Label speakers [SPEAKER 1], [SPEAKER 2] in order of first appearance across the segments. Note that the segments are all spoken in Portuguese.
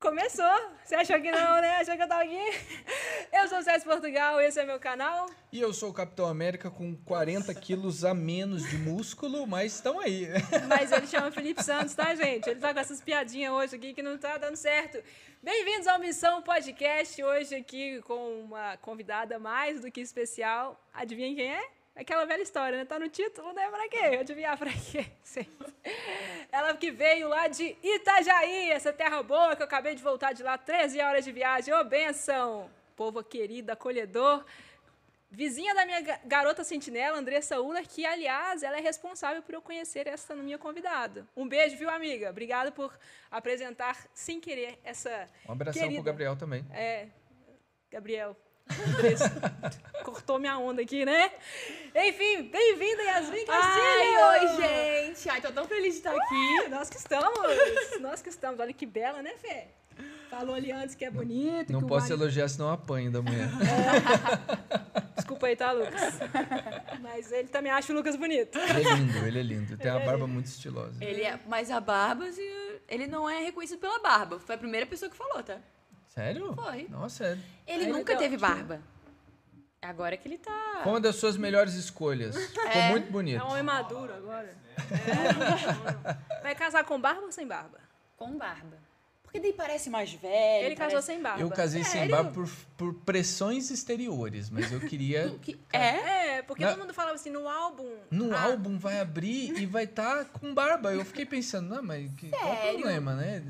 [SPEAKER 1] Começou! Você achou que não, né? Achou que eu tava aqui? Eu sou o César Portugal, esse é meu canal.
[SPEAKER 2] E eu sou o Capitão América com 40 quilos a menos de músculo, mas estão aí.
[SPEAKER 1] Mas ele chama Felipe Santos, tá, gente? Ele tá com essas piadinhas hoje aqui que não tá dando certo. Bem-vindos ao Missão Podcast, hoje aqui com uma convidada mais do que especial. Adivinha quem é? Aquela velha história, né? Tá no título, né? Pra quê? Adivinhar pra quê? Gente. Ela que veio lá de Itajaí, essa terra boa que eu acabei de voltar de lá, 13 horas de viagem. Ô, benção! Povo querido, acolhedor. Vizinha da minha ga- garota sentinela, Andressa Uller, que, aliás, ela é responsável por eu conhecer essa minha convidada. Um beijo, viu, amiga? Obrigada por apresentar, sem querer, essa...
[SPEAKER 2] Um abração
[SPEAKER 1] Querida.
[SPEAKER 2] pro Gabriel também.
[SPEAKER 1] É, Gabriel. Andressa. Cortou minha onda aqui, né? Enfim, bem-vinda, Yasmin Castilho!
[SPEAKER 3] Ai, oi, gente! Ai, tô tão feliz de estar aqui.
[SPEAKER 1] Ih, Nós que estamos! Nós que estamos. Olha que bela, né, Fê? Falou ali antes que é bonito.
[SPEAKER 2] Não
[SPEAKER 1] que o
[SPEAKER 2] posso
[SPEAKER 1] marido-
[SPEAKER 2] elogiar, senão eu apanho da mulher.
[SPEAKER 1] Desculpa aí, tá, Lucas? Mas ele também acha o Lucas bonito.
[SPEAKER 2] ele é lindo, ele é lindo. Tem uma barba muito estilosa.
[SPEAKER 3] Ele é, mas a barba, assim, ele não é reconhecido pela barba. Foi a primeira pessoa que falou, tá?
[SPEAKER 2] Sério?
[SPEAKER 3] Foi.
[SPEAKER 2] Nossa, é.
[SPEAKER 3] Ele
[SPEAKER 1] Ele
[SPEAKER 3] nunca
[SPEAKER 1] tá
[SPEAKER 3] teve
[SPEAKER 1] ótimo.
[SPEAKER 3] barba. Agora que ele tá.
[SPEAKER 2] Foi uma das suas melhores escolhas. Ficou
[SPEAKER 3] É.
[SPEAKER 2] muito bonito.
[SPEAKER 1] Ah. É um homem maduro agora. É, não, não. Vai casar com barba ou sem barba?
[SPEAKER 3] Com barba. Porque daí parece mais velho.
[SPEAKER 1] Ele casou sem barba.
[SPEAKER 2] Eu casei sem
[SPEAKER 1] Sério?
[SPEAKER 2] barba por, por pressões exteriores, mas eu queria
[SPEAKER 3] sem. Que é?
[SPEAKER 1] É, porque
[SPEAKER 2] Na-
[SPEAKER 1] todo mundo falava assim, no álbum...
[SPEAKER 2] No
[SPEAKER 1] Ah,
[SPEAKER 2] álbum vai abrir e vai estar com barba. Eu fiquei pensando, não, mas que, qual o problema, né?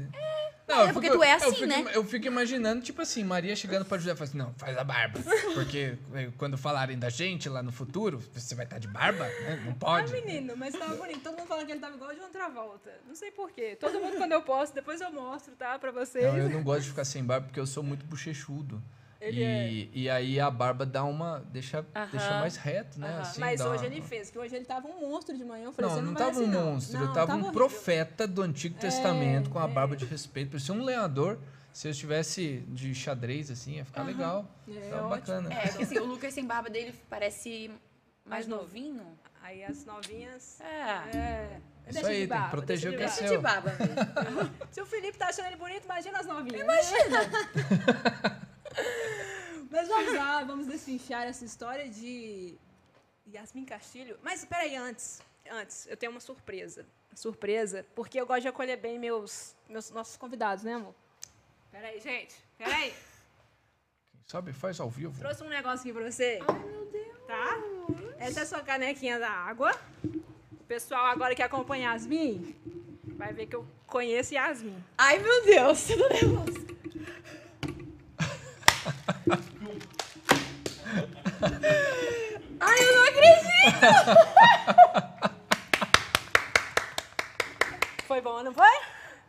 [SPEAKER 2] Não,
[SPEAKER 3] é
[SPEAKER 2] eu
[SPEAKER 3] porque
[SPEAKER 2] fico-
[SPEAKER 3] tu é
[SPEAKER 2] eu
[SPEAKER 3] assim,
[SPEAKER 2] fico-
[SPEAKER 3] né?
[SPEAKER 2] Eu fico imaginando, tipo assim, Maria chegando pra José e falando assim, não, faz a barba. Porque eh, quando falarem da gente lá no futuro, você vai estar de barba, né? Não
[SPEAKER 1] Ah,
[SPEAKER 2] pode.
[SPEAKER 1] menino, mas tava bonito. Todo mundo falando que ele tava igual de uma travolta. Não sei porquê. Todo mundo, quando eu posto, depois eu mostro, tá? Pra vocês.
[SPEAKER 2] Não, Então, eu não gosto de ficar sem barba porque eu sou muito bochechudo.
[SPEAKER 1] Ele
[SPEAKER 2] E, e aí a barba dá uma. deixa,
[SPEAKER 3] é. Aham.
[SPEAKER 2] deixa mais reto, né?
[SPEAKER 3] Aham.
[SPEAKER 2] Assim,
[SPEAKER 1] Mas
[SPEAKER 2] dá
[SPEAKER 1] hoje
[SPEAKER 2] uma-
[SPEAKER 1] ele fez, porque hoje ele tava um monstro de manhã. Eu falei,
[SPEAKER 2] Não,
[SPEAKER 1] você
[SPEAKER 2] não
[SPEAKER 1] vai
[SPEAKER 2] tava um
[SPEAKER 1] assim, não.
[SPEAKER 2] monstro,
[SPEAKER 1] Não,
[SPEAKER 2] eu tava, um
[SPEAKER 1] horrível. É,
[SPEAKER 2] profeta do Antigo Testamento com a barba de respeito. Parecia um lenhador. Se eu estivesse de xadrez, assim, ia ficar legal.
[SPEAKER 1] É,
[SPEAKER 2] tava
[SPEAKER 1] ótimo.
[SPEAKER 2] bacana.
[SPEAKER 3] É, porque assim, o Lucas sem barba dele parece mais novinho.
[SPEAKER 1] Aí as novinhas.
[SPEAKER 3] É.
[SPEAKER 1] É.
[SPEAKER 2] Isso
[SPEAKER 1] Deixa
[SPEAKER 2] aí,
[SPEAKER 1] de
[SPEAKER 2] tem que
[SPEAKER 1] barba,
[SPEAKER 2] proteger
[SPEAKER 1] deixa
[SPEAKER 2] o
[SPEAKER 1] de
[SPEAKER 2] que é
[SPEAKER 1] barba.
[SPEAKER 3] Deixa de
[SPEAKER 2] Seu.
[SPEAKER 3] barba. velho.
[SPEAKER 1] Se o Felipe tá achando ele bonito, imagina as novinhas. Imagina! Mas vamos lá, vamos destrinchar essa história de Yasmin Castilho. Mas peraí, antes, antes, eu tenho uma surpresa. Surpresa, porque eu gosto de acolher bem meus, meus nossos convidados, né, amor? Peraí, gente, peraí.
[SPEAKER 2] Sabe, faz ao vivo.
[SPEAKER 1] Trouxe um negócio aqui pra você. Ai, meu Deus. Tá? Essa é a sua canequinha da água. O pessoal agora que acompanha Yasmin vai ver que eu conheço Yasmin.
[SPEAKER 3] Ai, meu Deus, eu tô nervosa. Ai, eu não acredito!
[SPEAKER 1] Foi bom, não foi?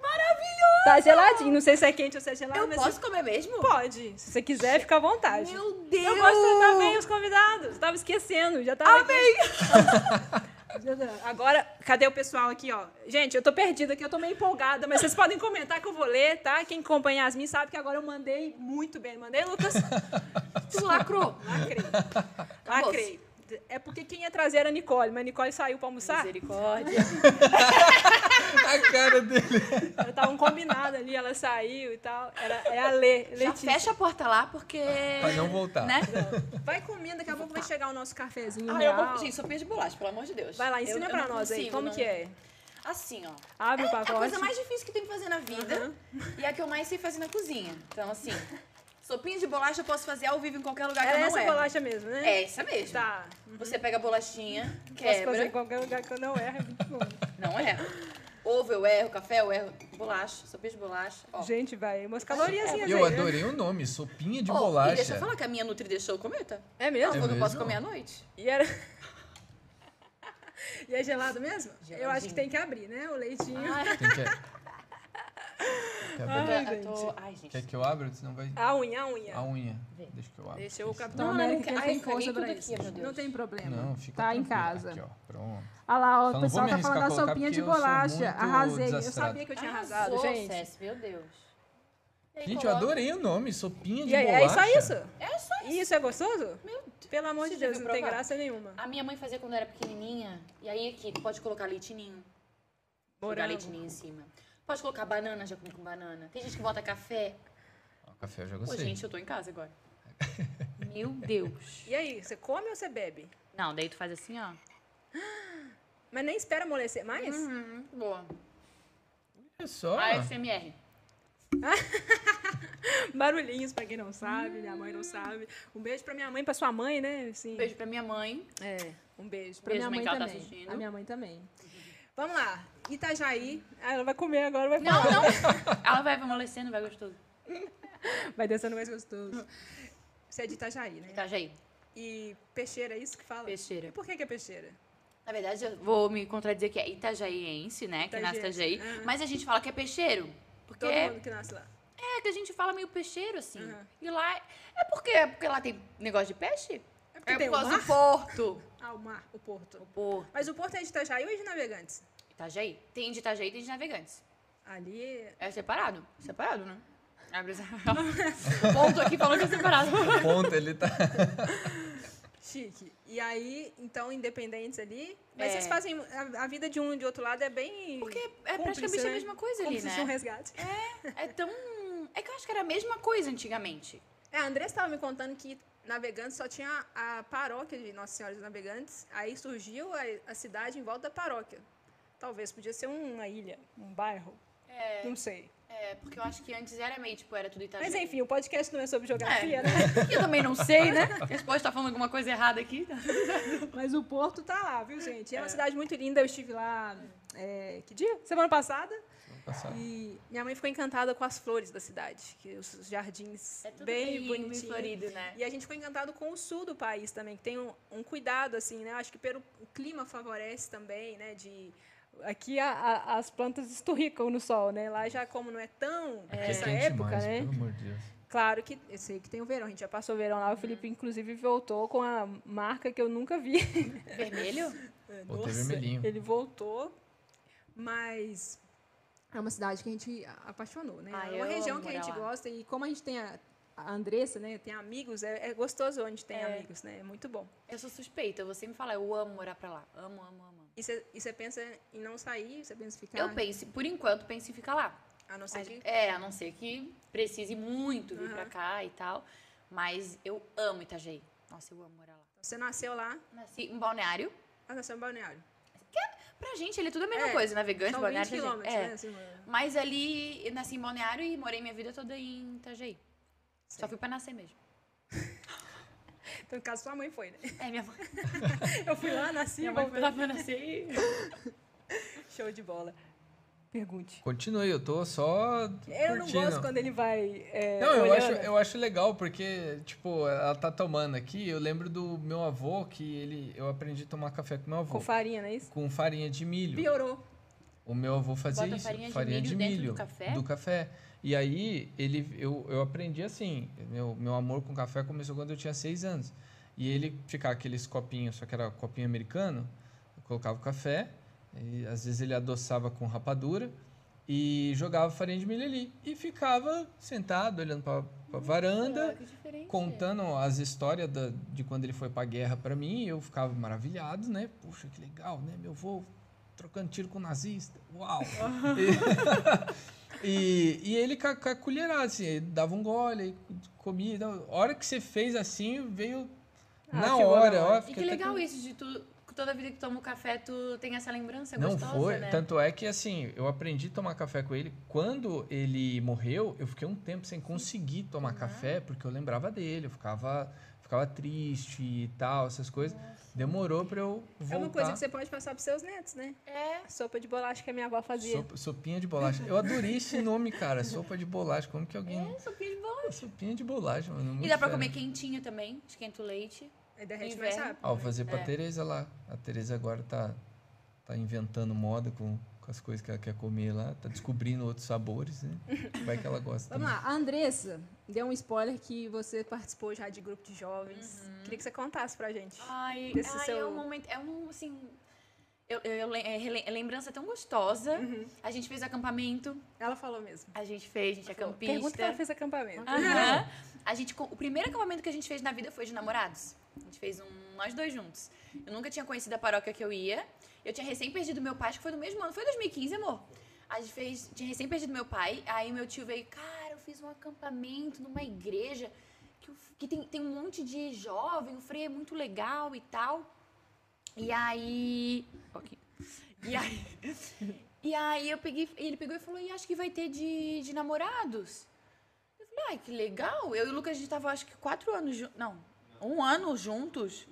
[SPEAKER 1] Maravilhoso! Tá geladinho. Não sei se é quente ou se é gelado,
[SPEAKER 3] Eu
[SPEAKER 1] mas
[SPEAKER 3] posso comer mesmo?
[SPEAKER 1] pode. Se você quiser, fica à vontade.
[SPEAKER 3] Meu Deus!
[SPEAKER 1] Eu gosto de tratar bem os convidados. Tava esquecendo, já tava. Amei! Agora, cadê o pessoal aqui, ó? Gente, eu tô perdida aqui, eu tô meio empolgada, mas vocês podem comentar que eu vou ler, tá? Quem acompanha Yasmin sabe que agora eu mandei muito bem. Mandei, Lucas?
[SPEAKER 3] Tu lacrou.
[SPEAKER 1] Lacrei. Lacrei. É porque quem ia trazer era a Nicole, mas a Nicole saiu pra almoçar.
[SPEAKER 3] Misericórdia.
[SPEAKER 2] A cara dele.
[SPEAKER 1] Ela tava um combinado ali, ela saiu e tal. Era, é a Lê,
[SPEAKER 3] Já
[SPEAKER 1] Letícia.
[SPEAKER 3] fecha a porta lá, porque...
[SPEAKER 1] É.
[SPEAKER 2] Pra não voltar.
[SPEAKER 3] Né?
[SPEAKER 1] Vai comendo, daqui a pouco vai chegar o nosso cafezinho.
[SPEAKER 3] Ah, eu
[SPEAKER 1] real.
[SPEAKER 3] vou... Gente, só perdi bolacha, pelo amor de Deus.
[SPEAKER 1] Vai lá,
[SPEAKER 3] Eu-
[SPEAKER 1] ensina
[SPEAKER 3] eu
[SPEAKER 1] pra
[SPEAKER 3] não
[SPEAKER 1] nós aí,
[SPEAKER 3] consigo,
[SPEAKER 1] como
[SPEAKER 3] não-
[SPEAKER 1] que é? Tá
[SPEAKER 3] Assim, ó.
[SPEAKER 1] Abre o
[SPEAKER 3] É a
[SPEAKER 1] pacote.
[SPEAKER 3] coisa mais difícil que tem que fazer na vida. E é a que eu mais sei fazer na cozinha. Então, assim, sopinha de bolacha eu posso fazer ao vivo em qualquer lugar que
[SPEAKER 1] Era
[SPEAKER 3] eu não
[SPEAKER 1] É essa
[SPEAKER 3] erro.
[SPEAKER 1] bolacha mesmo, né?
[SPEAKER 3] É essa mesmo.
[SPEAKER 1] Tá.
[SPEAKER 3] Você pega a bolachinha,
[SPEAKER 1] Posso
[SPEAKER 3] quebra.
[SPEAKER 1] fazer em qualquer lugar que eu não erro. é muito bom.
[SPEAKER 3] Não erro. Ovo eu erro, café eu erro, bolacha, sopinha de bolacha. Ó.
[SPEAKER 1] Gente, vai. Umas calorias aí. né?
[SPEAKER 2] Eu adorei o nome, sopinha de
[SPEAKER 3] Ó, E
[SPEAKER 2] bolacha.
[SPEAKER 3] deixa eu falar que a minha Nutri deixou eu comer, tá?
[SPEAKER 1] É
[SPEAKER 3] Ela
[SPEAKER 1] mesmo?
[SPEAKER 3] falou que eu posso
[SPEAKER 2] mesmo?
[SPEAKER 3] comer à noite.
[SPEAKER 1] E era. E é gelado mesmo? Eu acho que
[SPEAKER 3] Geladinho.
[SPEAKER 1] tem que abrir, né? O leitinho.
[SPEAKER 2] Tem que... Quer, abrir?
[SPEAKER 1] Ai,
[SPEAKER 3] eu tô...
[SPEAKER 1] gente.
[SPEAKER 3] Ai, gente.
[SPEAKER 2] Quer que eu abra? Senão vai.
[SPEAKER 3] Ah.
[SPEAKER 1] A unha, a unha.
[SPEAKER 2] A unha. Deixa que eu abra.
[SPEAKER 1] Deixa o
[SPEAKER 2] Isso.
[SPEAKER 1] Capitão
[SPEAKER 3] Não, não
[SPEAKER 1] América
[SPEAKER 3] quer-
[SPEAKER 1] que
[SPEAKER 3] Ai,
[SPEAKER 1] tem
[SPEAKER 3] caguei
[SPEAKER 1] força
[SPEAKER 3] tudo
[SPEAKER 1] pra
[SPEAKER 3] aqui,
[SPEAKER 1] isso.
[SPEAKER 3] meu Deus.
[SPEAKER 1] Não tem problema.
[SPEAKER 2] Não, fica
[SPEAKER 1] tá em
[SPEAKER 2] tranquilo.
[SPEAKER 1] casa.
[SPEAKER 2] Aqui, ó. Pronto.
[SPEAKER 1] Olha lá, ó,
[SPEAKER 2] Só
[SPEAKER 1] o
[SPEAKER 2] não
[SPEAKER 1] pessoal
[SPEAKER 2] vou
[SPEAKER 1] tá
[SPEAKER 2] me
[SPEAKER 1] falando da
[SPEAKER 2] arriscar a
[SPEAKER 1] sopinha
[SPEAKER 2] colocar
[SPEAKER 1] de
[SPEAKER 2] porque eu sou
[SPEAKER 1] bolacha.
[SPEAKER 2] muito
[SPEAKER 1] Arrasei. Eu
[SPEAKER 2] desastrado.
[SPEAKER 1] sabia que eu
[SPEAKER 3] Ah,
[SPEAKER 1] tinha arrasado, gente.
[SPEAKER 3] meu Deus. E aí,
[SPEAKER 2] Gente, eu
[SPEAKER 3] coloca-
[SPEAKER 2] adorei o nome, sopinha de
[SPEAKER 1] E aí,
[SPEAKER 2] bolacha.
[SPEAKER 1] é só isso?
[SPEAKER 3] É só isso.
[SPEAKER 1] Isso é gostoso?
[SPEAKER 3] Meu Deus.
[SPEAKER 1] Pelo amor
[SPEAKER 3] Você
[SPEAKER 1] de
[SPEAKER 3] já
[SPEAKER 1] Deus,
[SPEAKER 3] viu
[SPEAKER 1] não tem
[SPEAKER 3] provar?
[SPEAKER 1] graça nenhuma.
[SPEAKER 3] A minha mãe fazia quando eu era pequenininha. E aí aqui, pode colocar leitinho. Jogar
[SPEAKER 1] Morango.
[SPEAKER 3] leitinho em cima. Pode colocar banana, já comi com banana. Tem gente que bota café.
[SPEAKER 2] Ó, café eu já
[SPEAKER 3] Pô,
[SPEAKER 2] gostei.
[SPEAKER 3] gente, eu tô em casa agora. Meu Deus.
[SPEAKER 1] E aí, você come ou você bebe?
[SPEAKER 3] Não, daí tu faz assim, ó.
[SPEAKER 1] Mas nem espera amolecer mais?
[SPEAKER 3] Uhum, boa.
[SPEAKER 2] Olha
[SPEAKER 3] Ah.
[SPEAKER 2] só.
[SPEAKER 1] Ah,
[SPEAKER 3] ASMR.
[SPEAKER 1] Barulhinhos, pra quem não sabe, minha mãe não sabe. Um beijo pra minha mãe, pra sua mãe, né? Sim.
[SPEAKER 3] Um beijo pra minha mãe.
[SPEAKER 1] É, um beijo. Pra minha
[SPEAKER 3] Beijo, mãe,
[SPEAKER 1] mãe
[SPEAKER 3] que ela tá
[SPEAKER 1] também.
[SPEAKER 3] assistindo.
[SPEAKER 1] A minha mãe também. Vamos lá. Itajaí. Ah, ela vai comer agora, vai
[SPEAKER 3] Não, não. Ela vai amolecendo, vai gostoso.
[SPEAKER 1] Vai dançando mais gostoso. Você é de Itajaí, né?
[SPEAKER 3] Itajaí.
[SPEAKER 1] E peixeira, é isso que fala?
[SPEAKER 3] Peixeira.
[SPEAKER 1] E por que, que é peixeira?
[SPEAKER 3] Na verdade, eu vou me contradizer que é itajaiense, né? Que nasce
[SPEAKER 1] Itajaí.
[SPEAKER 3] Itajaí. Mas a gente fala que é peixeiro. Porque
[SPEAKER 1] Todo
[SPEAKER 3] é
[SPEAKER 1] mundo que nasce lá.
[SPEAKER 3] que a gente fala meio peixeiro, assim.
[SPEAKER 1] Uhum.
[SPEAKER 3] E lá... É porque, é porque lá tem negócio de peixe?
[SPEAKER 1] É porque
[SPEAKER 3] É
[SPEAKER 1] tem
[SPEAKER 3] por
[SPEAKER 1] o
[SPEAKER 3] causa
[SPEAKER 1] mar?
[SPEAKER 3] do porto.
[SPEAKER 1] Ah, o mar, o porto.
[SPEAKER 3] O porto.
[SPEAKER 1] Mas o porto é de Itajaí ou é de Navegantes?
[SPEAKER 3] Itajaí. Tem de Itajaí, tem de Navegantes.
[SPEAKER 1] Ali é...
[SPEAKER 3] É separado. Separado, né? Abre essa... Ponto aqui falando que é separado.
[SPEAKER 2] O ponto, ele tá...
[SPEAKER 1] chique. E aí, então, independentes ali. Mas
[SPEAKER 3] É.
[SPEAKER 1] vocês fazem... A, a vida de um e de outro lado é bem...
[SPEAKER 3] Porque é praticamente a mesma coisa
[SPEAKER 1] Como
[SPEAKER 3] ali,
[SPEAKER 1] se fosse um
[SPEAKER 3] né?
[SPEAKER 1] resgate.
[SPEAKER 3] É tão... É que eu acho que era a mesma coisa antigamente.
[SPEAKER 1] É, a Andressa estava me contando que Navegantes só tinha a paróquia de Nossa Senhora dos Navegantes, aí surgiu a, a cidade em volta da paróquia. Talvez podia ser uma ilha, um bairro. É. Não sei.
[SPEAKER 3] É, porque eu acho que antes era meio, tipo, era tudo Itajaí.
[SPEAKER 1] Mas enfim, o podcast não é sobre geografia,
[SPEAKER 3] É.
[SPEAKER 1] né?
[SPEAKER 3] Eu também não sei, né? Vocês podem estar falando alguma coisa errada aqui.
[SPEAKER 1] Mas o Porto tá lá, viu, gente? É uma cidade muito linda. Eu estive lá. é, que dia? Semana passada. E minha mãe ficou encantada com as flores da cidade, que os jardins
[SPEAKER 3] É
[SPEAKER 1] bem bonitinhos.
[SPEAKER 3] né?
[SPEAKER 1] E a gente ficou encantado com o sul do país também, que tem um, um cuidado, assim, né? Acho que pelo o clima favorece também, né? De. Aqui a- a- as plantas esturricam no sol, né? Lá já, como não é tão essa época, né?
[SPEAKER 2] pelo amor de Deus.
[SPEAKER 1] Claro que eu sei que tem o verão, a gente já passou o verão lá. O Felipe, inclusive, voltou com a marca que eu nunca vi.
[SPEAKER 3] Vermelho?
[SPEAKER 2] Voltei vermelhinho.
[SPEAKER 1] Ele voltou, mas é uma cidade que a gente a- apaixonou, né?
[SPEAKER 3] Ah,
[SPEAKER 1] é uma
[SPEAKER 3] eu
[SPEAKER 1] região
[SPEAKER 3] amo
[SPEAKER 1] que a gente
[SPEAKER 3] morar lá.
[SPEAKER 1] gosta e como a gente tem a, a Andressa, né? Tem amigos, é, é gostoso onde tem
[SPEAKER 3] É.
[SPEAKER 1] amigos, né? É muito bom.
[SPEAKER 3] Eu sou suspeita, você me fala, eu amo morar pra lá. Amo, amo, amo. amo.
[SPEAKER 1] E você pensa em não sair, você pensa em ficar.
[SPEAKER 3] Eu penso, por enquanto, penso em ficar lá.
[SPEAKER 1] A não ser que.
[SPEAKER 3] É, a não ser que precise muito vir
[SPEAKER 1] Aham.
[SPEAKER 3] pra cá e tal. Mas eu amo Itajaí. Nossa, eu amo morar lá.
[SPEAKER 1] Você nasceu lá,
[SPEAKER 3] Nasci em Balneário.
[SPEAKER 1] mas nasceu em Balneário.
[SPEAKER 3] Pra gente, ele é tudo a mesma
[SPEAKER 1] É,
[SPEAKER 3] coisa. Navegante,
[SPEAKER 1] São 20
[SPEAKER 3] Balneário, Itajaí.
[SPEAKER 1] quilômetros,
[SPEAKER 3] É.
[SPEAKER 1] né? assim, mano?
[SPEAKER 3] Mas ali, eu nasci em Balneário e morei minha vida toda em Itajaí. Só
[SPEAKER 1] Sei.
[SPEAKER 3] fui pra nascer mesmo.
[SPEAKER 1] Então, no caso, sua mãe foi, né?
[SPEAKER 3] É, minha mãe.
[SPEAKER 1] Eu fui lá, nasci,
[SPEAKER 3] Minha
[SPEAKER 1] vou
[SPEAKER 3] mãe
[SPEAKER 1] ver.
[SPEAKER 3] foi lá pra nascer e...
[SPEAKER 1] Show de bola. Pergunte.
[SPEAKER 2] Continue, eu tô só
[SPEAKER 1] Eu não
[SPEAKER 2] curtindo.
[SPEAKER 1] gosto quando ele vai. é,
[SPEAKER 2] Não, eu
[SPEAKER 1] olhando.
[SPEAKER 2] acho, eu acho legal, porque, tipo, ela tá tomando aqui. Eu lembro do meu avô, que ele... Eu aprendi a tomar café com meu avô.
[SPEAKER 1] Com farinha, não é isso?
[SPEAKER 2] com farinha de milho.
[SPEAKER 1] Piorou.
[SPEAKER 2] O meu avô fazia
[SPEAKER 3] Bota
[SPEAKER 2] isso,
[SPEAKER 3] farinha de
[SPEAKER 2] farinha
[SPEAKER 3] milho
[SPEAKER 2] de
[SPEAKER 3] dentro do
[SPEAKER 2] milho
[SPEAKER 3] café?
[SPEAKER 2] café. E aí ele, eu, eu aprendi assim, meu, meu amor com café começou quando eu tinha seis anos. E ele ficava aqueles copinhos, só que era copinho americano, eu colocava o café, e às vezes ele adoçava com rapadura e jogava farinha de milho ali. E ficava sentado, olhando para a varanda,
[SPEAKER 3] que diferente.
[SPEAKER 2] contando as histórias da- de quando ele foi pra guerra pra mim, eu ficava maravilhado, né? Puxa, que legal, né? Meu avô trocando tiro com nazista. Uau! e, e, e ele com a com a colherada, assim, ele dava um gole, aí comia. e tal. A hora que você fez assim, veio
[SPEAKER 1] Ah,
[SPEAKER 2] na
[SPEAKER 1] chegou na
[SPEAKER 2] hora.
[SPEAKER 1] hora.
[SPEAKER 2] ó,
[SPEAKER 3] é. E
[SPEAKER 2] fiquei
[SPEAKER 3] que
[SPEAKER 2] até
[SPEAKER 3] legal
[SPEAKER 2] com-
[SPEAKER 3] isso de tu... Toda vida que toma o café, tu tem essa lembrança
[SPEAKER 2] Não
[SPEAKER 3] gostosa,
[SPEAKER 2] foi.
[SPEAKER 3] né?
[SPEAKER 2] Tanto é que, assim, eu aprendi a tomar café com ele. Quando ele morreu, eu fiquei um tempo sem conseguir tomar café, porque eu lembrava dele, eu ficava, ficava triste e tal, essas coisas. Demorou pra eu voltar.
[SPEAKER 1] É uma coisa que você pode passar pros seus netos, né?
[SPEAKER 3] É.
[SPEAKER 1] A sopa de bolacha que a minha avó fazia.
[SPEAKER 2] Sopa- sopinha de bolacha. Eu adorei esse nome, cara. Sopa de bolacha. Como que alguém. Ah,
[SPEAKER 3] É, sopinha de bola.
[SPEAKER 2] Sopinha de bolacha, mano. é
[SPEAKER 3] E
[SPEAKER 2] muito
[SPEAKER 3] dá pra
[SPEAKER 2] fera.
[SPEAKER 3] comer quentinho também. Esquenta o leite.
[SPEAKER 1] É derrete mais
[SPEAKER 3] Inverno.
[SPEAKER 1] rápido.
[SPEAKER 2] Ah, vou fazer pra
[SPEAKER 3] É.
[SPEAKER 2] Tereza lá. A Tereza agora tá, tá inventando moda com, com as coisas que ela quer comer lá. Tá descobrindo outros sabores, né? Vai que ela gosta.
[SPEAKER 1] Vamos
[SPEAKER 2] também.
[SPEAKER 1] lá, a Andressa deu um spoiler que você participou já de grupo de jovens. Queria que você contasse pra gente.
[SPEAKER 3] Ai,
[SPEAKER 1] Desse
[SPEAKER 3] ai, é
[SPEAKER 1] seu-
[SPEAKER 3] um momento... É um, assim... Eu, eu- eu le- é rele- é lembrança tão gostosa.
[SPEAKER 1] Uhum.
[SPEAKER 3] A gente fez acampamento.
[SPEAKER 1] Ela falou mesmo.
[SPEAKER 3] A gente fez, a gente é campista.
[SPEAKER 1] Pergunta que ela fez acampamento.
[SPEAKER 3] Aham. A gente, co- o primeiro acampamento que a gente fez na vida foi de namorados. A gente fez um, nós dois juntos. Eu nunca tinha conhecido a paróquia que eu ia. Eu tinha recém perdido meu pai, acho que foi no mesmo ano. Foi 2015, amor. A gente fez. Tinha recém perdido meu pai. Aí meu tio veio, cara, eu fiz um acampamento numa igreja que, o- que tem, tem um monte de jovem, o freio é muito legal e tal. E aí. Ok. E aí. e aí eu peguei. Ele pegou e falou, e acho que vai ter de, de namorados. Eu falei, ai, que legal. Eu e o Lucas, a gente tava acho que quatro anos juntos. Não, um ano juntos.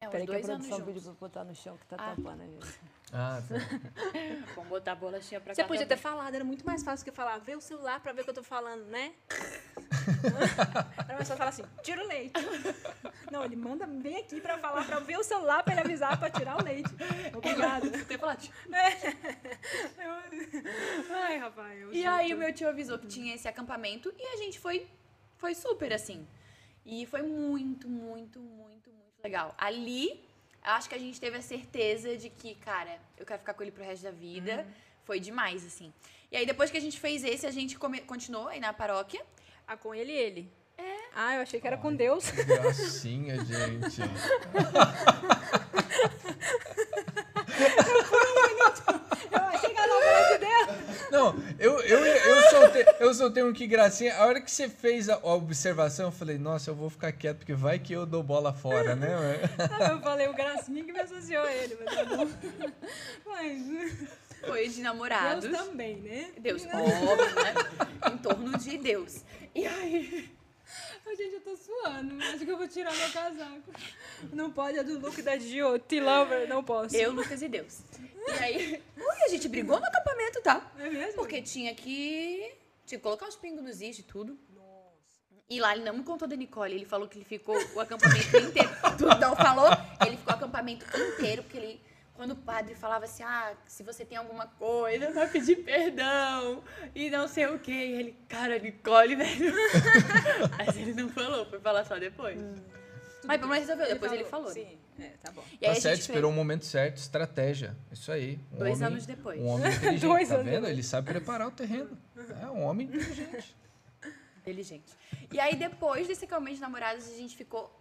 [SPEAKER 3] É, uns
[SPEAKER 4] Peraí que a
[SPEAKER 3] dois anos
[SPEAKER 4] produção
[SPEAKER 3] juntos.
[SPEAKER 4] pediu pra eu botar no chão que tá
[SPEAKER 3] Ah.
[SPEAKER 4] tampando a gente.
[SPEAKER 2] Ah, tá.
[SPEAKER 3] Vamos botar a bolachinha pra
[SPEAKER 1] Você
[SPEAKER 3] cá
[SPEAKER 1] podia ter
[SPEAKER 3] também.
[SPEAKER 1] falado, era muito mais fácil que eu falar, vê o celular pra ver o que eu tô falando, né? era mais fácil falar assim, tira o leite. Não, ele manda bem aqui pra falar, pra ver o celular, pra ele avisar, pra tirar o leite. Obrigada.
[SPEAKER 3] Tem falado.
[SPEAKER 1] Eu- Ai, rapaz. eu
[SPEAKER 3] E
[SPEAKER 1] juro.
[SPEAKER 3] aí o meu tio avisou
[SPEAKER 1] Uhum.
[SPEAKER 3] que tinha esse acampamento e a gente foi, foi super assim. E foi muito, muito, muito, muito legal. Ali, eu acho que a gente teve a certeza de que, cara, eu quero ficar com ele pro resto da vida.
[SPEAKER 1] Uhum.
[SPEAKER 3] Foi demais, assim. E aí depois que a gente fez esse, a gente come- continuou aí na paróquia.
[SPEAKER 1] Ah, com ele e ele? É. Ah, eu achei que era com Deus.
[SPEAKER 2] Que gracinha, gente.
[SPEAKER 1] Eu achei que era com de Deus.
[SPEAKER 2] Não, eu, eu, eu, soltei, eu soltei um que gracinha. A hora que você fez a a observação, eu falei, nossa, eu vou ficar quieto, porque vai que eu dou bola fora, né?
[SPEAKER 1] Eu falei, o gracinha que me associou a ele, mas tá bom. Mas
[SPEAKER 3] Foi de namorados.
[SPEAKER 1] Deus também, né?
[SPEAKER 3] Deus, óbvio, né? Em torno de Deus.
[SPEAKER 1] E aí? Ai, gente, eu tô suando. Acho que eu vou tirar meu casaco. Não pode, é do look da Gio. T-Lover, não posso.
[SPEAKER 3] Eu, Lucas e Deus. E aí. Ui, a gente brigou no acampamento, tá?
[SPEAKER 1] É mesmo?
[SPEAKER 3] Porque tinha que. Tinha que colocar os pingos nos is e tudo. E lá ele não me contou da Nicole, ele falou que ele ficou o acampamento inteiro. Tu não falou? Ele ficou o acampamento inteiro, porque ele. Quando o padre falava assim, ah, se você tem alguma coisa, vai pedir perdão. E não sei o quê. E ele, cara, Nicole, velho. Mas ele não falou, foi falar só depois. Mas pelo menos resolveu, depois ele falou. né?
[SPEAKER 1] Sim, é, tá bom.
[SPEAKER 3] E
[SPEAKER 2] Tá
[SPEAKER 3] aí a gente
[SPEAKER 2] certo,
[SPEAKER 3] fez-
[SPEAKER 2] esperou o momento certo, estratégia. Isso aí. Um
[SPEAKER 3] Dois
[SPEAKER 2] homem-
[SPEAKER 3] anos depois.
[SPEAKER 2] Um homem inteligente,
[SPEAKER 1] Dois
[SPEAKER 2] tá
[SPEAKER 1] anos
[SPEAKER 2] vendo?
[SPEAKER 1] depois.
[SPEAKER 2] Ele sabe preparar o terreno. É um homem inteligente.
[SPEAKER 3] Inteligente. E aí, depois desse Calmês de Namorados, a gente ficou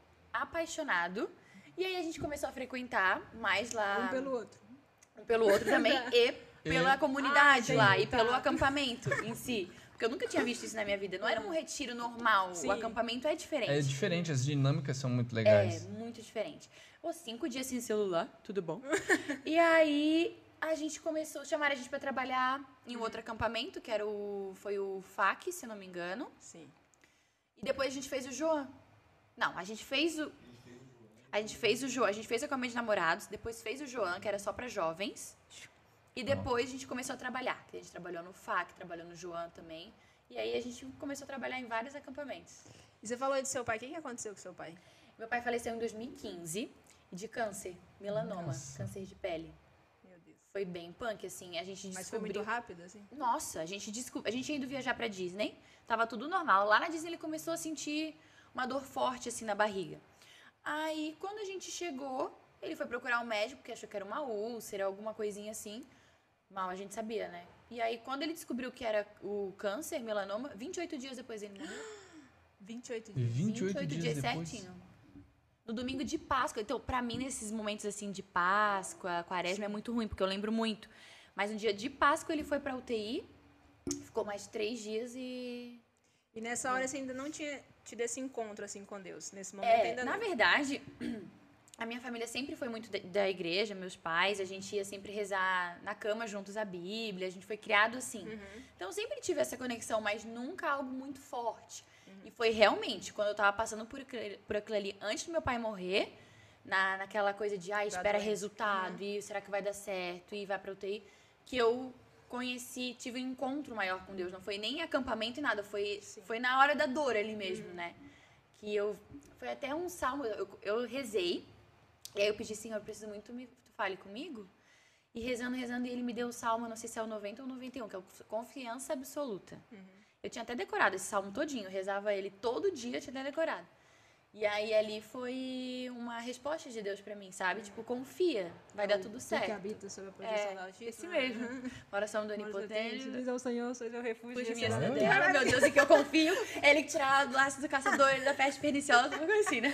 [SPEAKER 3] apaixonado. E aí, a gente começou a frequentar mais lá.
[SPEAKER 1] Um pelo outro.
[SPEAKER 3] um pelo outro também. e pela comunidade
[SPEAKER 1] Ah,
[SPEAKER 3] lá.
[SPEAKER 1] entendi,
[SPEAKER 3] E pelo
[SPEAKER 1] tá.
[SPEAKER 3] acampamento em si. Porque eu nunca tinha visto isso na minha vida. Não era um retiro normal.
[SPEAKER 1] Sim.
[SPEAKER 3] O acampamento é diferente.
[SPEAKER 2] É diferente, as dinâmicas são muito
[SPEAKER 3] É,
[SPEAKER 2] legais.
[SPEAKER 3] muito diferente. Ou cinco dias sem celular, tudo bom. e aí a gente começou, chamaram a gente pra trabalhar em um outro acampamento, que era o. Foi o FAC, se eu não me engano.
[SPEAKER 1] Sim.
[SPEAKER 3] E depois a gente fez o João. Não, a gente fez o. A gente fez o João, a gente fez a Comédia de Namorados, depois fez o João, que era só pra jovens. E depois a gente começou a trabalhar. que A gente trabalhou no FAC, trabalhou no João também. E aí a gente começou a trabalhar em vários acampamentos.
[SPEAKER 1] E você falou aí do seu pai. O que, que aconteceu com seu pai?
[SPEAKER 3] Meu pai faleceu em 2015 de câncer, melanoma,
[SPEAKER 2] Nossa.
[SPEAKER 3] câncer de pele.
[SPEAKER 1] Meu Deus.
[SPEAKER 3] Foi bem punk, assim. A gente descobriu.
[SPEAKER 1] Mas foi muito rápido, assim?
[SPEAKER 3] Nossa, a gente descob- a gente tinha ido viajar pra Disney, tava tudo normal. Lá na Disney ele começou a sentir uma dor forte assim na barriga. Aí quando a gente chegou, ele foi procurar o médico porque achou que era uma úlcera, alguma coisinha assim. Mal a gente sabia, né? E aí quando ele descobriu que era o câncer, melanoma, 28 dias depois ele morreu.
[SPEAKER 1] 28
[SPEAKER 2] E
[SPEAKER 1] dias.
[SPEAKER 2] 28, dias, depois.
[SPEAKER 3] certinho. No domingo de Páscoa. Então, pra mim, nesses momentos assim de Páscoa, quaresma é muito ruim, porque eu lembro muito. Mas no dia de Páscoa ele foi pra UTI, ficou mais três dias e.
[SPEAKER 1] E nessa hora você ainda não tinha tido esse encontro, assim, com Deus. Nesse momento
[SPEAKER 3] Hum. É,
[SPEAKER 1] ainda
[SPEAKER 3] na
[SPEAKER 1] não.
[SPEAKER 3] verdade, a minha família sempre foi muito da, da igreja, meus pais, a gente ia sempre rezar na cama juntos a Bíblia, a gente foi criado assim. Então eu sempre tive essa conexão, mas nunca algo muito forte. E foi realmente quando eu tava passando por, aquele- por aquilo ali antes do meu pai morrer, na, naquela coisa de, ah, espera
[SPEAKER 1] doença.
[SPEAKER 3] resultado, e será que vai dar certo, e vai pra UTI, que eu conheci, tive um encontro maior com Deus. Não foi nem acampamento e nada, foi,
[SPEAKER 1] Sim. Uhum.
[SPEAKER 3] foi na hora da dor ali mesmo, né? Que eu. Foi até um salmo, eu, eu rezei, e aí eu pedi, Senhor, eu preciso muito me, tu fale comigo. E rezando, rezando, e ele me deu o salmo, eu não sei se é o 90 ou 91, que é o Confiança
[SPEAKER 1] Uhum.
[SPEAKER 3] Absoluta. Eu tinha até decorado esse salmo todinho, eu rezava ele todo dia, eu tinha até decorado. E aí ali foi uma resposta de Deus pra mim, sabe? Tipo, confia, vai dar tudo
[SPEAKER 1] Uhum. Que
[SPEAKER 3] certo.
[SPEAKER 1] habita sob a proteção
[SPEAKER 3] É,
[SPEAKER 1] do Altíssimo. né? Uhum.
[SPEAKER 3] esse mesmo. Oração do Onipotente.
[SPEAKER 1] Diz ao Senhor, sois meu refúgio.
[SPEAKER 3] Fuja
[SPEAKER 1] e
[SPEAKER 3] minha
[SPEAKER 1] cidade
[SPEAKER 2] Olha.
[SPEAKER 1] eterna.
[SPEAKER 3] cidadela, meu Deus, em que eu confio. Ele que tirar do laço do caçador, ele da peste perniciosa, alguma coisa assim, né?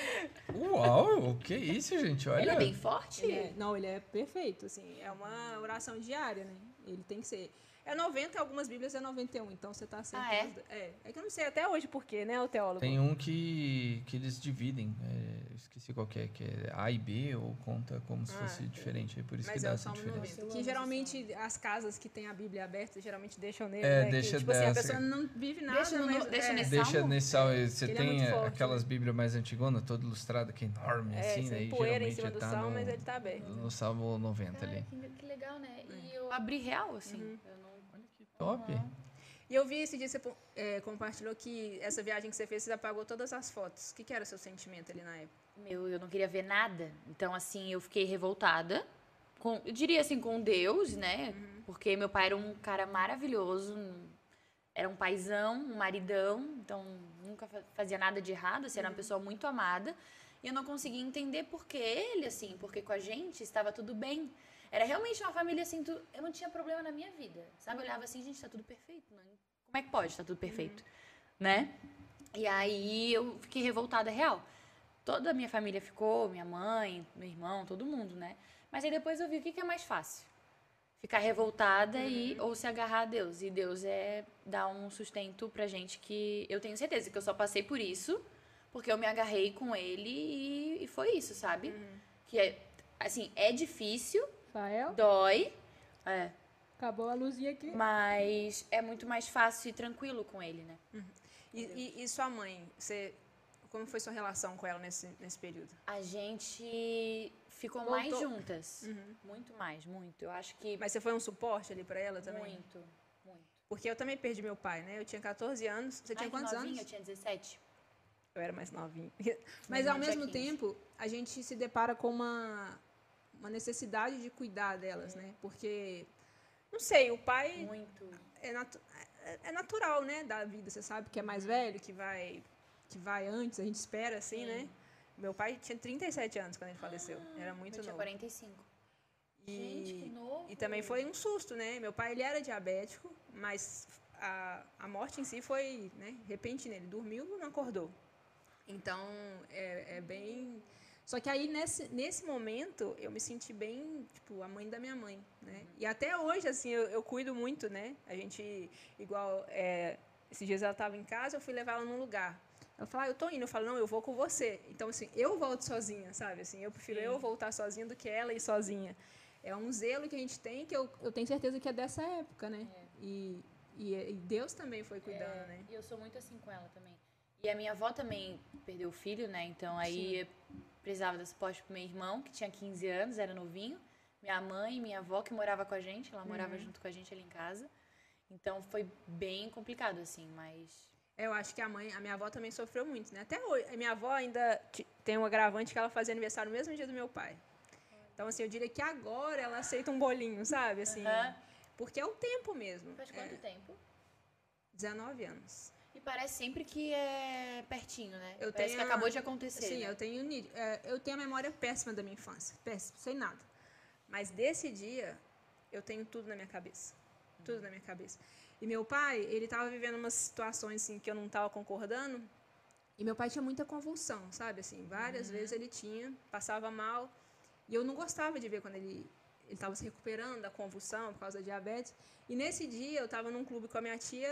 [SPEAKER 2] Uau, o que é isso, gente? Olha.
[SPEAKER 3] Ele é bem forte?
[SPEAKER 1] Ele é- não, ele é perfeito, assim. É uma oração diária, né? Ele tem que ser. É 90, algumas bíblias é 91, então você tá certo.
[SPEAKER 3] Ah, é?
[SPEAKER 1] nas du- é? É que eu não sei até hoje por quê, né, o teólogo?
[SPEAKER 2] Tem um que, que eles dividem, é, esqueci qual que é, que é A e B, ou conta como se
[SPEAKER 1] Ah,
[SPEAKER 2] fosse
[SPEAKER 1] é.
[SPEAKER 2] diferente, é por isso que
[SPEAKER 1] Mas
[SPEAKER 2] dá
[SPEAKER 1] é o
[SPEAKER 2] essa
[SPEAKER 1] Salmo
[SPEAKER 2] diferença.
[SPEAKER 1] 90.
[SPEAKER 3] Eu
[SPEAKER 1] Que
[SPEAKER 3] amo
[SPEAKER 1] geralmente as casas que tem a Bíblia aberta geralmente deixam nele.
[SPEAKER 2] É,
[SPEAKER 1] né?
[SPEAKER 2] deixa
[SPEAKER 1] que, tipo assim, a
[SPEAKER 2] dessa-
[SPEAKER 1] pessoa não vive nada.
[SPEAKER 3] Deixa no-
[SPEAKER 1] mas,
[SPEAKER 3] deixa
[SPEAKER 1] é,
[SPEAKER 3] nesse-
[SPEAKER 2] Deixa
[SPEAKER 3] Salmo?
[SPEAKER 2] nesse salmo, aí, você
[SPEAKER 1] Ele é
[SPEAKER 2] tem
[SPEAKER 1] muito forte,
[SPEAKER 2] aquelas bíblias mais antigonas, toda ilustrada, que é enorme,
[SPEAKER 1] é,
[SPEAKER 2] assim,
[SPEAKER 1] sem
[SPEAKER 2] daí
[SPEAKER 1] poeira em
[SPEAKER 2] geralmente
[SPEAKER 1] cima
[SPEAKER 2] já
[SPEAKER 1] do
[SPEAKER 2] tá
[SPEAKER 1] salmo,
[SPEAKER 2] no,
[SPEAKER 1] mas ele tá bem.
[SPEAKER 2] no salmo 90
[SPEAKER 4] Cara,
[SPEAKER 2] ali.
[SPEAKER 4] que, que legal, né? E eu
[SPEAKER 3] Eu abri real, assim. Eu não...
[SPEAKER 2] Top! É
[SPEAKER 1] E eu vi esse dia que você po- é, compartilhou que essa viagem que você fez, você apagou todas as fotos. O que, que era o seu sentimento ali na época?
[SPEAKER 3] Meu, eu não queria ver nada. Então, assim, eu fiquei revoltada. Com, eu diria assim, com Deus, né? Porque meu pai era um cara maravilhoso. um- Era um paizão, um maridão. Então, nunca fa- fazia nada de errado. Assim, era uma pessoa muito amada. E eu não conseguia entender por que ele, assim. Porque com a gente estava tudo bem. Era realmente uma família, assim, tu- eu não tinha problema na minha vida. Sabe? Eu olhava assim, gente, tá tudo perfeito. Não, como é que pode? Tá tudo perfeito, né? E aí eu fiquei revoltada real. Toda a minha família ficou, minha mãe, meu irmão, todo mundo, né? Mas aí depois eu vi o que, que é mais fácil. Ficar revoltada e ou se agarrar a Deus. E Deus é dar um sustento pra gente que eu tenho certeza que eu só passei por isso porque eu me agarrei com ele e, e foi isso, sabe? Que é, assim, é difícil,
[SPEAKER 1] Rafael,
[SPEAKER 3] dói. É,
[SPEAKER 1] acabou a luzinha aqui.
[SPEAKER 3] mas é muito mais fácil e tranquilo com ele, né?
[SPEAKER 1] E, e- e sua mãe, você, como foi sua relação com ela nesse, nesse período?
[SPEAKER 3] A gente ficou
[SPEAKER 1] Voltou.
[SPEAKER 3] mais juntas. Muito mais, muito. Eu acho que
[SPEAKER 1] Mas você foi um suporte ali pra ela também?
[SPEAKER 3] muito, muito.
[SPEAKER 1] Porque eu também perdi meu pai, né? Eu tinha 14 anos. Você tinha
[SPEAKER 3] Ai, que
[SPEAKER 1] quantos
[SPEAKER 3] novinha,
[SPEAKER 1] anos?
[SPEAKER 3] Eu tinha 17.
[SPEAKER 1] Eu era mais novinha. Mas
[SPEAKER 3] Mas
[SPEAKER 1] ao
[SPEAKER 3] eu tinha
[SPEAKER 1] mesmo
[SPEAKER 3] 15.
[SPEAKER 1] tempo, a gente se depara com uma, uma necessidade de cuidar
[SPEAKER 3] É.
[SPEAKER 1] delas, né? Porque, não sei, o pai
[SPEAKER 3] Muito.
[SPEAKER 1] é, natu- é- é natural, né, da vida. Você sabe que é
[SPEAKER 3] Uhum.
[SPEAKER 1] mais velho, que vai, que vai antes, a gente espera assim, né? Meu pai tinha 37 anos quando ele faleceu. Era muito
[SPEAKER 3] eu Ah, tinha
[SPEAKER 1] novo.
[SPEAKER 3] 45. Gente, que
[SPEAKER 1] E,
[SPEAKER 3] novo.
[SPEAKER 1] e também foi um susto, né? Meu pai ele era diabético, mas a, a morte em si foi né, repentina. Ele dormiu e não acordou. Então, é, é bem. Só que aí, nesse, nesse momento, eu me senti bem, tipo, a mãe da minha mãe, né? E até hoje, assim, eu, eu cuido muito, né? A gente, igual, é, esses dias ela estava em casa, eu fui levar ela num lugar. Ela fala, ah, eu tô indo. Eu falo, não, eu vou com você. Então, assim, eu volto sozinha, sabe? Assim, eu prefiro eu voltar sozinha do que ela ir sozinha. É um zelo que a gente tem que eu, eu tenho certeza que é dessa época, né? E, e, e Deus também foi cuidando, né?
[SPEAKER 3] E eu sou muito assim com ela também. E a minha avó também perdeu o filho, né? Então aí eu precisava desse suporte pro meu irmão, que tinha 15 anos, era novinho. Minha mãe e minha avó, que morava com a gente, ela
[SPEAKER 1] Uhum.
[SPEAKER 3] morava junto com a gente ali em casa. Então foi bem complicado, assim, mas.
[SPEAKER 1] Eu acho que a mãe, a minha avó também sofreu muito, né? Até hoje, a minha avó ainda ti- tem um agravante que ela fazia aniversário no mesmo dia do meu pai. Então, assim, eu diria que agora ela aceita um bolinho, sabe? Assim,
[SPEAKER 3] Aham.
[SPEAKER 1] Porque é o tempo mesmo.
[SPEAKER 3] Faz
[SPEAKER 1] É,
[SPEAKER 3] quanto tempo?
[SPEAKER 1] 19 anos.
[SPEAKER 3] E parece sempre que é pertinho, né?
[SPEAKER 1] Eu
[SPEAKER 3] parece
[SPEAKER 1] tenho
[SPEAKER 3] que
[SPEAKER 1] a-
[SPEAKER 3] acabou de acontecer.
[SPEAKER 1] Sim,
[SPEAKER 3] né?
[SPEAKER 1] eu tenho, ni- é, eu tenho a memória péssima da minha infância, péssima, sem nada. Mas desse dia, eu tenho tudo na minha cabeça. Tudo na minha cabeça. E meu pai, ele tava vivendo umas situações assim que eu não tava concordando. E meu pai tinha muita convulsão, sabe? Assim, várias
[SPEAKER 3] Uhum.
[SPEAKER 1] vezes ele tinha, passava mal. E eu não gostava de ver quando ele ele estava se recuperando da convulsão por causa da diabetes. E nesse dia eu estava num clube com a minha tia,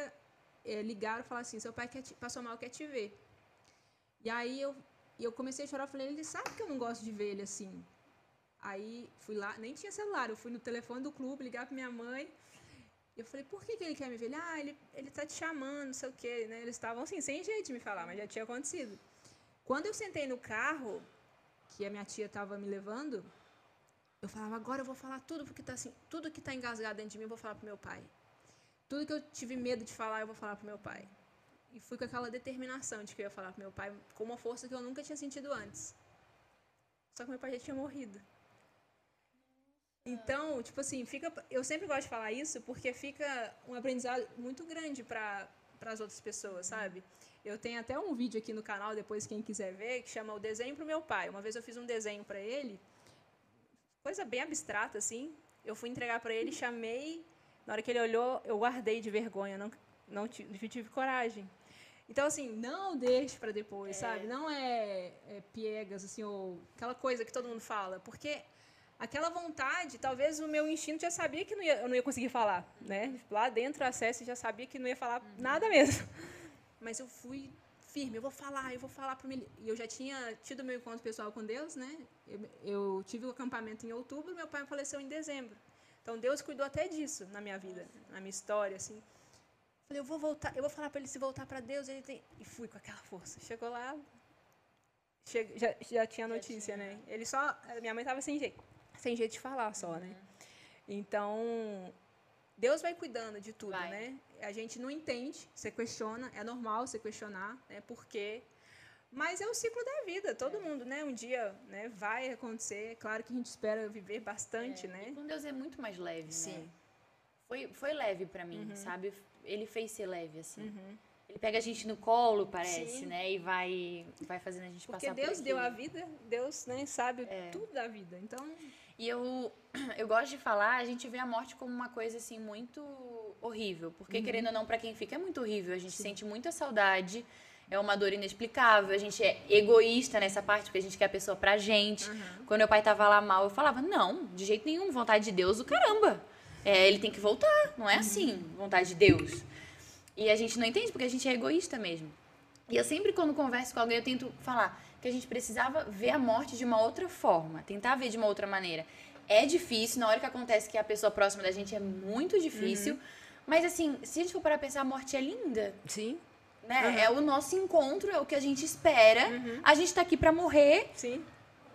[SPEAKER 1] eh, ligaram e falaram assim: "Seu pai quer te- passou mal, quer te ver". E aí eu, e eu comecei a chorar, eu falei, ele sabe que eu não gosto de ver ele assim. Aí fui lá, nem tinha celular, eu fui no telefone do clube ligar pra minha mãe. E eu falei, por que, que ele quer me ver? Ele, ah, ele, ele tá te chamando, não sei o quê, né? Eles estavam assim, sem jeito de me falar, mas já tinha acontecido. Quando eu sentei no carro, que a minha tia tava me levando, eu falava, agora eu vou falar tudo porque tá assim, tudo que tá engasgado dentro de mim, eu vou falar pro meu pai. Tudo que eu tive medo de falar, eu vou falar pro meu pai. E fui com aquela determinação de que eu ia falar pro meu pai com uma força que eu nunca tinha sentido antes. Só que meu pai já tinha morrido. Então, tipo assim, fica eu sempre gosto de falar isso porque fica um aprendizado muito grande para para as outras pessoas, sabe? Eu tenho até um vídeo aqui no canal, depois quem quiser ver, que chama O Desenho para o Meu Pai. Uma vez eu fiz um desenho para ele, coisa bem abstrata, assim. Eu fui entregar para ele, chamei. Na hora que ele olhou, eu guardei de vergonha, não, não tive, tive coragem. Então, assim, não deixe para depois, sabe? Não é, é piegas, assim, ou aquela coisa que todo mundo fala. Porque aquela vontade, talvez o meu instinto já sabia que não ia, eu não ia conseguir falar, né? Lá dentro, a César já sabia que não ia falar nada mesmo. Uhum. Mas eu fui firme, eu vou falar, eu vou falar para mim. E eu já tinha tido meu encontro pessoal com Deus, né? Eu, eu tive o acampamento em outubro, meu pai faleceu em dezembro. Então Deus cuidou até disso na minha vida, na minha história, assim. Falei, eu vou voltar, eu vou falar para ele se voltar para Deus, ele tem. E fui com aquela força. Chegou lá, che- já, já tinha notícia, né? Ele só, minha mãe tava sem jeito sem jeito de falar só, né? Então, Deus vai cuidando de tudo,
[SPEAKER 3] Vai.
[SPEAKER 1] né? A gente não entende, você questiona, é normal você questionar, né? Por quê? Mas é o ciclo da vida, todo mundo, né? Um dia né, vai acontecer, é claro que a gente espera viver bastante,
[SPEAKER 3] E
[SPEAKER 1] né?
[SPEAKER 3] com Deus é muito mais leve, né?
[SPEAKER 1] Sim. Uhum.
[SPEAKER 3] Foi, foi leve pra mim, sabe? Ele fez ser leve, assim. Ele pega a gente no colo, parece,
[SPEAKER 1] Sim.
[SPEAKER 3] né? E vai, vai fazendo a gente
[SPEAKER 1] Porque
[SPEAKER 3] passar por
[SPEAKER 1] Deus deu
[SPEAKER 3] aquilo. É.
[SPEAKER 1] a vida, Deus né, sabe tudo da vida. Então,
[SPEAKER 3] E eu, eu gosto de falar, a gente vê a morte como uma coisa assim muito horrível, porque querendo ou não, pra quem fica é muito horrível, a gente sente muita saudade, é uma dor inexplicável, a gente é egoísta nessa parte, porque a gente quer a pessoa pra gente. Quando meu pai tava lá mal, eu falava: "Não, de jeito nenhum, vontade de Deus, o caramba. É, ele tem que voltar, não é assim, vontade de Deus". E a gente não entende porque a gente é egoísta mesmo. E eu sempre, quando converso com alguém, eu tento falar que a gente precisava ver a morte de uma outra forma, tentar ver de uma outra maneira. É difícil, na hora que acontece que a pessoa próxima da gente é muito
[SPEAKER 1] Uhum.
[SPEAKER 3] difícil. Mas assim, se a gente for para pensar, a morte é linda,
[SPEAKER 1] sim,
[SPEAKER 3] né?
[SPEAKER 1] Uhum.
[SPEAKER 3] É o nosso encontro, é o que a gente espera. A gente tá aqui para
[SPEAKER 1] É.
[SPEAKER 3] morrer
[SPEAKER 1] sim.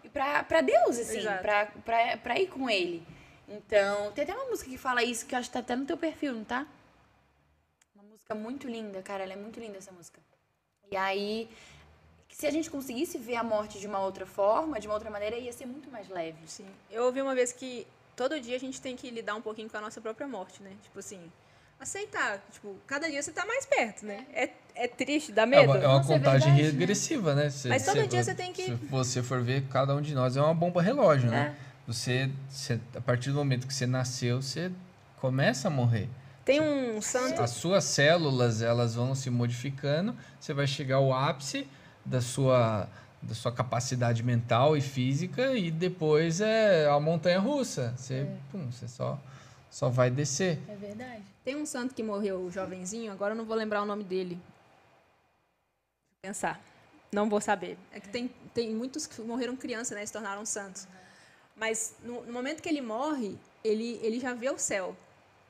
[SPEAKER 3] e pra, pra Deus, assim,
[SPEAKER 1] Exato.
[SPEAKER 3] pra, pra, pra ir com ele. Então, tem até uma música que fala isso, que eu acho que tá até no teu perfil, não tá? Uma música muito linda, cara, ela é muito linda essa música. E aí, se a gente conseguisse ver a morte de uma outra forma, de uma outra maneira, ia ser muito mais leve.
[SPEAKER 1] Sim. Eu ouvi uma vez que todo dia a gente tem que lidar um pouquinho com a nossa própria morte, né? Tipo assim, aceitar. Tipo, cada dia você tá mais perto, né? É, é triste, dá
[SPEAKER 2] É
[SPEAKER 1] medo.
[SPEAKER 2] uma, é uma
[SPEAKER 3] Nossa, é
[SPEAKER 2] contagem
[SPEAKER 3] verdade, né?
[SPEAKER 2] regressiva, né? Se-
[SPEAKER 1] Mas
[SPEAKER 2] se
[SPEAKER 1] todo dia
[SPEAKER 2] vo-
[SPEAKER 1] você tem que-
[SPEAKER 2] Se você for ver, cada um de nós é uma bomba relógio, né?
[SPEAKER 1] É.
[SPEAKER 2] Você, você- a partir do momento que você nasceu, você começa a morrer.
[SPEAKER 1] Tem um santo.
[SPEAKER 2] As suas células, elas vão se modificando, você vai chegar ao ápice da sua da sua capacidade mental e física e depois é a montanha russa. Você,
[SPEAKER 4] É.
[SPEAKER 2] pum, você só só vai descer.
[SPEAKER 3] É verdade.
[SPEAKER 1] Tem um santo que morreu jovenzinho, agora eu não vou lembrar o nome dele. Deixa eu Pensar. Não vou saber. É que tem, tem muitos que morreram criança, né? Se tornaram santos. Mas no, no momento que ele morre, ele, ele já vê o céu.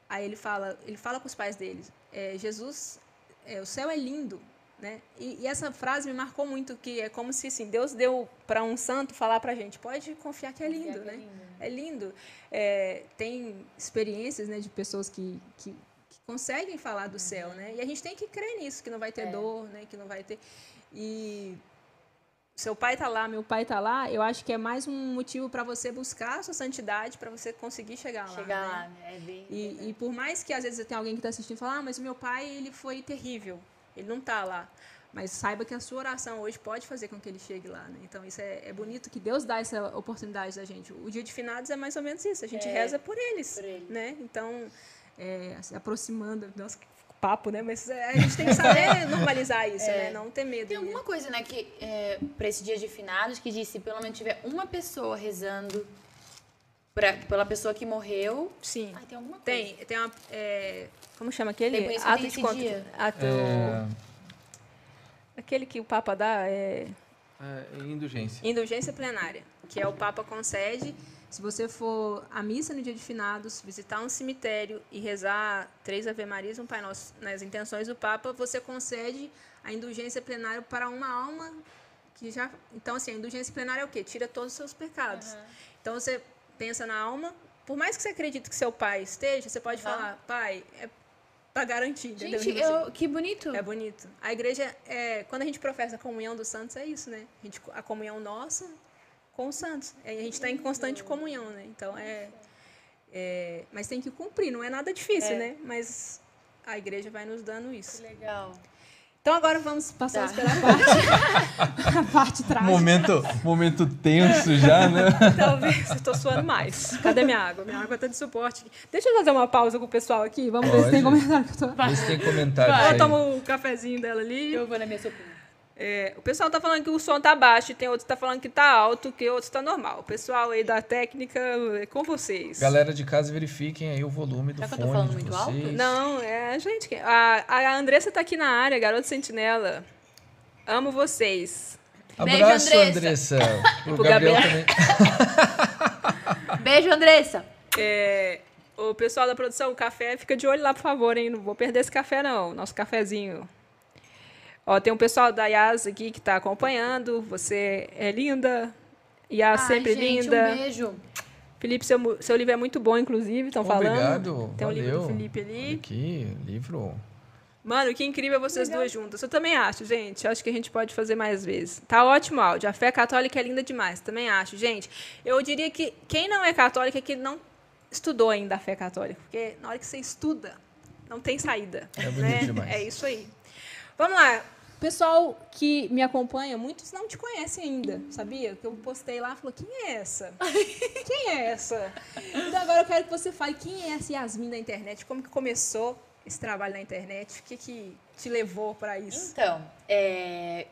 [SPEAKER 1] Aí ele fala, ele fala com os pais deles, é, Jesus, é, o céu é lindo, né? E, e essa frase me marcou muito, que é como se assim, Deus deu para um santo falar para gente, pode confiar que é lindo,
[SPEAKER 3] que é
[SPEAKER 1] né?
[SPEAKER 3] lindo, né?
[SPEAKER 1] É lindo. É, tem experiências, né, de pessoas que, que, que conseguem falar
[SPEAKER 3] Uhum.
[SPEAKER 1] do céu, né? E a gente tem que crer nisso, que não vai ter
[SPEAKER 3] É.
[SPEAKER 1] dor, né? Que não vai ter... E seu pai tá lá, meu pai tá lá, eu acho que é mais um motivo para você buscar a sua santidade, para você conseguir chegar lá.
[SPEAKER 3] Chegar
[SPEAKER 1] né?
[SPEAKER 3] lá, né? é bem.
[SPEAKER 1] E, e por mais que às vezes tenha alguém que está assistindo e fala, ah, mas o meu pai ele foi terrível, ele não tá lá. Mas saiba que a sua oração hoje pode fazer com que ele chegue lá. Né? Então isso é, é bonito que Deus dá essa oportunidade da gente. O dia de finados é mais ou menos isso. A gente
[SPEAKER 3] É,
[SPEAKER 1] reza por eles,
[SPEAKER 3] por eles.
[SPEAKER 1] né? Então é, se aproximando, nossa, que papo, né? Mas é, a gente tem que saber normalizar isso, né? Não ter medo.
[SPEAKER 3] Tem
[SPEAKER 1] né?
[SPEAKER 3] alguma coisa, né, que é, pra esse dia de finados, que diz se pelo menos tiver uma pessoa rezando pra, pela pessoa que morreu.
[SPEAKER 1] Sim.
[SPEAKER 3] Ah, tem alguma coisa.
[SPEAKER 1] Tem, tem uma. é, como chama aquele?
[SPEAKER 3] Tem, por isso que
[SPEAKER 1] ato
[SPEAKER 3] tem
[SPEAKER 1] de
[SPEAKER 3] esse
[SPEAKER 1] contra-
[SPEAKER 3] dia.
[SPEAKER 1] Ato.
[SPEAKER 2] É,
[SPEAKER 1] Aquele que o Papa dá é
[SPEAKER 2] é, indulgência.
[SPEAKER 1] indulgência plenária, que é o Papa concede. Se você for à missa no dia de finados, visitar um cemitério e rezar três Ave Marias e um Pai Nosso nas intenções do Papa, você concede a indulgência plenária para uma alma que já. Então, assim, a indulgência plenária é o quê? Tira todos os seus pecados. Então, você pensa na alma, por mais que você acredite que seu pai esteja, você pode
[SPEAKER 3] Aham.
[SPEAKER 1] falar, pai, é pra garantir, entendeu?
[SPEAKER 3] Gente,
[SPEAKER 1] Tipo assim.
[SPEAKER 3] eu, que bonito.
[SPEAKER 1] É bonito. A igreja, é, quando a gente professa a comunhão dos santos, é isso, né? A, gente, a comunhão nossa com os santos. É, a gente está em constante comunhão, É. né? Então é, é- Mas tem que cumprir, não é nada difícil, né? Mas a igreja vai nos dando isso.
[SPEAKER 3] Legal.
[SPEAKER 1] Então agora vamos passar
[SPEAKER 3] Tá.
[SPEAKER 1] pela parte,
[SPEAKER 4] A parte trágica.
[SPEAKER 2] Momento, momento tenso já, né?
[SPEAKER 1] talvez, eu tô suando mais. Cadê minha água? Minha água tá de suporte. aqui. Deixa eu fazer uma pausa com o pessoal aqui, vamos ver
[SPEAKER 4] Vocês
[SPEAKER 1] se...
[SPEAKER 2] Pode.
[SPEAKER 4] têm comentário que eu tô.
[SPEAKER 2] Vê se tem comentário.
[SPEAKER 1] Ela
[SPEAKER 2] aí.
[SPEAKER 1] toma o cafezinho dela ali.
[SPEAKER 3] Eu vou na minha sopinha.
[SPEAKER 1] É, o pessoal tá falando que o som tá baixo, tem outro que tá falando que tá alto, que outro tá normal. O pessoal aí da técnica é com vocês.
[SPEAKER 2] Galera de casa, verifiquem aí o volume do
[SPEAKER 3] Será que eu tô
[SPEAKER 2] fone
[SPEAKER 3] falando
[SPEAKER 2] de
[SPEAKER 3] muito alto?
[SPEAKER 2] vocês.
[SPEAKER 1] Não, é a gente. que- A, a Andressa tá aqui na área, garoto sentinela. Amo vocês.
[SPEAKER 3] Beijo,
[SPEAKER 2] Abraço,
[SPEAKER 3] Andressa.
[SPEAKER 2] Andressa. O
[SPEAKER 1] Pro
[SPEAKER 2] Gabriel
[SPEAKER 1] Gabriel.
[SPEAKER 2] também.
[SPEAKER 3] Beijo, Andressa.
[SPEAKER 1] É, o pessoal da produção, o café, fica de olho lá, por favor, hein? Não vou perder esse café, não. Nosso cafezinho. Ó, tem um pessoal da Yas aqui que tá acompanhando. Você é linda.
[SPEAKER 3] Tá
[SPEAKER 1] Yas sempre
[SPEAKER 3] gente,
[SPEAKER 1] linda.
[SPEAKER 3] Um beijo.
[SPEAKER 1] Felipe, seu, mu- seu livro é muito bom, inclusive, estão falando.
[SPEAKER 2] Obrigado.
[SPEAKER 1] Tem um livro do
[SPEAKER 2] valeu.
[SPEAKER 1] Felipe ali.
[SPEAKER 2] Olha Aqui, livro.
[SPEAKER 1] Mano, que incrível vocês duas juntas. Eu também acho, gente. Acho que a gente pode fazer mais vezes. Tá ótimo o áudio. A fé católica é linda demais. Também acho, gente. Eu diria que quem não é católica é que não estudou ainda a fé católica. Porque na hora que você estuda, não tem saída.
[SPEAKER 2] É bonito
[SPEAKER 1] né?
[SPEAKER 2] demais.
[SPEAKER 1] É isso aí. Vamos lá. Pessoal que me acompanha, muitos não te conhecem ainda, sabia? Que eu postei lá e falou: quem é essa? Quem é essa? Então agora eu quero que você fale quem é essa Yasmin da internet, como que começou esse trabalho na internet, o que que te levou para isso?
[SPEAKER 3] Então, é,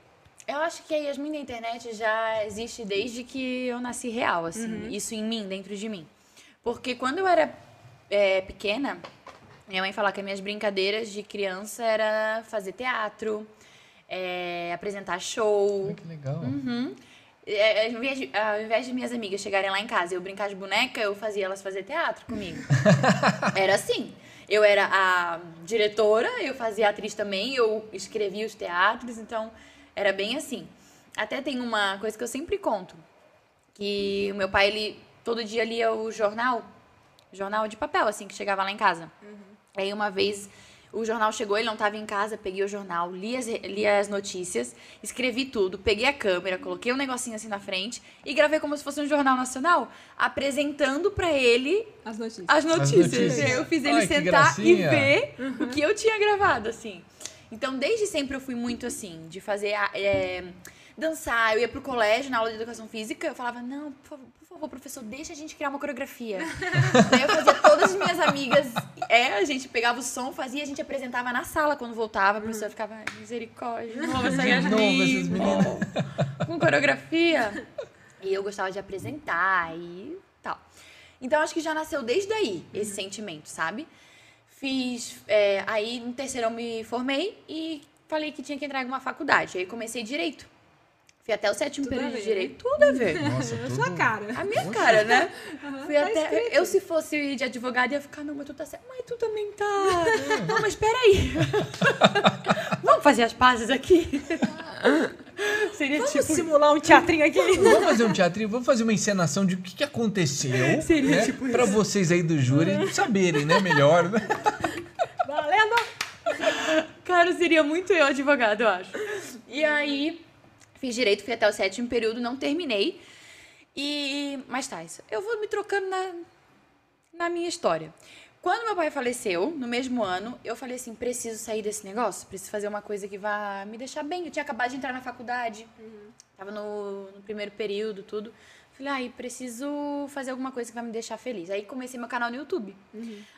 [SPEAKER 3] eu acho que a Yasmin da internet já existe desde que eu nasci real, assim. Isso em mim, dentro de mim. Porque quando eu era é, pequena, minha mãe falava que as minhas brincadeiras de criança era fazer teatro, é, apresentar show.
[SPEAKER 2] Olha que legal.
[SPEAKER 1] Uhum.
[SPEAKER 2] Uhum.
[SPEAKER 3] É, Ao invés, de, ao invés de minhas amigas chegarem lá em casa e eu brincar de boneca, eu fazia elas fazer teatro comigo. era assim. Eu era a diretora, eu fazia atriz também, eu escrevia os teatros, então era bem assim. Até tem uma coisa que eu sempre conto, que o meu pai, ele todo dia lia o jornal, jornal de papel, assim, que chegava lá em casa. Aí uma vez o jornal chegou, ele não estava em casa, peguei o jornal, li as, li as notícias, escrevi tudo, peguei a câmera, coloquei um negocinho assim na frente e gravei como se fosse um jornal nacional, apresentando pra ele
[SPEAKER 4] As notícias.
[SPEAKER 3] as notícias. Uhum.
[SPEAKER 2] notícias.
[SPEAKER 3] Eu fiz ele
[SPEAKER 2] Ai, que
[SPEAKER 3] sentar e
[SPEAKER 2] gracinha.
[SPEAKER 3] ver o que eu tinha gravado, assim. Então, desde sempre eu fui muito assim, de fazer. a- é, dançar. Eu ia pro colégio na aula de educação física, eu falava, não, por favor, por favor, professor, deixa a gente criar uma coreografia. Daí eu fazia todas as minhas amigas. É, a gente pegava o som, fazia, a gente apresentava na sala quando voltava, a professora ficava, "Ai, misericórdia, de novo essa
[SPEAKER 2] De novo essas meninas.
[SPEAKER 3] com coreografia. E eu gostava de apresentar e tal. Então acho que já nasceu desde aí esse sentimento, sabe? Fiz. é, aí no terceiro eu me formei e falei que tinha que entrar em uma faculdade. Aí comecei direito. Fui até o sétimo
[SPEAKER 1] Tudo a
[SPEAKER 3] período de
[SPEAKER 1] ver.
[SPEAKER 3] direito. Tudo a ver.
[SPEAKER 2] Nossa,
[SPEAKER 1] Na
[SPEAKER 2] tudo.
[SPEAKER 1] sua cara.
[SPEAKER 3] A minha cara, né? Fui
[SPEAKER 1] tá
[SPEAKER 3] até.
[SPEAKER 1] escrito.
[SPEAKER 3] Eu, se fosse de advogada, ia ficar, não, mas tu tá certo. Mas tu também tá. não, mas peraí. Vamos fazer as pazes aqui. Seria
[SPEAKER 1] Vamos
[SPEAKER 3] tipo.
[SPEAKER 1] simular um teatrinho aqui.
[SPEAKER 2] Vamos fazer um teatrinho, vamos fazer uma encenação de o que, que aconteceu.
[SPEAKER 1] Seria
[SPEAKER 2] né?
[SPEAKER 1] tipo
[SPEAKER 2] Pra vocês aí do júri saberem, né? Melhor. né?
[SPEAKER 1] Valendo!
[SPEAKER 3] Cara, seria muito eu advogado, eu acho. E aí, fiz direito, fui até o sétimo período, não terminei. E. Mas tá, isso. Eu vou me trocando na, na minha história. Quando meu pai faleceu, no mesmo ano, eu falei assim: preciso sair desse negócio, preciso fazer uma coisa que vá me deixar bem. Eu tinha acabado de entrar na faculdade, tava no, no primeiro período, tudo. Falei, ai, preciso fazer alguma coisa que vai me deixar feliz. Aí comecei meu canal no YouTube.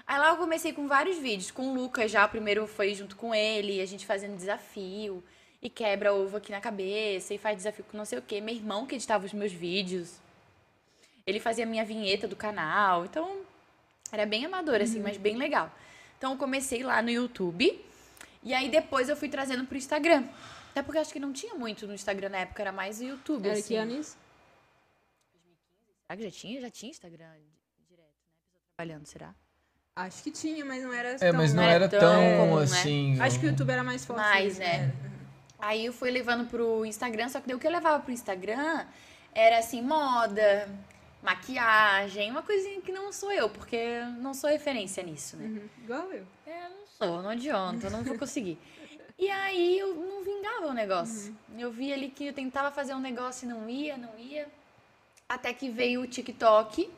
[SPEAKER 3] Aí lá eu comecei com vários vídeos, com o Lucas já. O primeiro foi junto com ele, a gente fazendo desafio. E quebra ovo aqui na cabeça, e faz desafio com não sei o quê. Meu irmão que editava os meus vídeos. Ele fazia a minha vinheta do canal. Então, era bem amador,
[SPEAKER 4] Uhum.
[SPEAKER 3] assim, mas bem legal. Então, eu comecei lá no YouTube. E aí, depois, eu fui trazendo pro Instagram. Até porque eu acho que não tinha muito no Instagram na época, era mais o YouTube,
[SPEAKER 4] Era
[SPEAKER 3] assim.
[SPEAKER 4] que ano isso?
[SPEAKER 3] Será que já tinha? Já tinha Instagram direto, né? Pessoa trabalhando, será?
[SPEAKER 1] Acho que tinha, mas não era
[SPEAKER 2] É,
[SPEAKER 1] tão...
[SPEAKER 2] mas não
[SPEAKER 3] não é
[SPEAKER 2] era
[SPEAKER 3] tão
[SPEAKER 2] tão
[SPEAKER 3] comum, né?
[SPEAKER 2] assim.
[SPEAKER 1] Acho que o YouTube era mais forte.
[SPEAKER 3] Mais,
[SPEAKER 1] mesmo,
[SPEAKER 3] né? Aí eu fui levando pro Instagram, só que daí o que eu levava pro Instagram era assim, moda, maquiagem, uma coisinha que não sou eu, porque eu não sou referência nisso, né?
[SPEAKER 1] Uhum. Igual eu.
[SPEAKER 3] É, não sou, não adianta, não vou conseguir. E aí eu não vingava o negócio. Eu vi ali que eu tentava fazer um negócio e não ia, não ia. Até que veio o TikTok,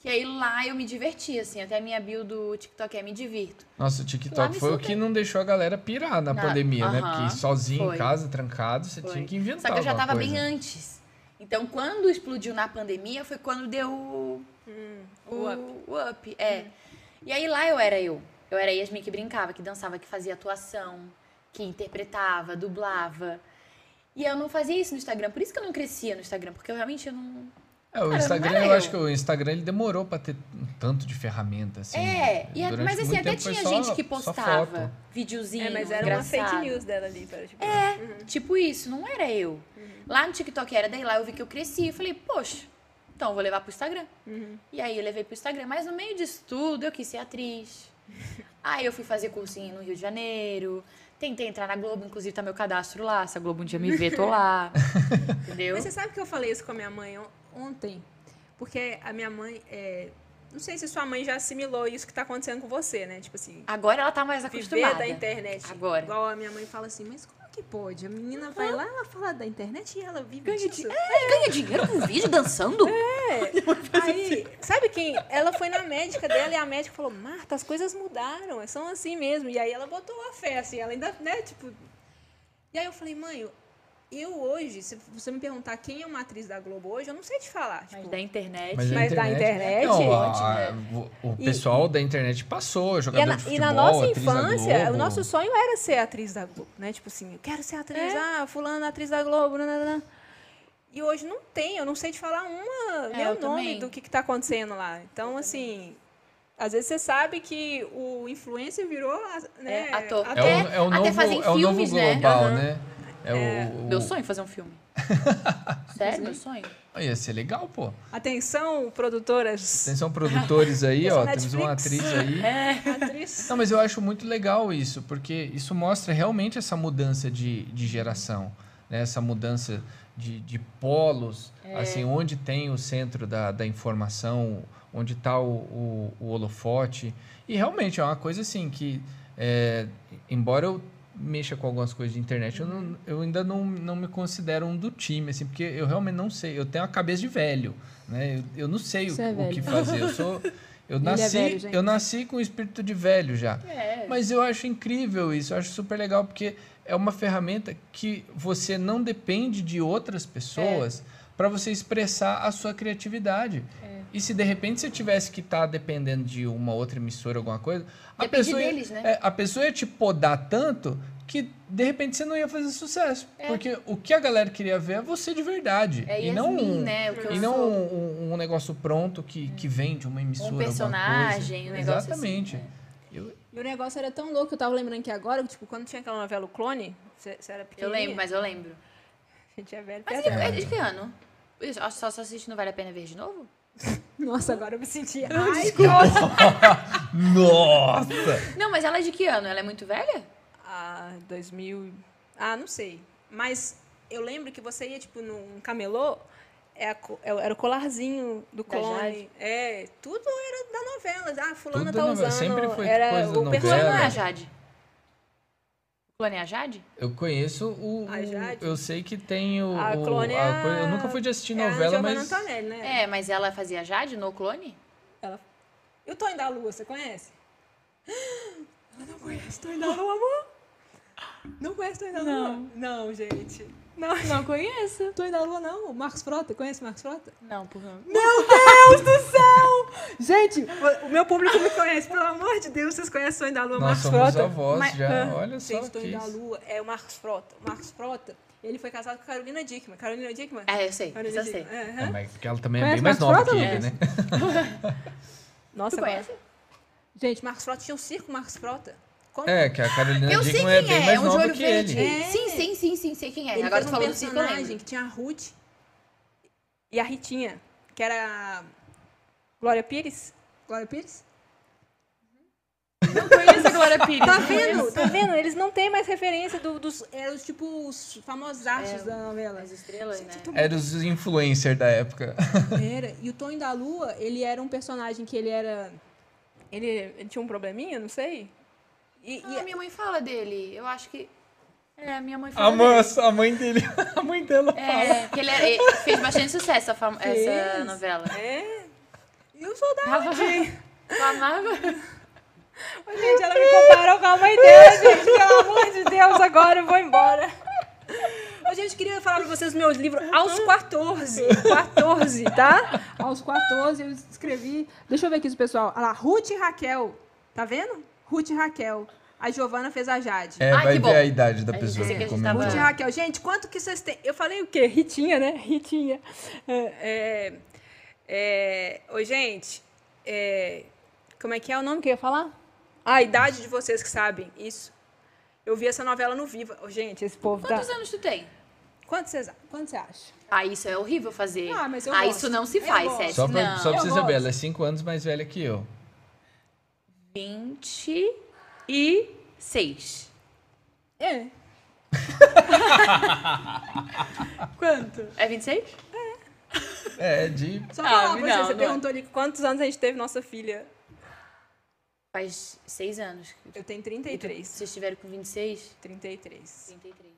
[SPEAKER 3] Que aí lá eu me diverti, assim. Até a minha bio do TikTok é me divirto.
[SPEAKER 2] Nossa, o
[SPEAKER 3] Lá
[SPEAKER 2] TikTok
[SPEAKER 3] me
[SPEAKER 2] foi o
[SPEAKER 3] soltei.
[SPEAKER 2] que não deixou a galera pirar
[SPEAKER 1] Ah,
[SPEAKER 2] na
[SPEAKER 3] Na-
[SPEAKER 2] pandemia, né?
[SPEAKER 3] Aham,
[SPEAKER 2] Porque sozinho
[SPEAKER 3] foi.
[SPEAKER 2] em casa, trancado, você
[SPEAKER 3] Foi.
[SPEAKER 2] tinha que inventar.
[SPEAKER 3] Só que eu já
[SPEAKER 2] alguma
[SPEAKER 3] tava bem
[SPEAKER 2] coisa.
[SPEAKER 3] antes. Então, quando explodiu na pandemia, foi quando deu o,
[SPEAKER 1] Hum, o up. Hum.
[SPEAKER 3] o up, é. E aí lá eu era eu. Eu era a Yasmin que brincava, que dançava, que fazia atuação, que interpretava, dublava. E eu não fazia isso no Instagram. Por isso que eu não crescia no Instagram, porque eu realmente eu não.
[SPEAKER 2] É, o
[SPEAKER 3] Cara,
[SPEAKER 2] Instagram,
[SPEAKER 3] não era
[SPEAKER 2] eu
[SPEAKER 3] eu.
[SPEAKER 2] acho que o Instagram ele demorou pra ter um tanto de ferramenta, assim.
[SPEAKER 3] é, e a-
[SPEAKER 2] Durante
[SPEAKER 3] mas assim,
[SPEAKER 2] muito
[SPEAKER 3] até
[SPEAKER 2] tempo foi
[SPEAKER 3] tinha
[SPEAKER 2] só-
[SPEAKER 3] gente que
[SPEAKER 2] só
[SPEAKER 3] postava
[SPEAKER 2] foto.
[SPEAKER 3] videozinho.
[SPEAKER 1] É, mas era uma
[SPEAKER 3] engraçado.
[SPEAKER 1] fake news dela ali. Para, tipo, é.
[SPEAKER 3] Tipo isso, não era eu.
[SPEAKER 1] Uhum.
[SPEAKER 3] Lá no TikTok era, daí lá eu vi que eu cresci. Eu falei, poxa, então eu vou levar pro Instagram.
[SPEAKER 1] Uhum.
[SPEAKER 3] E aí eu levei pro Instagram. Mas no meio disso tudo, eu quis ser atriz. aí eu fui fazer cursinho no Rio de Janeiro. Tentei entrar na Globo, inclusive tá meu cadastro lá. Se a Globo um dia me ver, tô lá. Entendeu?
[SPEAKER 1] Mas você sabe que eu falei isso com a minha mãe on- ontem? Porque a minha mãe. é, Não sei se sua mãe já assimilou isso que tá acontecendo com você, né? Tipo assim,
[SPEAKER 3] Agora ela tá mais
[SPEAKER 1] viver
[SPEAKER 3] acostumada.
[SPEAKER 1] da internet.
[SPEAKER 3] Agora.
[SPEAKER 1] Igual a minha mãe fala assim, mas como que pode? A menina vai lá, ela fala da internet e ela vive
[SPEAKER 3] Ganha
[SPEAKER 1] disso.
[SPEAKER 3] di- É, ganha dinheiro com vídeo dançando?
[SPEAKER 1] É.
[SPEAKER 3] assim.
[SPEAKER 1] Aí, sabe quem? Ela foi na médica dela e a médica falou, Marta, as coisas mudaram, são assim mesmo. E aí ela botou a fé, assim, ela ainda, né, tipo... E aí eu falei, mãe, eu hoje, se você me perguntar quem é uma atriz da Globo hoje, eu não sei te falar.
[SPEAKER 3] Mas
[SPEAKER 1] tipo,
[SPEAKER 3] da internet.
[SPEAKER 2] Mas, a
[SPEAKER 1] Mas da internet?
[SPEAKER 2] Não, a-
[SPEAKER 3] Ótimo, né?
[SPEAKER 2] o, o
[SPEAKER 1] E-
[SPEAKER 2] pessoal da internet passou,
[SPEAKER 1] E,
[SPEAKER 2] jogador
[SPEAKER 1] ela-
[SPEAKER 2] de
[SPEAKER 1] e
[SPEAKER 2] futebol,
[SPEAKER 1] na nossa
[SPEAKER 2] atriz da
[SPEAKER 1] infância, o
[SPEAKER 2] Globo. É
[SPEAKER 1] nosso sonho era ser atriz da Globo, né? Tipo assim, eu quero ser atriz, ah, fulano, atriz da Globo, né, nananã. E hoje não tem, eu não sei te falar uma,
[SPEAKER 3] É,
[SPEAKER 1] meu
[SPEAKER 3] eu
[SPEAKER 1] nome
[SPEAKER 3] também.
[SPEAKER 1] do que, que tá acontecendo lá. Então, assim, às vezes você sabe que o influencer virou, né?
[SPEAKER 3] É, ator.
[SPEAKER 2] é o,
[SPEAKER 1] ator.
[SPEAKER 2] é o
[SPEAKER 3] até
[SPEAKER 2] novo,
[SPEAKER 3] fazem
[SPEAKER 2] é o novo
[SPEAKER 3] filmes, né?
[SPEAKER 2] global,
[SPEAKER 3] Aham.
[SPEAKER 2] né? É, o, o-
[SPEAKER 3] Meu sonho é fazer um filme. Sério, meu sonho.
[SPEAKER 2] Ia ser legal, pô.
[SPEAKER 1] Atenção, produtoras,
[SPEAKER 2] Atenção, produtores aí, ó.
[SPEAKER 1] Atenção,
[SPEAKER 2] Temos uma atriz
[SPEAKER 1] Netflix.
[SPEAKER 2] aí.
[SPEAKER 1] É. atriz.
[SPEAKER 2] Não, mas eu acho muito legal isso, porque isso mostra realmente essa mudança de, de geração, né? essa mudança de, de polos,
[SPEAKER 4] É.
[SPEAKER 2] assim, onde tem o centro da, da informação, onde está o, o, o holofote. E realmente é uma coisa assim que, é, embora eu mexa com algumas coisas de internet, eu, não- eu ainda não, não me considero um do time, assim, porque eu realmente não sei. Eu tenho a cabeça de velho, né? Eu, eu não sei o,
[SPEAKER 4] Você é
[SPEAKER 2] o
[SPEAKER 4] velho.
[SPEAKER 2] que fazer. Eu sou... Eu
[SPEAKER 4] Ele é
[SPEAKER 2] nasci,
[SPEAKER 4] velho, gente.
[SPEAKER 2] eu nasci com o espírito de velho já.
[SPEAKER 3] É.
[SPEAKER 2] Mas eu acho incrível isso, eu acho super legal, porque é uma ferramenta que você não depende de outras
[SPEAKER 3] É.
[SPEAKER 2] pessoas pra para você expressar a sua criatividade. E se de repente você tivesse que estar dependendo de uma outra emissora, alguma coisa, a
[SPEAKER 3] Depende
[SPEAKER 2] pessoa, ia-
[SPEAKER 3] deles, né?
[SPEAKER 2] é, a pessoa ia te podar tanto que de repente você não ia fazer sucesso. Porque o que a galera queria ver é você de verdade.
[SPEAKER 3] É
[SPEAKER 2] e não
[SPEAKER 3] Yasmin,
[SPEAKER 2] um-
[SPEAKER 3] né? O que eu
[SPEAKER 2] e não
[SPEAKER 3] sou.
[SPEAKER 2] um, um- um negócio pronto que, que vem de uma emissora. alguma
[SPEAKER 3] personagem,
[SPEAKER 2] coisa.
[SPEAKER 3] um negócio assim,
[SPEAKER 2] Exatamente.
[SPEAKER 3] né?
[SPEAKER 2] Eu-
[SPEAKER 1] E o negócio era tão louco, eu tava lembrando que agora, tipo, quando tinha aquela novela O Clone, você você era
[SPEAKER 3] Eu
[SPEAKER 1] pequenininha.
[SPEAKER 3] lembro, mas eu lembro.
[SPEAKER 1] A gente é velho.
[SPEAKER 3] Mas
[SPEAKER 1] perdão.
[SPEAKER 3] é de que ano? Isso, Acho que só, só assiste Não Vale a Pena Ver de novo?
[SPEAKER 1] Nossa, agora eu me senti. Ai, nossa.
[SPEAKER 2] Nossa!
[SPEAKER 3] Não, mas ela é de que ano? Ela é muito velha?
[SPEAKER 1] Ah, 2000. Ah, não sei. Mas eu lembro que você ia, tipo, num camelô. é a co- é o- Era o colarzinho do clone.
[SPEAKER 3] Jade.
[SPEAKER 1] É, tudo era da novela. Ah, fulana
[SPEAKER 2] Tudo
[SPEAKER 1] tá
[SPEAKER 2] da novela,
[SPEAKER 1] usando.
[SPEAKER 2] sempre foi
[SPEAKER 1] era
[SPEAKER 2] coisa da
[SPEAKER 1] o
[SPEAKER 2] novela.
[SPEAKER 3] Clone não é
[SPEAKER 2] Velha.
[SPEAKER 3] a
[SPEAKER 1] personagem.
[SPEAKER 3] Jade? Clone é a Jade?
[SPEAKER 2] Eu conheço o.
[SPEAKER 1] A Jade?
[SPEAKER 2] Eu sei que tem o.
[SPEAKER 1] A
[SPEAKER 2] o-
[SPEAKER 1] Clone é a-
[SPEAKER 2] coisa- Eu nunca fui de assistir
[SPEAKER 1] é
[SPEAKER 2] novela,
[SPEAKER 1] a Giovanna
[SPEAKER 2] mas.
[SPEAKER 1] Antonelli, né?
[SPEAKER 3] É, mas ela fazia a Jade no clone?
[SPEAKER 1] Ela... E o Tonho da Lua, você conhece? Eu não conheço o Tonho da Lua, amor. Não conhece o Tonho da Lua?
[SPEAKER 4] Não.
[SPEAKER 1] Não, gente. Não,
[SPEAKER 4] Não conheço.
[SPEAKER 1] Tonho da Lua não. O Marcos Frota, conhece o Marcos Frota?
[SPEAKER 3] Não, por não.
[SPEAKER 4] Gente,
[SPEAKER 1] O meu público me conhece, pelo amor de Deus, vocês conhecem o Sonho da Lua, Marcos
[SPEAKER 2] Nós somos
[SPEAKER 1] Frota. ah,
[SPEAKER 2] avós já, olha só
[SPEAKER 1] Gente, Sonho
[SPEAKER 2] que
[SPEAKER 1] da
[SPEAKER 2] isso.
[SPEAKER 1] Lua é o Marcos Frota. O Marcos Frota, ele foi casado com a Carolina Dickman. Carolina Dickman?
[SPEAKER 3] É, eu sei, isso
[SPEAKER 1] Carolina
[SPEAKER 3] eu sei.
[SPEAKER 1] Dickman,
[SPEAKER 2] É,
[SPEAKER 1] aham.
[SPEAKER 2] mas porque ela também é bem
[SPEAKER 4] Conhece
[SPEAKER 2] mais
[SPEAKER 4] Marcos
[SPEAKER 2] nova que ele,
[SPEAKER 4] Frota,
[SPEAKER 2] né?
[SPEAKER 1] Nossa,
[SPEAKER 3] Tu
[SPEAKER 1] agora-
[SPEAKER 3] conhece?
[SPEAKER 1] Gente, Marcos Frota tinha um circo, Marcos Frota. Como?
[SPEAKER 2] É, que a Carolina
[SPEAKER 3] Eu sei
[SPEAKER 2] Dickman
[SPEAKER 3] quem
[SPEAKER 2] é bem
[SPEAKER 3] é, é
[SPEAKER 2] mais
[SPEAKER 3] um de
[SPEAKER 2] nova
[SPEAKER 3] olho
[SPEAKER 2] que
[SPEAKER 3] verde.
[SPEAKER 2] ele.
[SPEAKER 1] É.
[SPEAKER 3] Sim, sim, sim, sim, sei quem é.
[SPEAKER 1] Ele
[SPEAKER 3] Agora
[SPEAKER 1] fez
[SPEAKER 3] tu
[SPEAKER 1] um
[SPEAKER 3] falou do circo, eu
[SPEAKER 1] personagem
[SPEAKER 3] lembro.
[SPEAKER 1] que tinha a Ruth e a Ritinha, que era a Glória Pires. Glória Pires?
[SPEAKER 3] Não conheço a Glória Pires.
[SPEAKER 1] Tá vendo? Tá vendo? Eles não têm mais referência do- dos... Eram, tipo, os famosos artes
[SPEAKER 3] É,
[SPEAKER 1] da novela.
[SPEAKER 3] As estrelas, né?
[SPEAKER 2] Era os influencers É da época.
[SPEAKER 1] Era. E o Tonho da Lua, ele era um personagem que ele era. Ele, ele tinha um probleminha, não sei. E, e-
[SPEAKER 3] Ah, minha mãe fala dele. Eu acho que... É, minha mãe fala
[SPEAKER 2] A,
[SPEAKER 3] dele.
[SPEAKER 2] moça, a mãe dele. A mãe dela fala.
[SPEAKER 3] É, que ele, ele fez bastante sucesso essa, fam- essa
[SPEAKER 1] Fez.
[SPEAKER 3] novela.
[SPEAKER 1] é. E Eu sou da onde?
[SPEAKER 3] Clamava.
[SPEAKER 1] Ô, Gente, ela me comparou com a mãe dela, gente. Pelo amor de Deus, agora eu vou embora. Ô, gente, queria falar pra vocês meu livro aos 14. 14, tá?
[SPEAKER 4] Aos 14 eu escrevi. Deixa eu ver aqui o pessoal. Olha lá, Ruth e Raquel. Tá vendo? Ruth e Raquel. A Giovana fez a Jade.
[SPEAKER 2] É,
[SPEAKER 3] Ai,
[SPEAKER 2] vai
[SPEAKER 3] Ah, que
[SPEAKER 2] ver
[SPEAKER 3] bom.
[SPEAKER 2] a idade da
[SPEAKER 3] Ai,
[SPEAKER 2] pessoa
[SPEAKER 3] pensei
[SPEAKER 2] que
[SPEAKER 3] que a gente tava-
[SPEAKER 2] comentou.
[SPEAKER 4] Ruth e
[SPEAKER 3] Tá.
[SPEAKER 4] Raquel. Gente,
[SPEAKER 1] Gente, quanto que vocês têm? Eu falei o quê? Ritinha, né? Ritinha. É, é, é, Ô, gente, é, como é que é o nome que eu ia falar? Ah, a idade de vocês que sabem. Isso. Eu vi essa novela no Viva. Ô, gente, esse povo
[SPEAKER 3] Quantos
[SPEAKER 1] tá...
[SPEAKER 3] anos tu tem?
[SPEAKER 1] Quanto vocês quanto você acha?
[SPEAKER 3] Ah, isso é horrível fazer.
[SPEAKER 4] Ah, mas eu
[SPEAKER 3] ah,
[SPEAKER 4] gosto.
[SPEAKER 3] isso não se
[SPEAKER 4] Eu
[SPEAKER 3] faz,
[SPEAKER 4] gosto.
[SPEAKER 3] Sete.
[SPEAKER 2] Só pra,
[SPEAKER 3] não.
[SPEAKER 2] só pra
[SPEAKER 4] Eu
[SPEAKER 2] você saber,
[SPEAKER 4] gosto.
[SPEAKER 2] ela é 5 anos mais velha que eu.
[SPEAKER 3] 26.
[SPEAKER 1] É. quanto?
[SPEAKER 3] É 26?
[SPEAKER 2] É, de.
[SPEAKER 1] Só
[SPEAKER 3] Ah,
[SPEAKER 1] falar pra você,
[SPEAKER 3] não,
[SPEAKER 1] você
[SPEAKER 3] não é.
[SPEAKER 1] perguntou ali quantos anos a gente teve nossa filha.
[SPEAKER 3] Faz 6 anos.
[SPEAKER 1] Eu tenho
[SPEAKER 3] E tu-
[SPEAKER 1] 33.
[SPEAKER 3] Vocês estiveram com 26?
[SPEAKER 1] 33.
[SPEAKER 3] 33.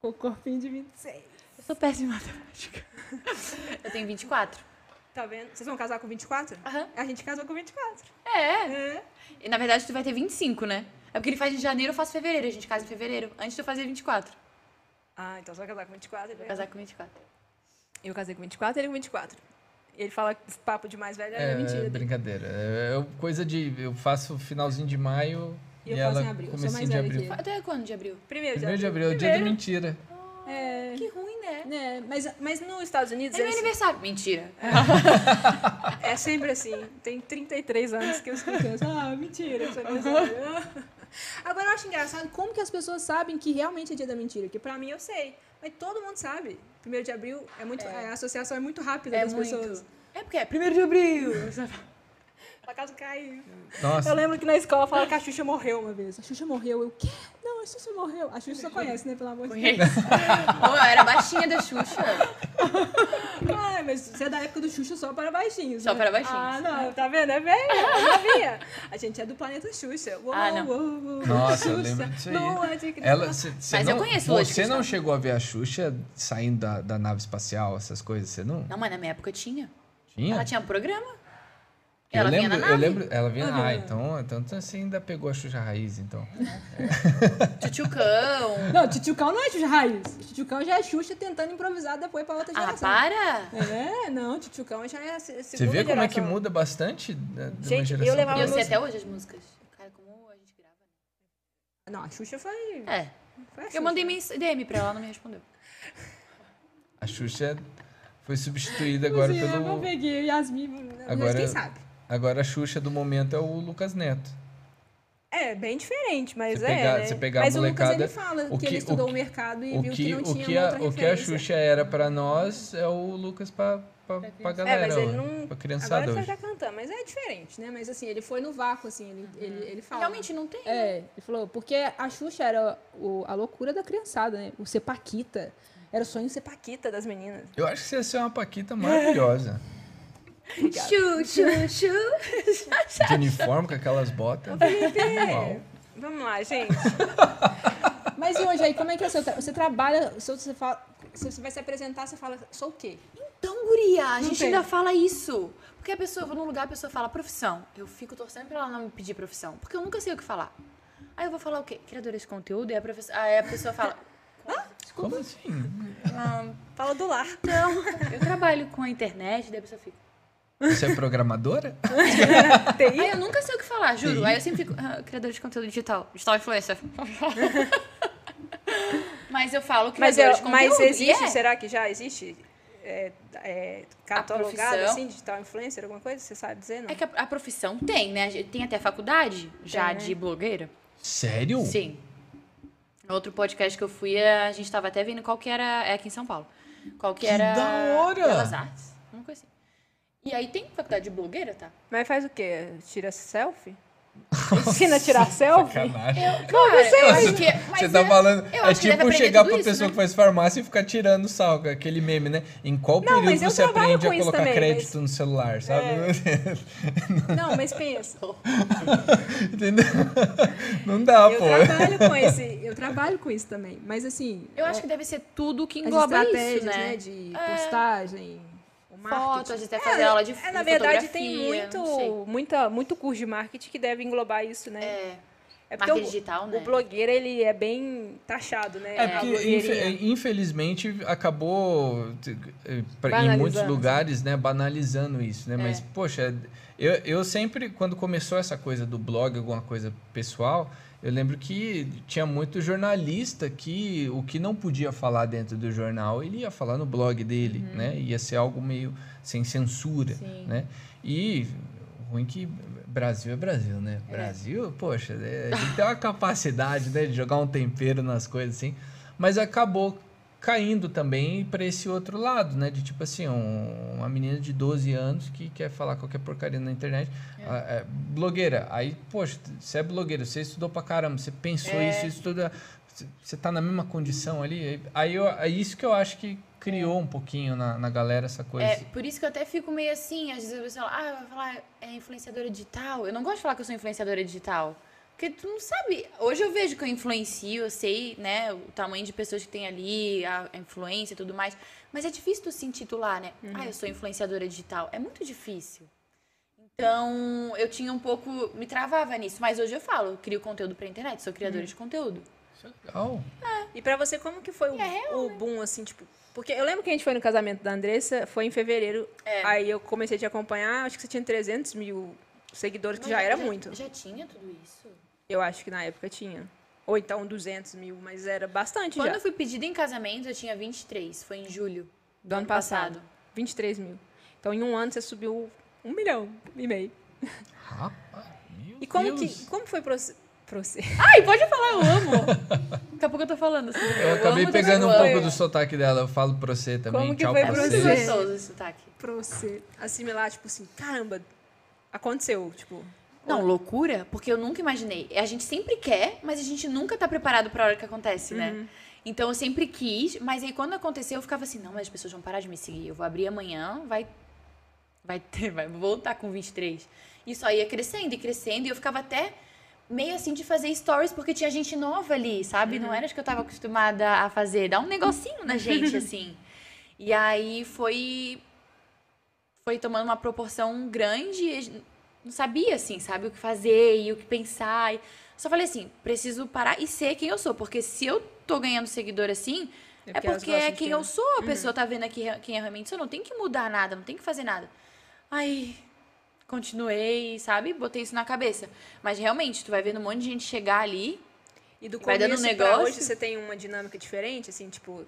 [SPEAKER 4] com o corpinho de 26.
[SPEAKER 3] Eu sou péssima em matemática. Eu tenho 24.
[SPEAKER 1] Tá vendo? Vocês vão casar com 24?
[SPEAKER 3] Aham.
[SPEAKER 1] A gente casou com 24.
[SPEAKER 3] É.
[SPEAKER 1] É.
[SPEAKER 3] E, na verdade, tu vai ter 25, né? É porque ele faz em janeiro, eu faço em fevereiro. A gente casa em fevereiro. Antes de eu fazer 24.
[SPEAKER 1] Ah, então você vai casar com 24? Ele
[SPEAKER 3] Vou
[SPEAKER 1] vai
[SPEAKER 3] casar com 24.
[SPEAKER 1] Eu casei com 24, ele com 24. Ele fala esse papo de mais velho, é,
[SPEAKER 2] É,
[SPEAKER 1] mentira. dele.
[SPEAKER 2] brincadeira. É é coisa de. Eu faço finalzinho de maio
[SPEAKER 1] E
[SPEAKER 2] e,
[SPEAKER 1] eu faço
[SPEAKER 2] ela
[SPEAKER 1] em abril, sou
[SPEAKER 2] comecinho
[SPEAKER 1] mais
[SPEAKER 2] de
[SPEAKER 1] velha
[SPEAKER 2] abril.
[SPEAKER 1] que ele.
[SPEAKER 3] Tu é quando de abril?
[SPEAKER 1] Primeiro de
[SPEAKER 2] Primeiro de
[SPEAKER 1] abril.
[SPEAKER 2] abril é o dia de mentira.
[SPEAKER 1] É,
[SPEAKER 3] Que ruim, né?
[SPEAKER 1] né, mas, mas assim. nos Estados Unidos
[SPEAKER 3] É meu
[SPEAKER 1] eles-
[SPEAKER 3] aniversário. Mentira.
[SPEAKER 1] é, sempre assim. Tem 33 anos que eu escuto isso. Ah, mentira. seu aniversário. Agora eu acho engraçado como que as pessoas sabem que realmente é dia da mentira. Que pra mim eu sei. Mas todo mundo sabe. Primeiro de abril é muito. A associação é muito rápida
[SPEAKER 3] É
[SPEAKER 1] das
[SPEAKER 3] muito.
[SPEAKER 1] pessoas.
[SPEAKER 3] É porque é primeiro de abril.
[SPEAKER 1] A casa caiu. Eu
[SPEAKER 2] Nossa,
[SPEAKER 1] lembro que na escola falaram que a Xuxa morreu uma vez. A Xuxa morreu. Eu, quê? Não, a Xuxa morreu. A Xuxa só conhece, né? Pelo amor de Deus.
[SPEAKER 3] Ô, eu era baixinha da Xuxa.
[SPEAKER 1] Ai, mas você é da época do Xuxa só para baixinhos.
[SPEAKER 3] Só
[SPEAKER 1] né?
[SPEAKER 3] para baixinhos.
[SPEAKER 1] Ah, não. Tá vendo? É velha. É novinha. A gente é do planeta Xuxa. Uou,
[SPEAKER 3] Ah, não.
[SPEAKER 1] Uou, uou,
[SPEAKER 2] Nossa, eu
[SPEAKER 1] Xuxa.
[SPEAKER 2] lembro disso aí.
[SPEAKER 1] Lua de cristal.
[SPEAKER 2] ela. cê- cê
[SPEAKER 3] Mas eu
[SPEAKER 2] não-
[SPEAKER 3] conheço hoje,
[SPEAKER 2] Você não
[SPEAKER 3] Gustavo.
[SPEAKER 2] chegou a ver a Xuxa saindo da, da nave espacial, essas coisas? Você não?
[SPEAKER 3] Não, mas na minha época tinha.
[SPEAKER 2] Tinha?
[SPEAKER 3] Ela tinha um programa.
[SPEAKER 2] Eu
[SPEAKER 3] Ela vinha
[SPEAKER 2] lembro,
[SPEAKER 3] na
[SPEAKER 2] eu
[SPEAKER 3] nave.
[SPEAKER 2] lembro, ela vinha.
[SPEAKER 1] Ela
[SPEAKER 2] Ah,
[SPEAKER 1] vinha na
[SPEAKER 2] então, então você ainda pegou a Xuxa Raiz, então.
[SPEAKER 3] Tchutchucão.
[SPEAKER 4] Não, Titiucão não é Xuxa Raiz. Titiucão já é Xuxa tentando improvisar depois pra outra
[SPEAKER 3] Ah,
[SPEAKER 4] geração.
[SPEAKER 3] para!
[SPEAKER 1] É, não. Tchutchucão já é a se-
[SPEAKER 2] Você
[SPEAKER 1] segunda
[SPEAKER 2] vê como é que
[SPEAKER 1] geração.
[SPEAKER 2] muda bastante da- de
[SPEAKER 1] Gente, eu
[SPEAKER 2] uma geração
[SPEAKER 1] levava
[SPEAKER 2] pra
[SPEAKER 3] Eu
[SPEAKER 1] música.
[SPEAKER 2] outra?
[SPEAKER 3] sei até hoje as músicas. Cara, como a gente grava.
[SPEAKER 1] Não, a Xuxa foi...
[SPEAKER 3] É. assim.
[SPEAKER 1] foi a Xuxa.
[SPEAKER 3] Eu mandei mens- DM pra ela, ela não me respondeu.
[SPEAKER 2] A Xuxa foi substituída agora
[SPEAKER 4] Inclusive, eu
[SPEAKER 2] pelo.
[SPEAKER 4] peguei Yasmin.
[SPEAKER 1] Mas quem
[SPEAKER 2] Agora-
[SPEAKER 1] sabe?
[SPEAKER 2] Agora a Xuxa do momento é o Lucas Neto.
[SPEAKER 1] É, bem diferente, mas
[SPEAKER 2] Você
[SPEAKER 1] é,
[SPEAKER 2] pegar-
[SPEAKER 1] né?
[SPEAKER 2] você pegar a
[SPEAKER 1] mas o
[SPEAKER 2] molecada,
[SPEAKER 1] Lucas, ele fala
[SPEAKER 2] o
[SPEAKER 1] que, ele
[SPEAKER 2] que-
[SPEAKER 1] estudou
[SPEAKER 2] o
[SPEAKER 1] o,
[SPEAKER 2] que-
[SPEAKER 1] mercado e
[SPEAKER 2] O
[SPEAKER 1] viu
[SPEAKER 2] que,
[SPEAKER 1] não
[SPEAKER 2] o,
[SPEAKER 1] tinha
[SPEAKER 2] que a,
[SPEAKER 1] outra
[SPEAKER 2] o que a
[SPEAKER 1] referência.
[SPEAKER 2] Xuxa era pra nós é o Lucas pra, pra, pra galera,
[SPEAKER 1] É, mas ele
[SPEAKER 2] ó,
[SPEAKER 1] não.
[SPEAKER 2] pra
[SPEAKER 1] Agora
[SPEAKER 2] criançada
[SPEAKER 1] ele
[SPEAKER 2] hoje.
[SPEAKER 1] tá cantando, mas é diferente, né? Mas assim, ele foi no vácuo, assim, ele, ele,
[SPEAKER 3] Hum.
[SPEAKER 1] ele fala.
[SPEAKER 3] Realmente não tem.
[SPEAKER 4] É, ele falou, porque a Xuxa era o- a loucura da criançada, né? O ser Paquita. Era o sonho de ser Paquita.
[SPEAKER 1] Paquita das meninas.
[SPEAKER 2] Eu acho que você ia ser uma Paquita maravilhosa.
[SPEAKER 1] Obrigada.
[SPEAKER 3] Chu, chu, chu.
[SPEAKER 2] De uniforme, com aquelas botas. Uau.
[SPEAKER 1] É. Vamos lá, gente.
[SPEAKER 4] Mas e hoje aí, como é que é o seu tra- Você trabalha, se você, fala, se você vai se apresentar, você fala, sou o quê?
[SPEAKER 3] Então, guria, a gente
[SPEAKER 4] tem.
[SPEAKER 3] ainda fala isso. Porque a pessoa, eu vou num lugar, a pessoa fala profissão. Eu fico torcendo pra ela não me pedir profissão. Porque eu nunca sei o que falar. Aí eu vou falar o quê? Criadora de conteúdo? E a, profe- aí a pessoa fala.
[SPEAKER 2] Como assim?
[SPEAKER 1] Fala do lar.
[SPEAKER 3] Então, eu trabalho com a internet, daí a pessoa fica.
[SPEAKER 2] Você é programadora?
[SPEAKER 3] Aí eu nunca sei o que falar, juro. Aí eu sempre fico, ah, criadora de conteúdo digital, digital influencer. mas é, eu falo
[SPEAKER 1] Mas,
[SPEAKER 3] criadora
[SPEAKER 1] eu-
[SPEAKER 3] de conteúdo.
[SPEAKER 1] mas
[SPEAKER 3] e
[SPEAKER 1] existe,
[SPEAKER 3] é.
[SPEAKER 1] será que já existe? É, é, catalogado,
[SPEAKER 3] profissão?
[SPEAKER 1] assim, digital influencer, alguma coisa? Você sabe dizer, não?
[SPEAKER 3] É que a, a profissão tem, né? A gente Tem até a faculdade já
[SPEAKER 1] Tem, né?
[SPEAKER 3] de blogueira.
[SPEAKER 2] Sério?
[SPEAKER 3] Sim. Outro podcast que eu fui, a gente tava até vendo qual que era. É aqui em São Paulo. Qual que,
[SPEAKER 2] Que
[SPEAKER 3] era.
[SPEAKER 2] da hora!
[SPEAKER 3] Belas artes. Uma coisa assim. E aí tem faculdade de blogueira, tá?
[SPEAKER 1] Mas faz o quê? Tira selfie? Ensina a tirar selfie?
[SPEAKER 2] Sacanagem.
[SPEAKER 3] Não, eu sei, mas, que, mas
[SPEAKER 2] Você tá
[SPEAKER 3] é-
[SPEAKER 2] falando.
[SPEAKER 3] eu
[SPEAKER 2] É
[SPEAKER 3] acho que deve
[SPEAKER 2] tipo
[SPEAKER 3] aprender
[SPEAKER 2] chegar
[SPEAKER 3] tudo
[SPEAKER 2] pra
[SPEAKER 3] isso,
[SPEAKER 2] pessoa
[SPEAKER 3] né?
[SPEAKER 2] que faz farmácia e ficar tirando sal, com aquele meme, né? Em qual
[SPEAKER 1] mas
[SPEAKER 2] período
[SPEAKER 1] eu
[SPEAKER 2] você
[SPEAKER 1] trabalho
[SPEAKER 2] aprende
[SPEAKER 1] com
[SPEAKER 2] a
[SPEAKER 1] isso
[SPEAKER 2] colocar
[SPEAKER 1] também,
[SPEAKER 2] crédito
[SPEAKER 1] mas- É.
[SPEAKER 2] no celular, sabe?
[SPEAKER 1] Não, mas pensa.
[SPEAKER 2] Entendeu? Não dá,
[SPEAKER 1] Eu
[SPEAKER 2] pô.
[SPEAKER 1] trabalho com esse. Eu trabalho com isso também. Mas assim.
[SPEAKER 4] é,
[SPEAKER 3] Eu acho que deve ser tudo que
[SPEAKER 1] as
[SPEAKER 3] engloba
[SPEAKER 4] né,
[SPEAKER 1] estratégias,
[SPEAKER 3] isso, né?
[SPEAKER 1] De postagem, o
[SPEAKER 3] foto, a gente deve
[SPEAKER 1] É,
[SPEAKER 3] fazer aula de
[SPEAKER 1] é, na verdade, tem
[SPEAKER 3] fotografia,
[SPEAKER 1] muito,
[SPEAKER 3] não sei.
[SPEAKER 1] muita, muito curso de marketing que deve englobar isso, né?
[SPEAKER 3] É,
[SPEAKER 1] É
[SPEAKER 3] marca
[SPEAKER 1] o,
[SPEAKER 3] digital, né?
[SPEAKER 1] o blogueiro, ele é bem taxado, né?
[SPEAKER 2] É,
[SPEAKER 1] A
[SPEAKER 2] porque
[SPEAKER 1] blogueirinha.
[SPEAKER 2] infe- infelizmente acabou te- eh, pra- em
[SPEAKER 1] Banalizando.
[SPEAKER 2] muitos lugares, né, banalizando isso, né? Mas poxa, eu, eu sempre quando começou essa coisa do blog, alguma coisa pessoal, eu lembro que tinha muito jornalista que o que não podia falar dentro do jornal, ele ia falar no blog dele, né? Ia ser algo meio sem censura,
[SPEAKER 3] Sim.
[SPEAKER 2] né? E ruim que Brasil é Brasil, né? Brasil, poxa, é, a gente tem uma capacidade né, de jogar um tempero nas coisas assim, mas acabou caindo também para esse outro lado, né? De tipo assim, um- uma menina de 12 anos que quer falar qualquer porcaria na internet, ah, é, blogueira. Aí, poxa, você é blogueira, você estudou pra caramba, você pensou isso, isso tudo, você- você tá na mesma condição ali. Aí, aí eu- é isso que eu acho que criou um pouquinho na, na galera essa coisa.
[SPEAKER 3] É, por isso que eu até fico meio assim, às vezes a pessoa fala, ah, vai falar, é influenciadora digital. Eu não gosto de falar que eu sou influenciadora digital. Porque tu não sabe. Hoje eu vejo que eu influencio, eu sei, né, o tamanho de pessoas que tem ali, a a influência e tudo mais. Mas é difícil tu se intitular, né?
[SPEAKER 1] Uhum.
[SPEAKER 3] Ah, eu sou influenciadora digital. É muito difícil. Então, eu tinha um pouco. Me travava nisso. Mas hoje eu falo, eu crio conteúdo pra internet, sou
[SPEAKER 1] Uhum.
[SPEAKER 3] criadora de conteúdo.
[SPEAKER 2] Isso é legal.
[SPEAKER 1] E pra você, como que foi o,
[SPEAKER 3] É real,
[SPEAKER 1] o boom, assim, tipo... Porque eu lembro que a gente foi no casamento da Andressa, foi em fevereiro. Aí eu comecei a te acompanhar, acho que você tinha 300 mil seguidores, que
[SPEAKER 3] Mas
[SPEAKER 1] já era muito.
[SPEAKER 3] Já tinha tudo isso?
[SPEAKER 1] Eu acho que na época tinha. Ou então 200 mil, mas era bastante
[SPEAKER 3] Quando
[SPEAKER 1] já.
[SPEAKER 3] eu fui pedida em casamento, eu tinha 23. Foi em julho.
[SPEAKER 1] Do ano passado. 23 mil. Então, em um ano, você subiu um milhão e meio.
[SPEAKER 2] Rapaz, meu
[SPEAKER 1] E como,
[SPEAKER 2] Deus.
[SPEAKER 1] que, como foi pra você? pra você?
[SPEAKER 3] Ai, pode falar, eu amo. Daqui a pouco eu tô falando assim.
[SPEAKER 2] Eu acabei
[SPEAKER 3] amo
[SPEAKER 2] pegando um
[SPEAKER 3] também.
[SPEAKER 2] pouco do sotaque dela. Eu falo pra você também.
[SPEAKER 1] Como que
[SPEAKER 2] Tchau
[SPEAKER 1] foi
[SPEAKER 2] pra
[SPEAKER 1] pra
[SPEAKER 3] Muito
[SPEAKER 1] você?
[SPEAKER 2] você.
[SPEAKER 3] É gostoso esse sotaque.
[SPEAKER 4] Pra você.
[SPEAKER 1] Assimilar, tipo assim, caramba, aconteceu, tipo...
[SPEAKER 3] Não, loucura, porque eu nunca imaginei. A gente sempre quer, mas a gente nunca tá preparado pra hora que acontece, né? Então eu sempre quis, mas aí quando aconteceu eu ficava assim, não, mas as pessoas vão parar de me seguir. Eu vou abrir amanhã, vai vai ter, vai voltar com 23. E só ia crescendo e crescendo e eu ficava até meio assim de fazer stories porque tinha gente nova ali, sabe? Não era as que eu tava acostumada a fazer, dá um negocinho na gente assim. E aí foi foi tomando uma proporção grande, e a gente não sabia assim, sabe, o que fazer e o que pensar. e- Só falei assim, preciso parar e ser quem eu sou, porque se eu tô ganhando seguidor assim, é
[SPEAKER 1] elas
[SPEAKER 3] porque
[SPEAKER 1] gostam
[SPEAKER 3] é
[SPEAKER 1] de
[SPEAKER 3] quem
[SPEAKER 1] ti,
[SPEAKER 3] eu
[SPEAKER 1] né?
[SPEAKER 3] sou, a pessoa tá vendo aqui rea- quem eu realmente sou, não tem que mudar nada, não tem que fazer nada. Aí, continuei, sabe? Botei isso na cabeça. Mas realmente, tu vai vendo um monte de gente chegar ali.
[SPEAKER 1] E do
[SPEAKER 3] Vai
[SPEAKER 1] começo
[SPEAKER 3] dando um
[SPEAKER 1] pra
[SPEAKER 3] negócio.
[SPEAKER 1] hoje, você tem uma dinâmica diferente, assim, tipo...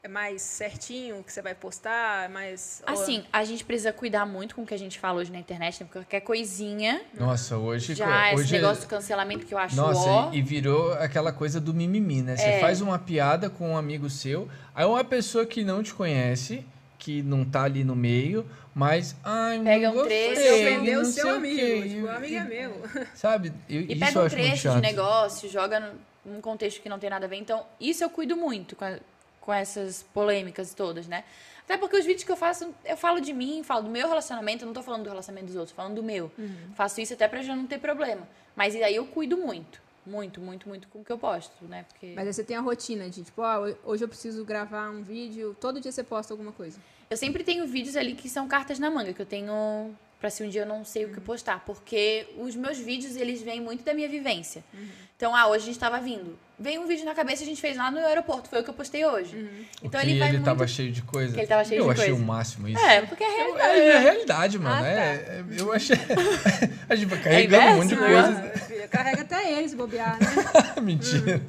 [SPEAKER 1] É mais certinho o que você vai postar, é mais... ou-
[SPEAKER 3] Assim, a gente precisa cuidar muito com o que a gente fala hoje na internet, né? Porque qualquer coisinha,
[SPEAKER 2] Nossa, hoje.
[SPEAKER 3] já
[SPEAKER 2] é,
[SPEAKER 3] esse
[SPEAKER 2] hoje
[SPEAKER 3] negócio do cancelamento que eu acho
[SPEAKER 2] Nossa,
[SPEAKER 3] ó.
[SPEAKER 2] e e virou aquela coisa do mimimi, né? Você
[SPEAKER 3] É.
[SPEAKER 2] faz uma piada com um amigo seu, aí uma pessoa que não te conhece, que não tá ali no meio, mas. Ai,
[SPEAKER 3] Pega
[SPEAKER 2] não
[SPEAKER 3] um trecho,
[SPEAKER 2] gostei,
[SPEAKER 1] Você ofendeu
[SPEAKER 2] não
[SPEAKER 1] é o
[SPEAKER 2] sei
[SPEAKER 1] seu
[SPEAKER 2] o quê.
[SPEAKER 1] amigo, tipo, o amigo é meu.
[SPEAKER 2] Sabe? Eu,
[SPEAKER 3] E
[SPEAKER 2] isso
[SPEAKER 3] pega
[SPEAKER 2] eu
[SPEAKER 3] um
[SPEAKER 2] acho muito
[SPEAKER 3] trecho
[SPEAKER 2] chato.
[SPEAKER 3] de negócio, joga num- num contexto que não tem nada a ver. Então, isso eu cuido muito com, a- com essas polêmicas todas, né? Até porque os vídeos que eu faço, eu falo de mim, falo do meu relacionamento, eu não tô falando do relacionamento dos outros, tô falando do meu. Faço isso até pra já não ter problema. Mas e aí eu cuido muito. Muito, muito, muito com o que eu posto, né? Porque
[SPEAKER 4] Mas aí você tem a rotina de, tipo, ó, hoje eu preciso gravar um vídeo, todo dia você posta alguma coisa.
[SPEAKER 3] eu sempre tenho vídeos ali que são cartas na manga, que eu tenho pra se um dia eu não sei o
[SPEAKER 4] Uhum.
[SPEAKER 3] que postar. Porque os meus vídeos, eles vêm muito da minha vivência.
[SPEAKER 4] Uhum.
[SPEAKER 3] Então, ah, hoje a gente tava vindo. Veio um vídeo na cabeça e a gente fez lá no aeroporto. Foi o que eu postei hoje.
[SPEAKER 4] Uhum.
[SPEAKER 3] Então
[SPEAKER 2] Porque
[SPEAKER 3] ele
[SPEAKER 2] ele,
[SPEAKER 3] vai
[SPEAKER 2] tava
[SPEAKER 3] muito...
[SPEAKER 2] cheio de coisa.
[SPEAKER 3] Que ele tava cheio
[SPEAKER 2] eu
[SPEAKER 3] de
[SPEAKER 2] achei
[SPEAKER 3] coisa.
[SPEAKER 2] o máximo isso.
[SPEAKER 3] É, tá. porque é real.
[SPEAKER 2] Eu- É, a realidade, mano.
[SPEAKER 1] Ah,
[SPEAKER 2] é, é- eu achei. a gente vai carregando um
[SPEAKER 3] inverso,
[SPEAKER 2] monte de
[SPEAKER 3] né?
[SPEAKER 2] coisa.
[SPEAKER 4] Minha filha, Carrega até eles bobear, né?
[SPEAKER 2] Mentira.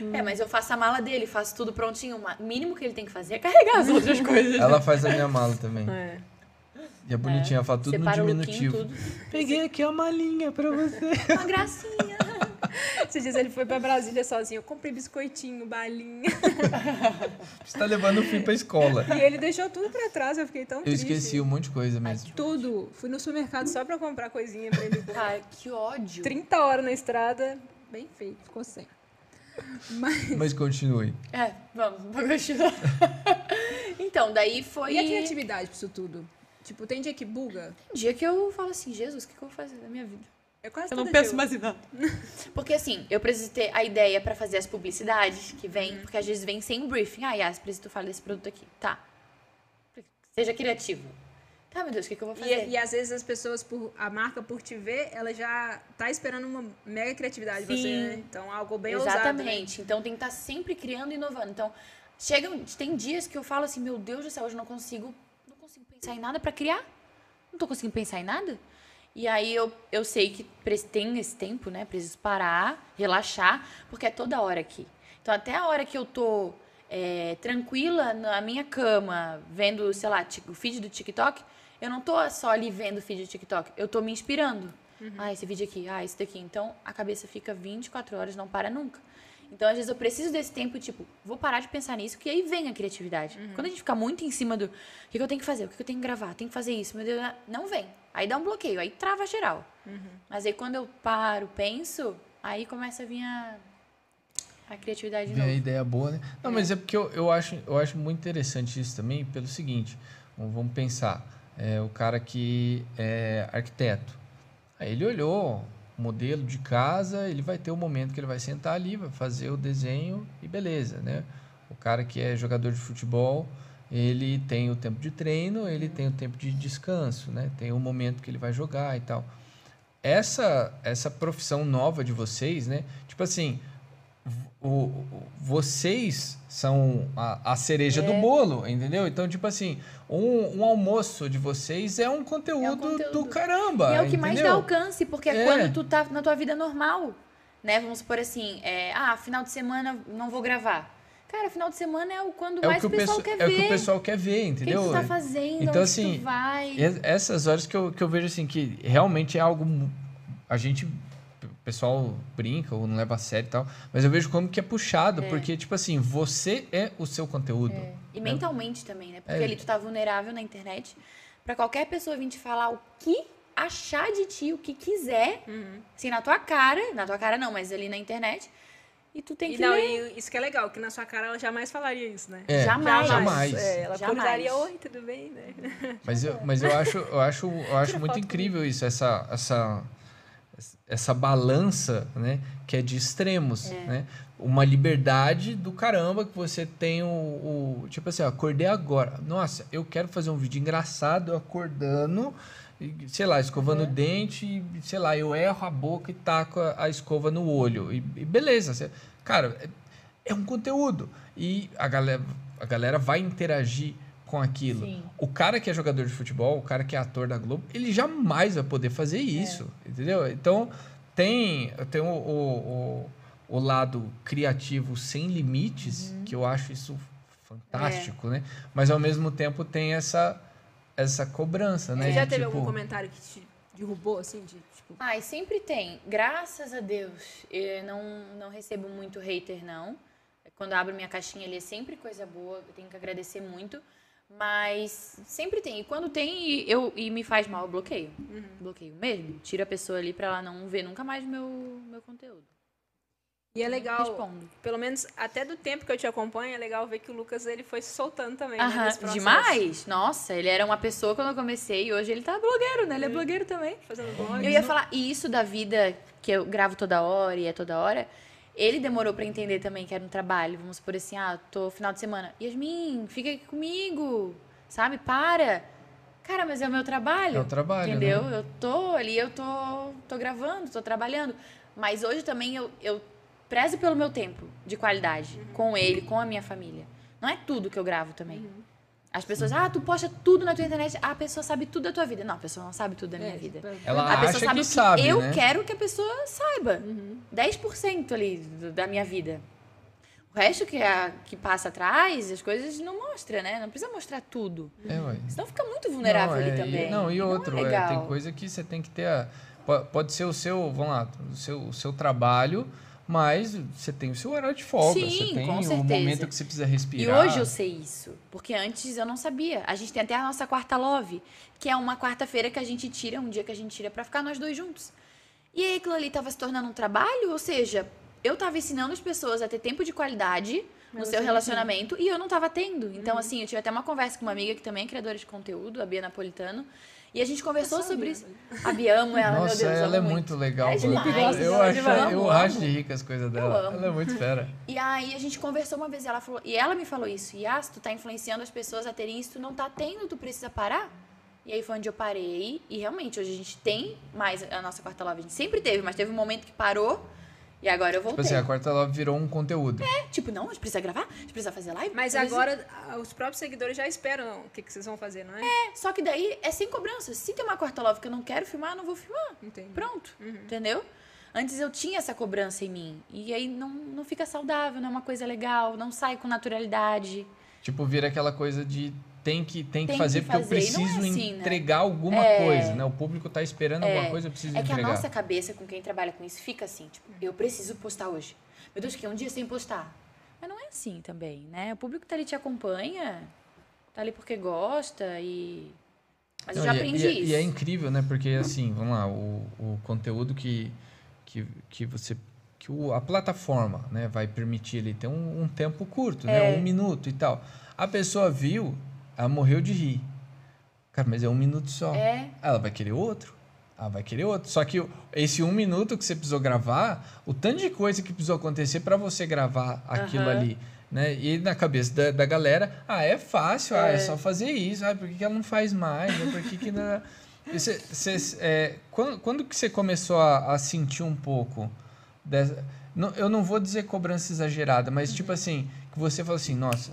[SPEAKER 4] Uhum.
[SPEAKER 3] É, mas eu faço a mala dele, faço tudo prontinho. O mínimo que ele tem que fazer é carregar as outras coisas.
[SPEAKER 2] Ela faz a minha mala também.
[SPEAKER 1] É.
[SPEAKER 2] E é bonitinha, ela fala tudo no
[SPEAKER 3] Separa o lookinho,
[SPEAKER 2] diminutivo.
[SPEAKER 3] tudo.
[SPEAKER 2] Peguei aqui a malinha pra você.
[SPEAKER 3] Uma gracinha.
[SPEAKER 1] Esses dias ele foi pra Brasília sozinho. Eu comprei biscoitinho, balinha.
[SPEAKER 2] Você tá levando o fim pra escola.
[SPEAKER 1] E ele deixou tudo pra trás. Eu fiquei tão
[SPEAKER 2] Eu
[SPEAKER 1] triste.
[SPEAKER 2] esqueci um monte de coisa mesmo.
[SPEAKER 4] Tudo.
[SPEAKER 1] Fui no supermercado só pra comprar coisinha pra ele.
[SPEAKER 3] Cara, que ódio.
[SPEAKER 1] 30 horas na estrada.
[SPEAKER 4] Bem feito, ficou sem.
[SPEAKER 2] Mas continue.
[SPEAKER 3] É, vamos, vou continuar. Então, daí foi...
[SPEAKER 4] E a criatividade pra isso tudo? Tipo, tem dia que buga?
[SPEAKER 3] Um dia que eu falo assim, Jesus, o que, que eu vou fazer da minha vida?
[SPEAKER 1] É quase
[SPEAKER 3] Eu não
[SPEAKER 1] todo
[SPEAKER 3] penso
[SPEAKER 1] dia.
[SPEAKER 3] mais em nada. Porque assim, eu preciso ter a ideia pra fazer as publicidades que vem, porque às vezes vem sem briefing. Ah, Yas, preciso que tu fale desse produto aqui. Tá. Você Seja criativo. Tá, meu Deus, o que, que eu vou
[SPEAKER 1] é
[SPEAKER 3] fazer?
[SPEAKER 4] E, e às vezes as pessoas, por, a marca por te ver, ela já tá esperando uma mega criatividade de você,
[SPEAKER 3] Sim.
[SPEAKER 4] né? Então, algo bem ousado. né?
[SPEAKER 3] Exatamente. Então tem que estar sempre criando e inovando. Então, chegam, tem dias que eu falo assim, meu Deus do céu, hoje eu não consigo, não consigo pensar em nada pra criar. Não tô conseguindo pensar em nada. E aí eu, eu sei que pre- tem esse tempo, né? Preciso parar, relaxar, porque é toda hora aqui. Então até a hora que eu tô é, tranquila na minha cama, vendo, sei lá, ti- o feed do TikTok, eu não tô só ali vendo o feed do TikTok, eu tô me inspirando. Ah, esse vídeo aqui, ah, esse daqui. Então a cabeça fica 24 horas, não para nunca. Então, às vezes, eu preciso desse tempo, tipo, vou parar de pensar nisso, que aí vem a criatividade. Quando a gente fica muito em cima do o que, que eu tenho que fazer, o que, que eu tenho que gravar, tenho que fazer isso, meu Deus, não vem. Aí dá um bloqueio, aí trava geral. Mas aí quando eu paro, penso, aí começa a vir a, a criatividade de
[SPEAKER 2] Vem a
[SPEAKER 3] novo.
[SPEAKER 2] ideia boa, né? Não, mas é porque eu, eu, acho, eu acho muito interessante isso também pelo seguinte. Vamos vamos pensar. É, o cara que é arquiteto. Aí ele olhou o modelo de casa, ele vai ter o momento que ele vai sentar ali, vai fazer o desenho e beleza, né? O cara que é jogador de futebol, ele tem o tempo de treino, ele tem o tempo de descanso, né? Tem o momento que ele vai jogar e tal. Essa, essa profissão nova de vocês, né? Tipo assim, o- o- vocês são a, a cereja
[SPEAKER 3] É.
[SPEAKER 2] do bolo, entendeu? Então, tipo assim, um, um almoço de vocês é um conteúdo, do
[SPEAKER 3] conteúdo.
[SPEAKER 2] caramba.
[SPEAKER 3] E é o que mais dá
[SPEAKER 2] entendeu?
[SPEAKER 3] alcance, porque é,
[SPEAKER 2] É.
[SPEAKER 3] quando tu tá na tua vida normal, né? Vamos supor assim, é, ah, final de semana não vou gravar. Cara, final de semana é o quando
[SPEAKER 2] É o
[SPEAKER 3] mais
[SPEAKER 2] que o
[SPEAKER 3] pessoal
[SPEAKER 2] pessoal
[SPEAKER 3] quer
[SPEAKER 2] é
[SPEAKER 3] ver.
[SPEAKER 2] o que o pessoal quer ver,
[SPEAKER 3] O que, que
[SPEAKER 2] entendeu?
[SPEAKER 3] tu tá fazendo,
[SPEAKER 2] Então,
[SPEAKER 3] onde
[SPEAKER 2] assim,
[SPEAKER 3] tu vai.
[SPEAKER 2] E es- Essas horas que eu, que eu vejo assim, que realmente é algo. mu- A gente. O pessoal brinca ou não leva a sério e tal. Mas eu vejo como que é puxado, porque, tipo assim, você é o seu conteúdo.
[SPEAKER 3] E mentalmente também, né? Porque
[SPEAKER 2] É.
[SPEAKER 3] ali tu tá vulnerável na internet. Pra qualquer pessoa vir te falar o que achar de ti, o que quiser, assim, na tua cara, na tua cara não, mas ali na internet. E tu tem
[SPEAKER 4] E
[SPEAKER 3] que
[SPEAKER 4] não,
[SPEAKER 3] ler.
[SPEAKER 4] e isso que é legal, que na sua cara ela jamais falaria isso, né?
[SPEAKER 2] É,
[SPEAKER 3] Jamais.
[SPEAKER 2] jamais.
[SPEAKER 4] É, ela
[SPEAKER 3] Jamais.
[SPEAKER 4] cuidaria, oi, tudo bem, né?
[SPEAKER 2] Mas eu, mas eu acho, eu acho, eu acho muito
[SPEAKER 4] foto
[SPEAKER 2] incrível isso, essa, essa, essa balança, né? Que é de extremos, né? Uma liberdade do caramba que você tem o, o- Tipo assim, ó, acordei agora. Nossa, eu quero fazer um vídeo engraçado eu acordando, e, sei lá, escovando o dente, e, sei lá, eu erro a boca e taco a, a escova no olho. E, e beleza. você- cara, é- é um conteúdo. E a galera, a galera vai interagir com aquilo.
[SPEAKER 3] Sim.
[SPEAKER 2] O cara que é jogador de futebol, o cara que é ator da Globo, ele jamais vai poder fazer
[SPEAKER 4] É.
[SPEAKER 2] isso, entendeu? Então, tem, tem o, o, o, o lado criativo sem limites,
[SPEAKER 4] Uhum.
[SPEAKER 2] que eu acho isso fantástico,
[SPEAKER 4] É.
[SPEAKER 2] né? Mas, ao mesmo tempo, tem essa, essa cobrança, né?
[SPEAKER 4] Você já
[SPEAKER 2] De,
[SPEAKER 4] teve
[SPEAKER 2] tipo,
[SPEAKER 4] algum comentário que te derrubou, assim, de, tipo...
[SPEAKER 3] Ai, sempre tem. Graças a Deus. Eu não, não recebo muito hater, não. Quando eu abro minha caixinha ali é sempre coisa boa. Eu tenho que agradecer muito. Mas sempre tem. E quando tem e, eu, e me faz mal, eu bloqueio.
[SPEAKER 4] Uhum.
[SPEAKER 3] Bloqueio mesmo. Tiro a pessoa ali pra ela não ver nunca mais meu, meu conteúdo.
[SPEAKER 4] E é legal,
[SPEAKER 3] Respondo.
[SPEAKER 4] pelo menos até do tempo que eu te acompanho, é legal ver que o Lucas, ele foi se soltando também, né,
[SPEAKER 3] Aham,
[SPEAKER 4] nesse processo.
[SPEAKER 3] demais! Nossa, ele era uma pessoa quando eu comecei e hoje ele tá blogueiro, né? Ele é
[SPEAKER 4] Uhum.
[SPEAKER 3] blogueiro também.
[SPEAKER 4] Fazendo né? blog.
[SPEAKER 3] Eu ia falar, e isso da vida que eu gravo toda hora e é toda hora, ele demorou pra entender também que era um trabalho. Vamos supor assim, ah, tô final de semana. Yasmin, fica aqui comigo, sabe? Para. Cara, mas é o meu trabalho.
[SPEAKER 2] É o trabalho,
[SPEAKER 3] Entendeu?
[SPEAKER 2] né?
[SPEAKER 3] Eu tô ali, eu tô, tô gravando, tô trabalhando. Mas hoje também eu, eu prezo pelo meu tempo de qualidade com ele, com a minha família. Não é tudo que eu gravo também. As pessoas, ah, tu posta tudo na tua internet, ah, a pessoa sabe tudo da tua vida. Não, a pessoa não sabe tudo da
[SPEAKER 4] é,
[SPEAKER 3] minha
[SPEAKER 4] tipo,
[SPEAKER 3] vida.
[SPEAKER 2] Ela
[SPEAKER 3] A pessoa
[SPEAKER 2] Ah, acha
[SPEAKER 3] sabe
[SPEAKER 2] que
[SPEAKER 3] o que
[SPEAKER 2] sabe,
[SPEAKER 3] eu
[SPEAKER 2] né?
[SPEAKER 3] quero que a pessoa saiba. 10% ali do- da minha vida. O resto que, a, que passa atrás, as coisas não mostra, né? Não precisa mostrar tudo.
[SPEAKER 2] É, ué.
[SPEAKER 3] Senão fica muito vulnerável
[SPEAKER 2] Não,
[SPEAKER 3] ali
[SPEAKER 2] é,
[SPEAKER 3] também.
[SPEAKER 2] E, não, e outro,
[SPEAKER 3] é
[SPEAKER 2] é,
[SPEAKER 3] legal.
[SPEAKER 2] tem coisa que você tem que ter. A, po- pode ser o seu, vamos lá, o seu, o seu trabalho, mas você tem o seu horário de folga.
[SPEAKER 3] Sim,
[SPEAKER 2] você tem
[SPEAKER 3] com
[SPEAKER 2] o
[SPEAKER 3] certeza.
[SPEAKER 2] momento que você precisa
[SPEAKER 3] E
[SPEAKER 2] respirar.
[SPEAKER 3] hoje eu sei isso, porque antes eu não sabia. A gente tem até a nossa quarta love, que é uma quarta-feira que a gente tira, um dia que a gente tira pra ficar nós dois juntos. E aí aquilo ali tava se tornando um trabalho, ou seja, eu tava ensinando as pessoas a ter tempo de qualidade no seu relacionamento Uhum. e eu não tava tendo. Então, assim, eu tive até uma conversa com uma amiga que também é criadora de conteúdo, a Bia Napolitano, E a gente conversou sobre isso. A Bia, né? amo ela, meu
[SPEAKER 2] Nossa,
[SPEAKER 3] Deus.
[SPEAKER 2] ela é
[SPEAKER 3] amo
[SPEAKER 2] muito legal.
[SPEAKER 3] É
[SPEAKER 2] mano.
[SPEAKER 3] demais,
[SPEAKER 2] eu
[SPEAKER 3] ela é
[SPEAKER 2] acho,
[SPEAKER 3] demais.
[SPEAKER 2] eu
[SPEAKER 3] Amo,
[SPEAKER 2] acho
[SPEAKER 3] amo.
[SPEAKER 2] de rica as coisas dela.
[SPEAKER 3] amo.
[SPEAKER 2] Ela é muito fera.
[SPEAKER 3] E aí a gente conversou uma vez e ela falou, e ela me falou isso, Yas, tu tá influenciando as pessoas a terem isso, tu não tá tendo, tu precisa parar. E aí foi onde eu parei, e realmente, hoje a gente tem mais a nossa quarta live, a gente sempre teve, mas teve um momento que parou, e agora eu
[SPEAKER 2] Tipo
[SPEAKER 3] voltei.
[SPEAKER 2] assim,
[SPEAKER 3] Tipo,
[SPEAKER 2] a quarta ela virou um conteúdo.
[SPEAKER 3] não, a gente precisa gravar, a gente precisa fazer live.
[SPEAKER 1] Mas
[SPEAKER 3] precisa-
[SPEAKER 1] agora ah, os próprios seguidores já esperam o que, que vocês vão fazer, não é?
[SPEAKER 3] É, Só que daí é sem cobrança, se tem uma quarta live que eu não quero filmar, eu não vou filmar,
[SPEAKER 1] Entendi.
[SPEAKER 3] pronto, entendeu? Antes eu tinha essa cobrança em mim, e aí não, não fica saudável, não é uma coisa legal, não sai com naturalidade.
[SPEAKER 2] Tipo, vira aquela coisa de tem que, tem que
[SPEAKER 3] Tem
[SPEAKER 2] fazer
[SPEAKER 3] que
[SPEAKER 2] porque eu
[SPEAKER 3] fazer, e não é
[SPEAKER 2] preciso
[SPEAKER 3] assim, né?
[SPEAKER 2] entregar alguma
[SPEAKER 3] É.
[SPEAKER 2] coisa, né? O público tá esperando alguma coisa, eu preciso
[SPEAKER 3] É que
[SPEAKER 2] entregar.
[SPEAKER 3] a nossa cabeça, com quem trabalha com isso, fica assim, tipo, eu preciso postar hoje. Meu Deus, que um dia sem postar. Mas não é assim também, né? O público tá ali te acompanha, tá ali porque gosta e. Mas eu
[SPEAKER 2] Não,
[SPEAKER 3] já
[SPEAKER 2] e é-
[SPEAKER 3] aprendi
[SPEAKER 2] e, é-
[SPEAKER 3] isso.
[SPEAKER 2] E é incrível, né? Porque assim, vamos lá, o, o conteúdo que, que, que você. que o- a plataforma né, vai permitir ele ter um, um tempo curto,
[SPEAKER 3] É.
[SPEAKER 2] né? Um minuto e tal. A pessoa viu, ela morreu de rir. Cara, mas é um minuto só.
[SPEAKER 3] É.
[SPEAKER 2] Ela vai querer outro. Ela vai querer outro. Só que o- esse um minuto que você precisou gravar, o tanto de coisa que precisou acontecer para você gravar aquilo
[SPEAKER 3] Aham.
[SPEAKER 2] ali. Né? E na cabeça da, da galera, ah, é fácil, ah, é só fazer isso, ah, por que, que ela não faz mais? Ah, por que que não... E cê- cês, é, quando, quando que você começou a, a sentir um pouco dessa. não- eu não vou dizer cobrança exagerada, mas tipo assim, que você fala assim, nossa,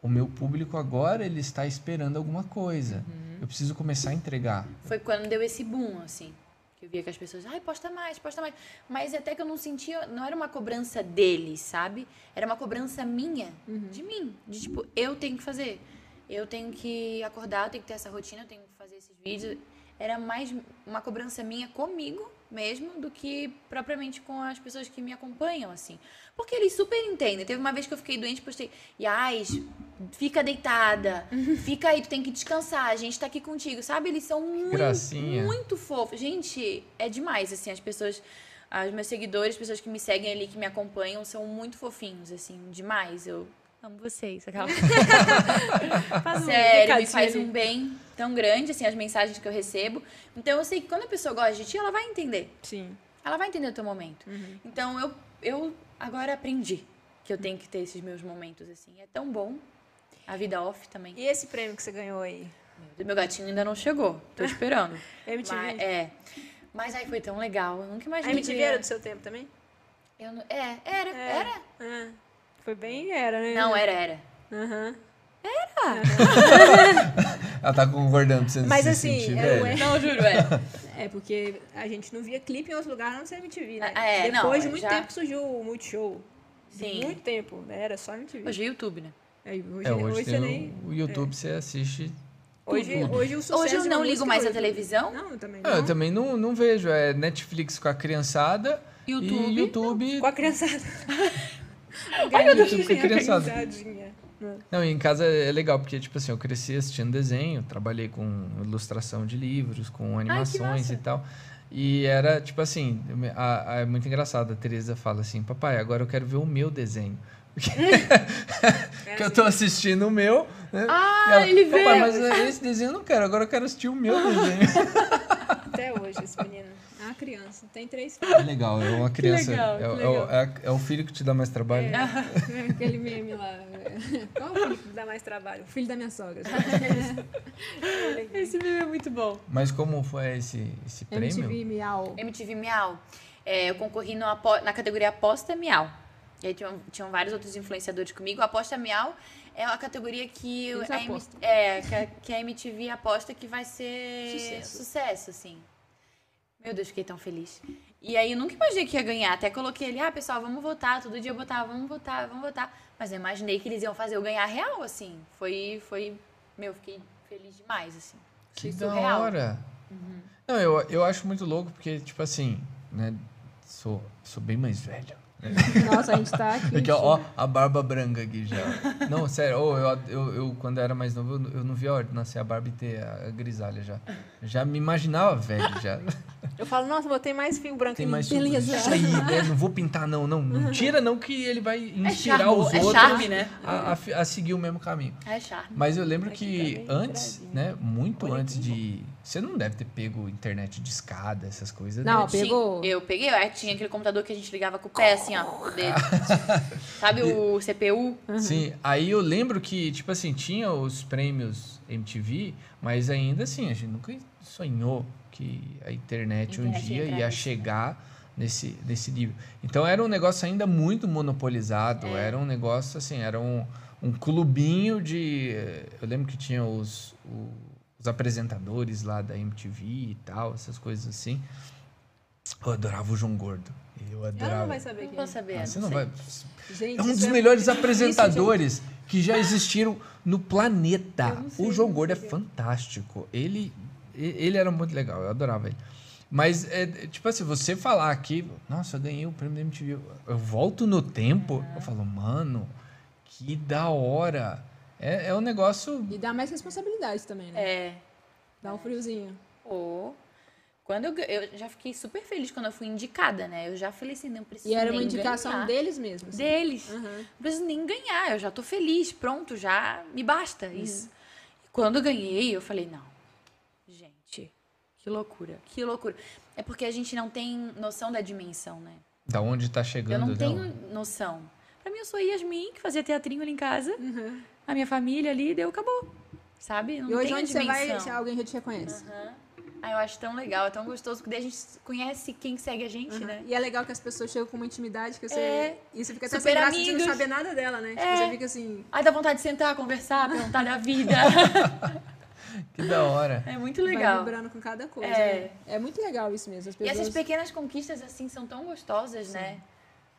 [SPEAKER 2] o meu público agora ele está esperando alguma coisa. Eu preciso começar a entregar.
[SPEAKER 3] Foi quando deu esse boom, assim. Que eu via que as pessoas, ai, posta mais, posta mais. Mas é até que eu não sentia, não era uma cobrança deles, sabe? Era uma cobrança minha, de mim. De tipo, eu tenho que fazer. Eu tenho que acordar, eu tenho que ter essa rotina, eu tenho que fazer esses vídeos. Era mais uma cobrança minha comigo mesmo do que propriamente com as pessoas que me acompanham, assim. Porque eles super entendem. Teve uma vez que eu fiquei doente, postei, Yas, fica deitada, fica aí, tu tem que descansar, a gente tá aqui contigo, sabe? Eles são muito,
[SPEAKER 2] gracinha.
[SPEAKER 3] muito fofos. Gente, é demais, assim, as pessoas, os meus seguidores, as pessoas que me seguem ali, que me acompanham, são muito fofinhos, assim, demais. Eu amo vocês, aquela.
[SPEAKER 4] Ah.
[SPEAKER 1] Faz um
[SPEAKER 3] Sério, me
[SPEAKER 1] recadinho
[SPEAKER 3] faz
[SPEAKER 1] ali.
[SPEAKER 3] um bem tão grande, assim, as mensagens que eu recebo. Então eu sei que quando a pessoa gosta de ti, ela vai entender.
[SPEAKER 1] Sim.
[SPEAKER 3] Ela vai entender o teu momento. Então eu, eu agora aprendi que eu tenho que ter esses meus momentos, assim. É tão bom. A vida off também.
[SPEAKER 1] E esse prêmio que você ganhou aí?
[SPEAKER 3] Meu gatinho ainda não chegou. Tô esperando.
[SPEAKER 1] MTV?
[SPEAKER 3] Mas, é. Mas aí foi tão legal. Eu nunca
[SPEAKER 1] A
[SPEAKER 3] imaginei.
[SPEAKER 1] MTV era do seu tempo também?
[SPEAKER 3] Eu não- É, era, era.
[SPEAKER 1] Ah, foi bem, era, né?
[SPEAKER 3] É. Não, é. era, era.
[SPEAKER 1] Aham.
[SPEAKER 2] Ela tá concordando pra você
[SPEAKER 1] Mas
[SPEAKER 2] se
[SPEAKER 1] assim,
[SPEAKER 2] sentir
[SPEAKER 1] era
[SPEAKER 2] velha.
[SPEAKER 1] um
[SPEAKER 3] Não, juro, era.
[SPEAKER 1] É, porque a gente não via clipe em outros lugares, a não ser MTV, né?
[SPEAKER 3] Ah, é, não,
[SPEAKER 1] Depois de muito
[SPEAKER 3] já-
[SPEAKER 1] tempo surgiu o Multishow. De
[SPEAKER 3] Sim.
[SPEAKER 1] Muito tempo, né? Era só MTV.
[SPEAKER 3] Hoje é YouTube, né?
[SPEAKER 1] É, hoje,
[SPEAKER 2] É, hoje
[SPEAKER 1] hoje
[SPEAKER 2] tem
[SPEAKER 1] você
[SPEAKER 2] o-
[SPEAKER 1] nem...
[SPEAKER 2] o YouTube, você assiste.
[SPEAKER 1] Hoje,
[SPEAKER 2] tudo.
[SPEAKER 1] hoje o sucesso
[SPEAKER 3] Hoje eu
[SPEAKER 1] da
[SPEAKER 3] não
[SPEAKER 1] música
[SPEAKER 3] ligo mais
[SPEAKER 1] é
[SPEAKER 3] a
[SPEAKER 1] hoje.
[SPEAKER 3] televisão.
[SPEAKER 1] Não, eu também
[SPEAKER 2] Ah,
[SPEAKER 1] não.
[SPEAKER 2] eu também não, não vejo. É Netflix com a criançada.
[SPEAKER 3] YouTube.
[SPEAKER 2] E YouTube.
[SPEAKER 1] Com a criançada.
[SPEAKER 2] Ai, meu Deus, que
[SPEAKER 1] Galinha,
[SPEAKER 2] criançada.
[SPEAKER 1] organizadinha.
[SPEAKER 2] Não, e em casa é legal, porque, tipo assim, eu cresci assistindo desenho, trabalhei com ilustração de livros, com animações
[SPEAKER 3] massa.
[SPEAKER 2] e tal. E era, tipo assim, a- a- é muito engraçado. A Tereza fala assim: Papai, agora eu quero ver o meu desenho.
[SPEAKER 1] É assim,
[SPEAKER 2] que eu tô assistindo o meu. Né?
[SPEAKER 3] Ah,
[SPEAKER 2] E ela,
[SPEAKER 3] ele vê.
[SPEAKER 2] Papai, mas é esse desenho eu não quero, agora eu quero assistir o meu desenho.
[SPEAKER 1] Até hoje, esse menino. É uma criança. Tem três filhos.
[SPEAKER 2] É legal, é uma criança.
[SPEAKER 3] legal,
[SPEAKER 2] é,
[SPEAKER 3] que
[SPEAKER 2] é o-
[SPEAKER 3] legal.
[SPEAKER 2] é a- é o filho que te dá mais trabalho.
[SPEAKER 1] É, aquele meme lá.
[SPEAKER 4] é.
[SPEAKER 1] Qual o filho que dá mais trabalho? O filho da minha sogra.
[SPEAKER 3] Esse vídeo é muito bom.
[SPEAKER 2] Mas como foi esse, esse prêmio?
[SPEAKER 4] MTV Miau.
[SPEAKER 3] MTV Miau. É, eu concorri no apo- na categoria Aposta Miau. E aí tinham, tinham vários outros influenciadores comigo. A Aposta Miau é a categoria que
[SPEAKER 4] Eles
[SPEAKER 3] a, M-
[SPEAKER 4] apostam.
[SPEAKER 3] é, que, a, que a MTV aposta que vai ser
[SPEAKER 1] Sucesso.
[SPEAKER 3] sucesso, assim. Meu Deus, fiquei tão feliz. E aí eu nunca imaginei que ia ganhar. Até coloquei ali, ah, pessoal, vamos votar. Todo dia eu botava, vamos votar, vamos votar. Mas eu imaginei que eles iam fazer eu ganhar real, assim. Foi, foi... Meu, fiquei feliz demais, assim.
[SPEAKER 2] Que
[SPEAKER 3] Achei
[SPEAKER 2] da
[SPEAKER 3] surreal.
[SPEAKER 2] hora!
[SPEAKER 3] Uhum.
[SPEAKER 2] Não, eu, eu acho muito louco, porque, tipo assim, né? Sou, sou bem mais velho.
[SPEAKER 4] Nossa, a gente tá aqui.
[SPEAKER 2] Aqui, ó, ó, a barba branca aqui já. Não, sério, ô, eu, eu, eu, quando era mais novo, eu, eu não via a hora de nascer a barba e ter a, a grisalha já. Já me imaginava velho já.
[SPEAKER 1] Eu falo, nossa, botei mais fio branco
[SPEAKER 2] Tem
[SPEAKER 1] em mim.
[SPEAKER 2] mais
[SPEAKER 1] Beleza.
[SPEAKER 2] Isso aí, né? Não vou pintar, não, não. Não tira, não, que ele vai inspirar
[SPEAKER 3] charmo-
[SPEAKER 2] os
[SPEAKER 3] é
[SPEAKER 2] outros
[SPEAKER 3] charme, né?
[SPEAKER 2] a- a fi- a seguir o mesmo caminho.
[SPEAKER 3] É charme.
[SPEAKER 2] Mas eu lembro
[SPEAKER 1] Aqui
[SPEAKER 2] que
[SPEAKER 1] tá bem
[SPEAKER 2] antes,
[SPEAKER 1] grudinho.
[SPEAKER 2] né? Muito
[SPEAKER 1] Olha
[SPEAKER 2] antes
[SPEAKER 1] aqui.
[SPEAKER 2] de. Você não deve ter pego internet de escada, essas coisas.
[SPEAKER 4] Não,
[SPEAKER 2] né?
[SPEAKER 4] pe- Pegou?
[SPEAKER 3] Sim, eu peguei. Aí tinha aquele computador que a gente ligava com o pé, assim, ó. o dedo. Sabe o CPU? Uhum.
[SPEAKER 2] Sim. Aí eu lembro que, tipo assim, tinha os prêmios MTV, mas ainda assim, a gente nunca sonhou que a internet um
[SPEAKER 3] Internet ia
[SPEAKER 2] dia
[SPEAKER 3] entrar
[SPEAKER 2] ia
[SPEAKER 3] nisso, né?
[SPEAKER 2] chegar nesse, nesse nível. Então era um negócio ainda muito monopolizado,
[SPEAKER 3] É.
[SPEAKER 2] era um negócio assim, era um, um clubinho de. eh, Eu lembro que tinha os, o- os apresentadores lá da MTV e tal, essas coisas assim. Eu adorava o João Gordo. Eu
[SPEAKER 1] Ela
[SPEAKER 2] adorava.
[SPEAKER 1] não vai saber
[SPEAKER 3] Não
[SPEAKER 1] quem
[SPEAKER 3] vou
[SPEAKER 1] é.
[SPEAKER 3] saber.
[SPEAKER 2] Ah, você não
[SPEAKER 3] sei.
[SPEAKER 2] vai.
[SPEAKER 1] Gente,
[SPEAKER 2] É um dos
[SPEAKER 1] isso
[SPEAKER 2] melhores
[SPEAKER 1] muito difícil, gente.
[SPEAKER 2] apresentadores que já existiram no planeta.
[SPEAKER 1] Eu não sei,
[SPEAKER 2] O João
[SPEAKER 1] eu não
[SPEAKER 2] Gordo é
[SPEAKER 1] sei.
[SPEAKER 2] fantástico. Ele, e- ele era muito legal, eu adorava ele. Mas, é, é, tipo assim, você falar aqui, nossa, eu ganhei o prêmio da MTV. Eu volto no tempo,
[SPEAKER 1] É.
[SPEAKER 2] eu falo, mano, que da hora. É, é um negócio.
[SPEAKER 4] E dá mais responsabilidade também, né?
[SPEAKER 3] É.
[SPEAKER 4] Dá um friozinho.
[SPEAKER 3] Pô. Quando eu, gan- eu já fiquei super feliz quando eu fui indicada, né? Eu já falei assim, não preciso
[SPEAKER 4] E era uma
[SPEAKER 3] nem
[SPEAKER 4] indicação
[SPEAKER 3] ganhar.
[SPEAKER 4] deles mesmos.
[SPEAKER 3] deles.
[SPEAKER 4] Aham.
[SPEAKER 3] Não preciso nem ganhar, eu já tô feliz, pronto, já me basta
[SPEAKER 4] Uhum.
[SPEAKER 3] isso. E quando eu ganhei, eu falei, não, gente, que loucura, que loucura. É porque a gente não tem noção da dimensão, né?
[SPEAKER 2] Da onde tá
[SPEAKER 3] Eu
[SPEAKER 2] chegando,
[SPEAKER 3] não
[SPEAKER 2] né?
[SPEAKER 3] tenho noção. Pra mim, eu sou a Yasmin, que fazia teatrinho ali em casa. A minha família ali, deu, acabou. Sabe? Não
[SPEAKER 4] Uhum. E hoje
[SPEAKER 3] tem a
[SPEAKER 4] onde você vai,
[SPEAKER 3] dimensão.
[SPEAKER 4] se alguém já te reconhece.
[SPEAKER 3] Aham. Ah, eu acho tão legal, é tão gostoso, porque daí a gente conhece quem segue a gente,
[SPEAKER 4] Aham.
[SPEAKER 3] né?
[SPEAKER 4] E é legal que as pessoas chegam com uma intimidade que você.
[SPEAKER 3] É.
[SPEAKER 4] E você fica até
[SPEAKER 3] Super
[SPEAKER 4] sem graça de não
[SPEAKER 3] amigos.
[SPEAKER 4] saber nada dela, né? Tipo,
[SPEAKER 3] É.
[SPEAKER 4] você fica assim.
[SPEAKER 3] Ai, dá vontade de sentar, conversar, perguntar da vida.
[SPEAKER 2] Que da hora.
[SPEAKER 3] É muito
[SPEAKER 4] Vai
[SPEAKER 3] legal.
[SPEAKER 4] vibrando com cada coisa.
[SPEAKER 3] É.
[SPEAKER 4] né? é muito legal isso mesmo. As
[SPEAKER 3] E
[SPEAKER 4] pessoas...
[SPEAKER 3] essas pequenas conquistas, assim, são tão gostosas, né?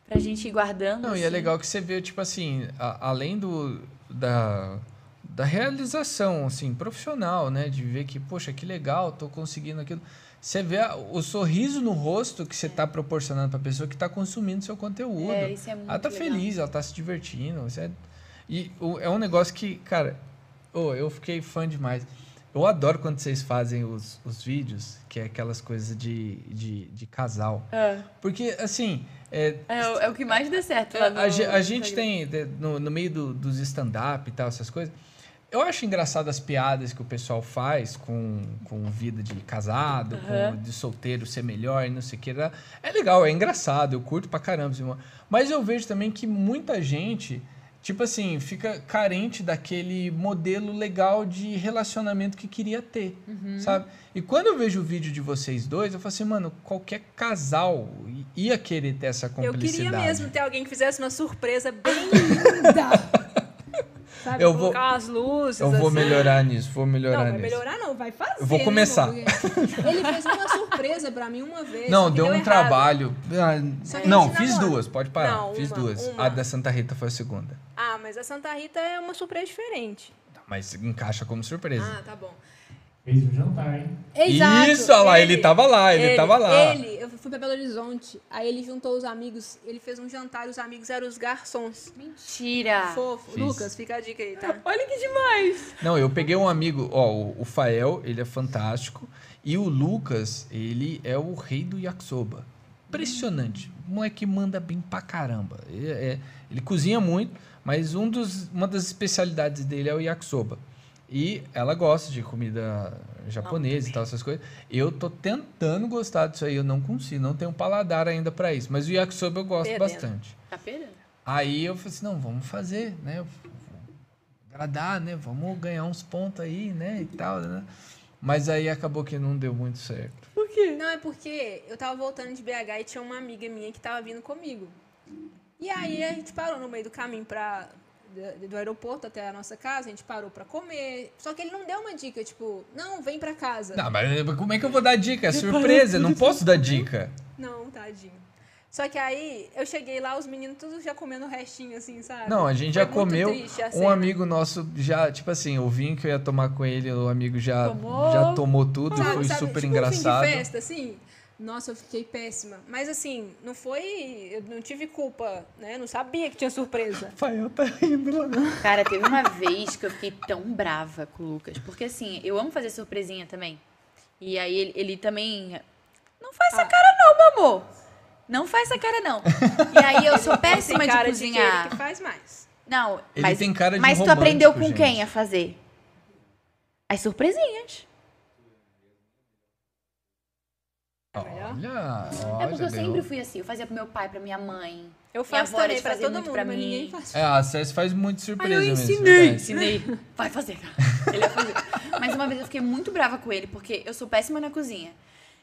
[SPEAKER 3] Pra gente ir guardando.
[SPEAKER 2] Não, e é
[SPEAKER 3] assim.
[SPEAKER 2] legal que você vê, tipo assim, a- além do, da, da realização, assim, profissional, né? De ver que, poxa, que legal, tô conseguindo aquilo. Você vê a- o sorriso no rosto que você tá proporcionando pra pessoa que tá consumindo seu conteúdo.
[SPEAKER 3] É, isso é muito
[SPEAKER 2] ela tá
[SPEAKER 3] legal.
[SPEAKER 2] feliz, ela tá se divertindo. Isso é... E o- é um negócio que, cara, ô, eu fiquei fã demais. Eu adoro quando vocês fazem os, os vídeos, que é aquelas coisas de, de, de casal.
[SPEAKER 3] Ah,
[SPEAKER 2] Porque, assim, é,
[SPEAKER 3] É, o, é o que mais dá certo.
[SPEAKER 2] é,
[SPEAKER 3] Lá no,
[SPEAKER 2] a, ge- a
[SPEAKER 3] no
[SPEAKER 2] gente
[SPEAKER 3] Instagram.
[SPEAKER 2] tem, de- no, no meio do- dos stand-up e tal, essas coisas, eu acho engraçado as piadas que o pessoal faz com, com vida de casado, com
[SPEAKER 3] Aham.
[SPEAKER 2] de solteiro ser melhor e não sei o que. lá. É legal, é engraçado, eu curto pra caramba. assim, uma- Mas eu vejo também que muita gente, tipo assim, fica carente daquele modelo legal de relacionamento que queria ter,
[SPEAKER 3] Uhum.
[SPEAKER 2] sabe? E quando eu vejo o vídeo de vocês dois, eu falo assim, mano, qualquer casal ia querer ter essa
[SPEAKER 1] Eu
[SPEAKER 2] cumplicidade.
[SPEAKER 1] queria mesmo ter alguém que fizesse uma surpresa bem
[SPEAKER 4] Sabe?
[SPEAKER 2] Eu vou,
[SPEAKER 1] colocar as luzes.
[SPEAKER 2] eu vou
[SPEAKER 1] assim.
[SPEAKER 2] melhorar nisso, vou
[SPEAKER 1] Não,
[SPEAKER 2] melhorar
[SPEAKER 1] vai
[SPEAKER 2] nisso.
[SPEAKER 1] melhorar não, vai fazer.
[SPEAKER 2] Eu vou
[SPEAKER 1] né,
[SPEAKER 2] começar.
[SPEAKER 1] amor?
[SPEAKER 4] Ele fez uma surpresa pra mim uma vez. só
[SPEAKER 2] Não,
[SPEAKER 4] que
[SPEAKER 2] deu, um
[SPEAKER 4] errado.
[SPEAKER 2] trabalho. Ah,
[SPEAKER 4] Só que a
[SPEAKER 2] não,
[SPEAKER 4] gente
[SPEAKER 2] fiz
[SPEAKER 4] namora.
[SPEAKER 2] duas, pode parar.
[SPEAKER 1] Não,
[SPEAKER 2] fiz
[SPEAKER 1] uma,
[SPEAKER 2] duas.
[SPEAKER 1] uma.
[SPEAKER 2] A da Santa Rita foi a segunda.
[SPEAKER 1] Ah, mas a Santa Rita é uma surpresa diferente.
[SPEAKER 2] Mas encaixa como surpresa.
[SPEAKER 1] Ah, tá bom.
[SPEAKER 5] Fez um jantar, hein?
[SPEAKER 4] Exato.
[SPEAKER 2] Isso, olha lá, ele,
[SPEAKER 1] Ele-
[SPEAKER 2] tava lá, ele, tava lá.
[SPEAKER 4] Ele, eu fui pra Belo Horizonte, aí ele juntou os amigos, ele fez um jantar, os amigos eram os garçons.
[SPEAKER 3] Mentira.
[SPEAKER 1] Ah.
[SPEAKER 4] Fofo.
[SPEAKER 2] Fiz.
[SPEAKER 4] Lucas, fica a dica aí, tá?
[SPEAKER 3] Olha que demais.
[SPEAKER 2] Não, eu peguei um amigo, ó, o, o Fael, ele é fantástico. E o Lucas, ele é o rei do yakisoba. Impressionante. O moleque manda bem pra caramba. Ele, é- ele cozinha muito, mas um dos, uma das especialidades dele é o yakisoba. E ela gosta de comida japonesa e tal, essas coisas. Eu tô tentando gostar disso aí, eu não consigo, não tenho paladar ainda pra isso. Mas o yakisoba eu gosto
[SPEAKER 1] Perdendo.
[SPEAKER 2] bastante.
[SPEAKER 3] Tá perdendo. Aí
[SPEAKER 2] Aí eu falei assim, não, vamos fazer, né? Agradar, né? Vamos ganhar uns pontos aí, né? E tal, né? Mas aí acabou que não deu muito certo.
[SPEAKER 4] Não, é porque eu tava voltando de BH e tinha uma amiga minha que tava vindo comigo. E aí a gente parou no meio do caminho pra, do, do aeroporto até a nossa casa, a gente parou pra comer. Só que ele não deu uma dica, tipo, não, vem pra casa.
[SPEAKER 2] Não, mas como é que eu vou dar dica? É surpresa, não posso dar dica.
[SPEAKER 4] Não, tadinho. Só que aí eu cheguei lá, os meninos todos já comendo restinho, assim, sabe?
[SPEAKER 2] Não, a gente
[SPEAKER 1] É
[SPEAKER 4] Foi
[SPEAKER 2] já
[SPEAKER 4] muito
[SPEAKER 2] comeu.
[SPEAKER 4] triste assim. a
[SPEAKER 1] né?
[SPEAKER 2] Um
[SPEAKER 4] cena.
[SPEAKER 2] amigo nosso já, tipo assim, o vinho que eu ia tomar com ele, o amigo já
[SPEAKER 3] Tomou.
[SPEAKER 2] já tomou tudo,
[SPEAKER 4] Sabe,
[SPEAKER 2] foi
[SPEAKER 4] sabe,
[SPEAKER 2] super
[SPEAKER 4] tipo um fim
[SPEAKER 2] engraçado.
[SPEAKER 4] de festa, assim. Nossa, eu fiquei péssima. Mas assim, não foi. Eu não tive culpa, né? Eu não sabia que tinha surpresa.
[SPEAKER 2] Rafael tá rindo lá.
[SPEAKER 3] Cara, teve uma vez que eu fiquei tão brava com o Lucas. Porque assim, eu amo fazer surpresinha também. E aí ele, ele também. Não faz
[SPEAKER 4] Ah.
[SPEAKER 3] essa cara, não, meu amor! Não faz essa cara, não. E aí eu sou
[SPEAKER 4] Tem
[SPEAKER 3] péssima de
[SPEAKER 4] cara de que
[SPEAKER 3] cozinhar.
[SPEAKER 4] ele que faz mais.
[SPEAKER 3] Não,
[SPEAKER 2] Ele
[SPEAKER 3] mas,
[SPEAKER 2] tem cara de
[SPEAKER 3] mas tu
[SPEAKER 2] romântico,
[SPEAKER 3] aprendeu com
[SPEAKER 2] gente.
[SPEAKER 3] quem a fazer? As surpresinhas.
[SPEAKER 2] Olha, olha,
[SPEAKER 3] é porque eu
[SPEAKER 2] deu.
[SPEAKER 3] sempre fui assim. Eu fazia pro meu pai, pra minha mãe.
[SPEAKER 4] Eu
[SPEAKER 3] Minha
[SPEAKER 4] faço
[SPEAKER 3] avó era
[SPEAKER 4] também
[SPEAKER 3] de
[SPEAKER 4] pra
[SPEAKER 3] fazer
[SPEAKER 4] todo
[SPEAKER 3] muito
[SPEAKER 4] mundo,
[SPEAKER 3] pra
[SPEAKER 4] mas
[SPEAKER 3] mim.
[SPEAKER 4] ninguém faz.
[SPEAKER 2] É, a César faz muito surpresa
[SPEAKER 3] Aí eu
[SPEAKER 2] mesmo,
[SPEAKER 3] ensinei,
[SPEAKER 2] verdade.
[SPEAKER 3] ensinei. Vai fazer, cara. Ele vai fazer. Mas uma vez eu fiquei muito brava com ele, porque eu sou péssima na cozinha.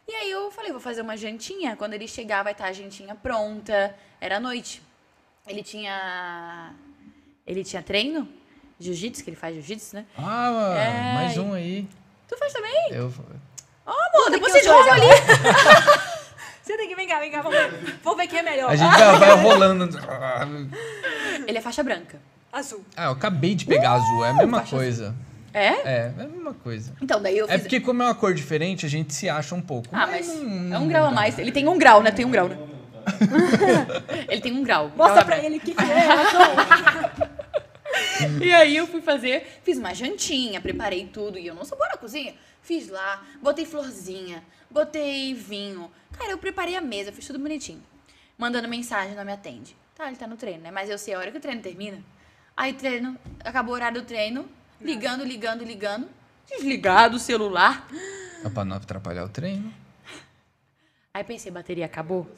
[SPEAKER 3] E aí eu falei, vou fazer uma jantinha. Quando ele chegar, vai estar a jantinha pronta. Era noite. Ele tinha... Ele tinha treino? Jiu-jitsu, que ele faz jiu-jitsu, né?
[SPEAKER 2] Ah, mano,
[SPEAKER 3] É,
[SPEAKER 2] mais
[SPEAKER 3] e-
[SPEAKER 2] um aí.
[SPEAKER 3] Tu faz também?
[SPEAKER 2] Eu...
[SPEAKER 3] Amor, depois vocês rolam ali.
[SPEAKER 4] Você tem que vem cá, vem cá, vamos ver. Vamos ver quem é melhor.
[SPEAKER 2] A gente vai, vai rolando.
[SPEAKER 3] Ele é faixa branca.
[SPEAKER 4] Azul.
[SPEAKER 2] Ah, eu acabei de pegar azul, é a mesma
[SPEAKER 4] assim.
[SPEAKER 2] coisa.
[SPEAKER 3] É?
[SPEAKER 2] É, é a mesma coisa.
[SPEAKER 3] Então, daí eu fiz...
[SPEAKER 2] É porque como é uma cor diferente, a gente se acha um pouco.
[SPEAKER 3] Ah, mas
[SPEAKER 2] não-
[SPEAKER 3] é um grau a mais. Ele tem um grau, né? Tem um grau, né? ele tem um grau. um grau
[SPEAKER 4] Mostra
[SPEAKER 3] a
[SPEAKER 4] pra
[SPEAKER 3] mais.
[SPEAKER 4] ele o que, que é.
[SPEAKER 3] E aí eu fui fazer, fiz uma jantinha, preparei tudo. E eu não sou boa na cozinha. Fiz lá, botei florzinha, botei vinho. Cara, eu preparei a mesa, fiz tudo bonitinho. Mandando mensagem, não me atende. Tá, ele tá no treino, né? Mas eu sei a hora que o treino termina. Aí treino, acabou o horário do treino. Ligando, ligando, ligando. Desligado o celular.
[SPEAKER 2] É pra não atrapalhar o treino.
[SPEAKER 3] Aí pensei, bateria acabou?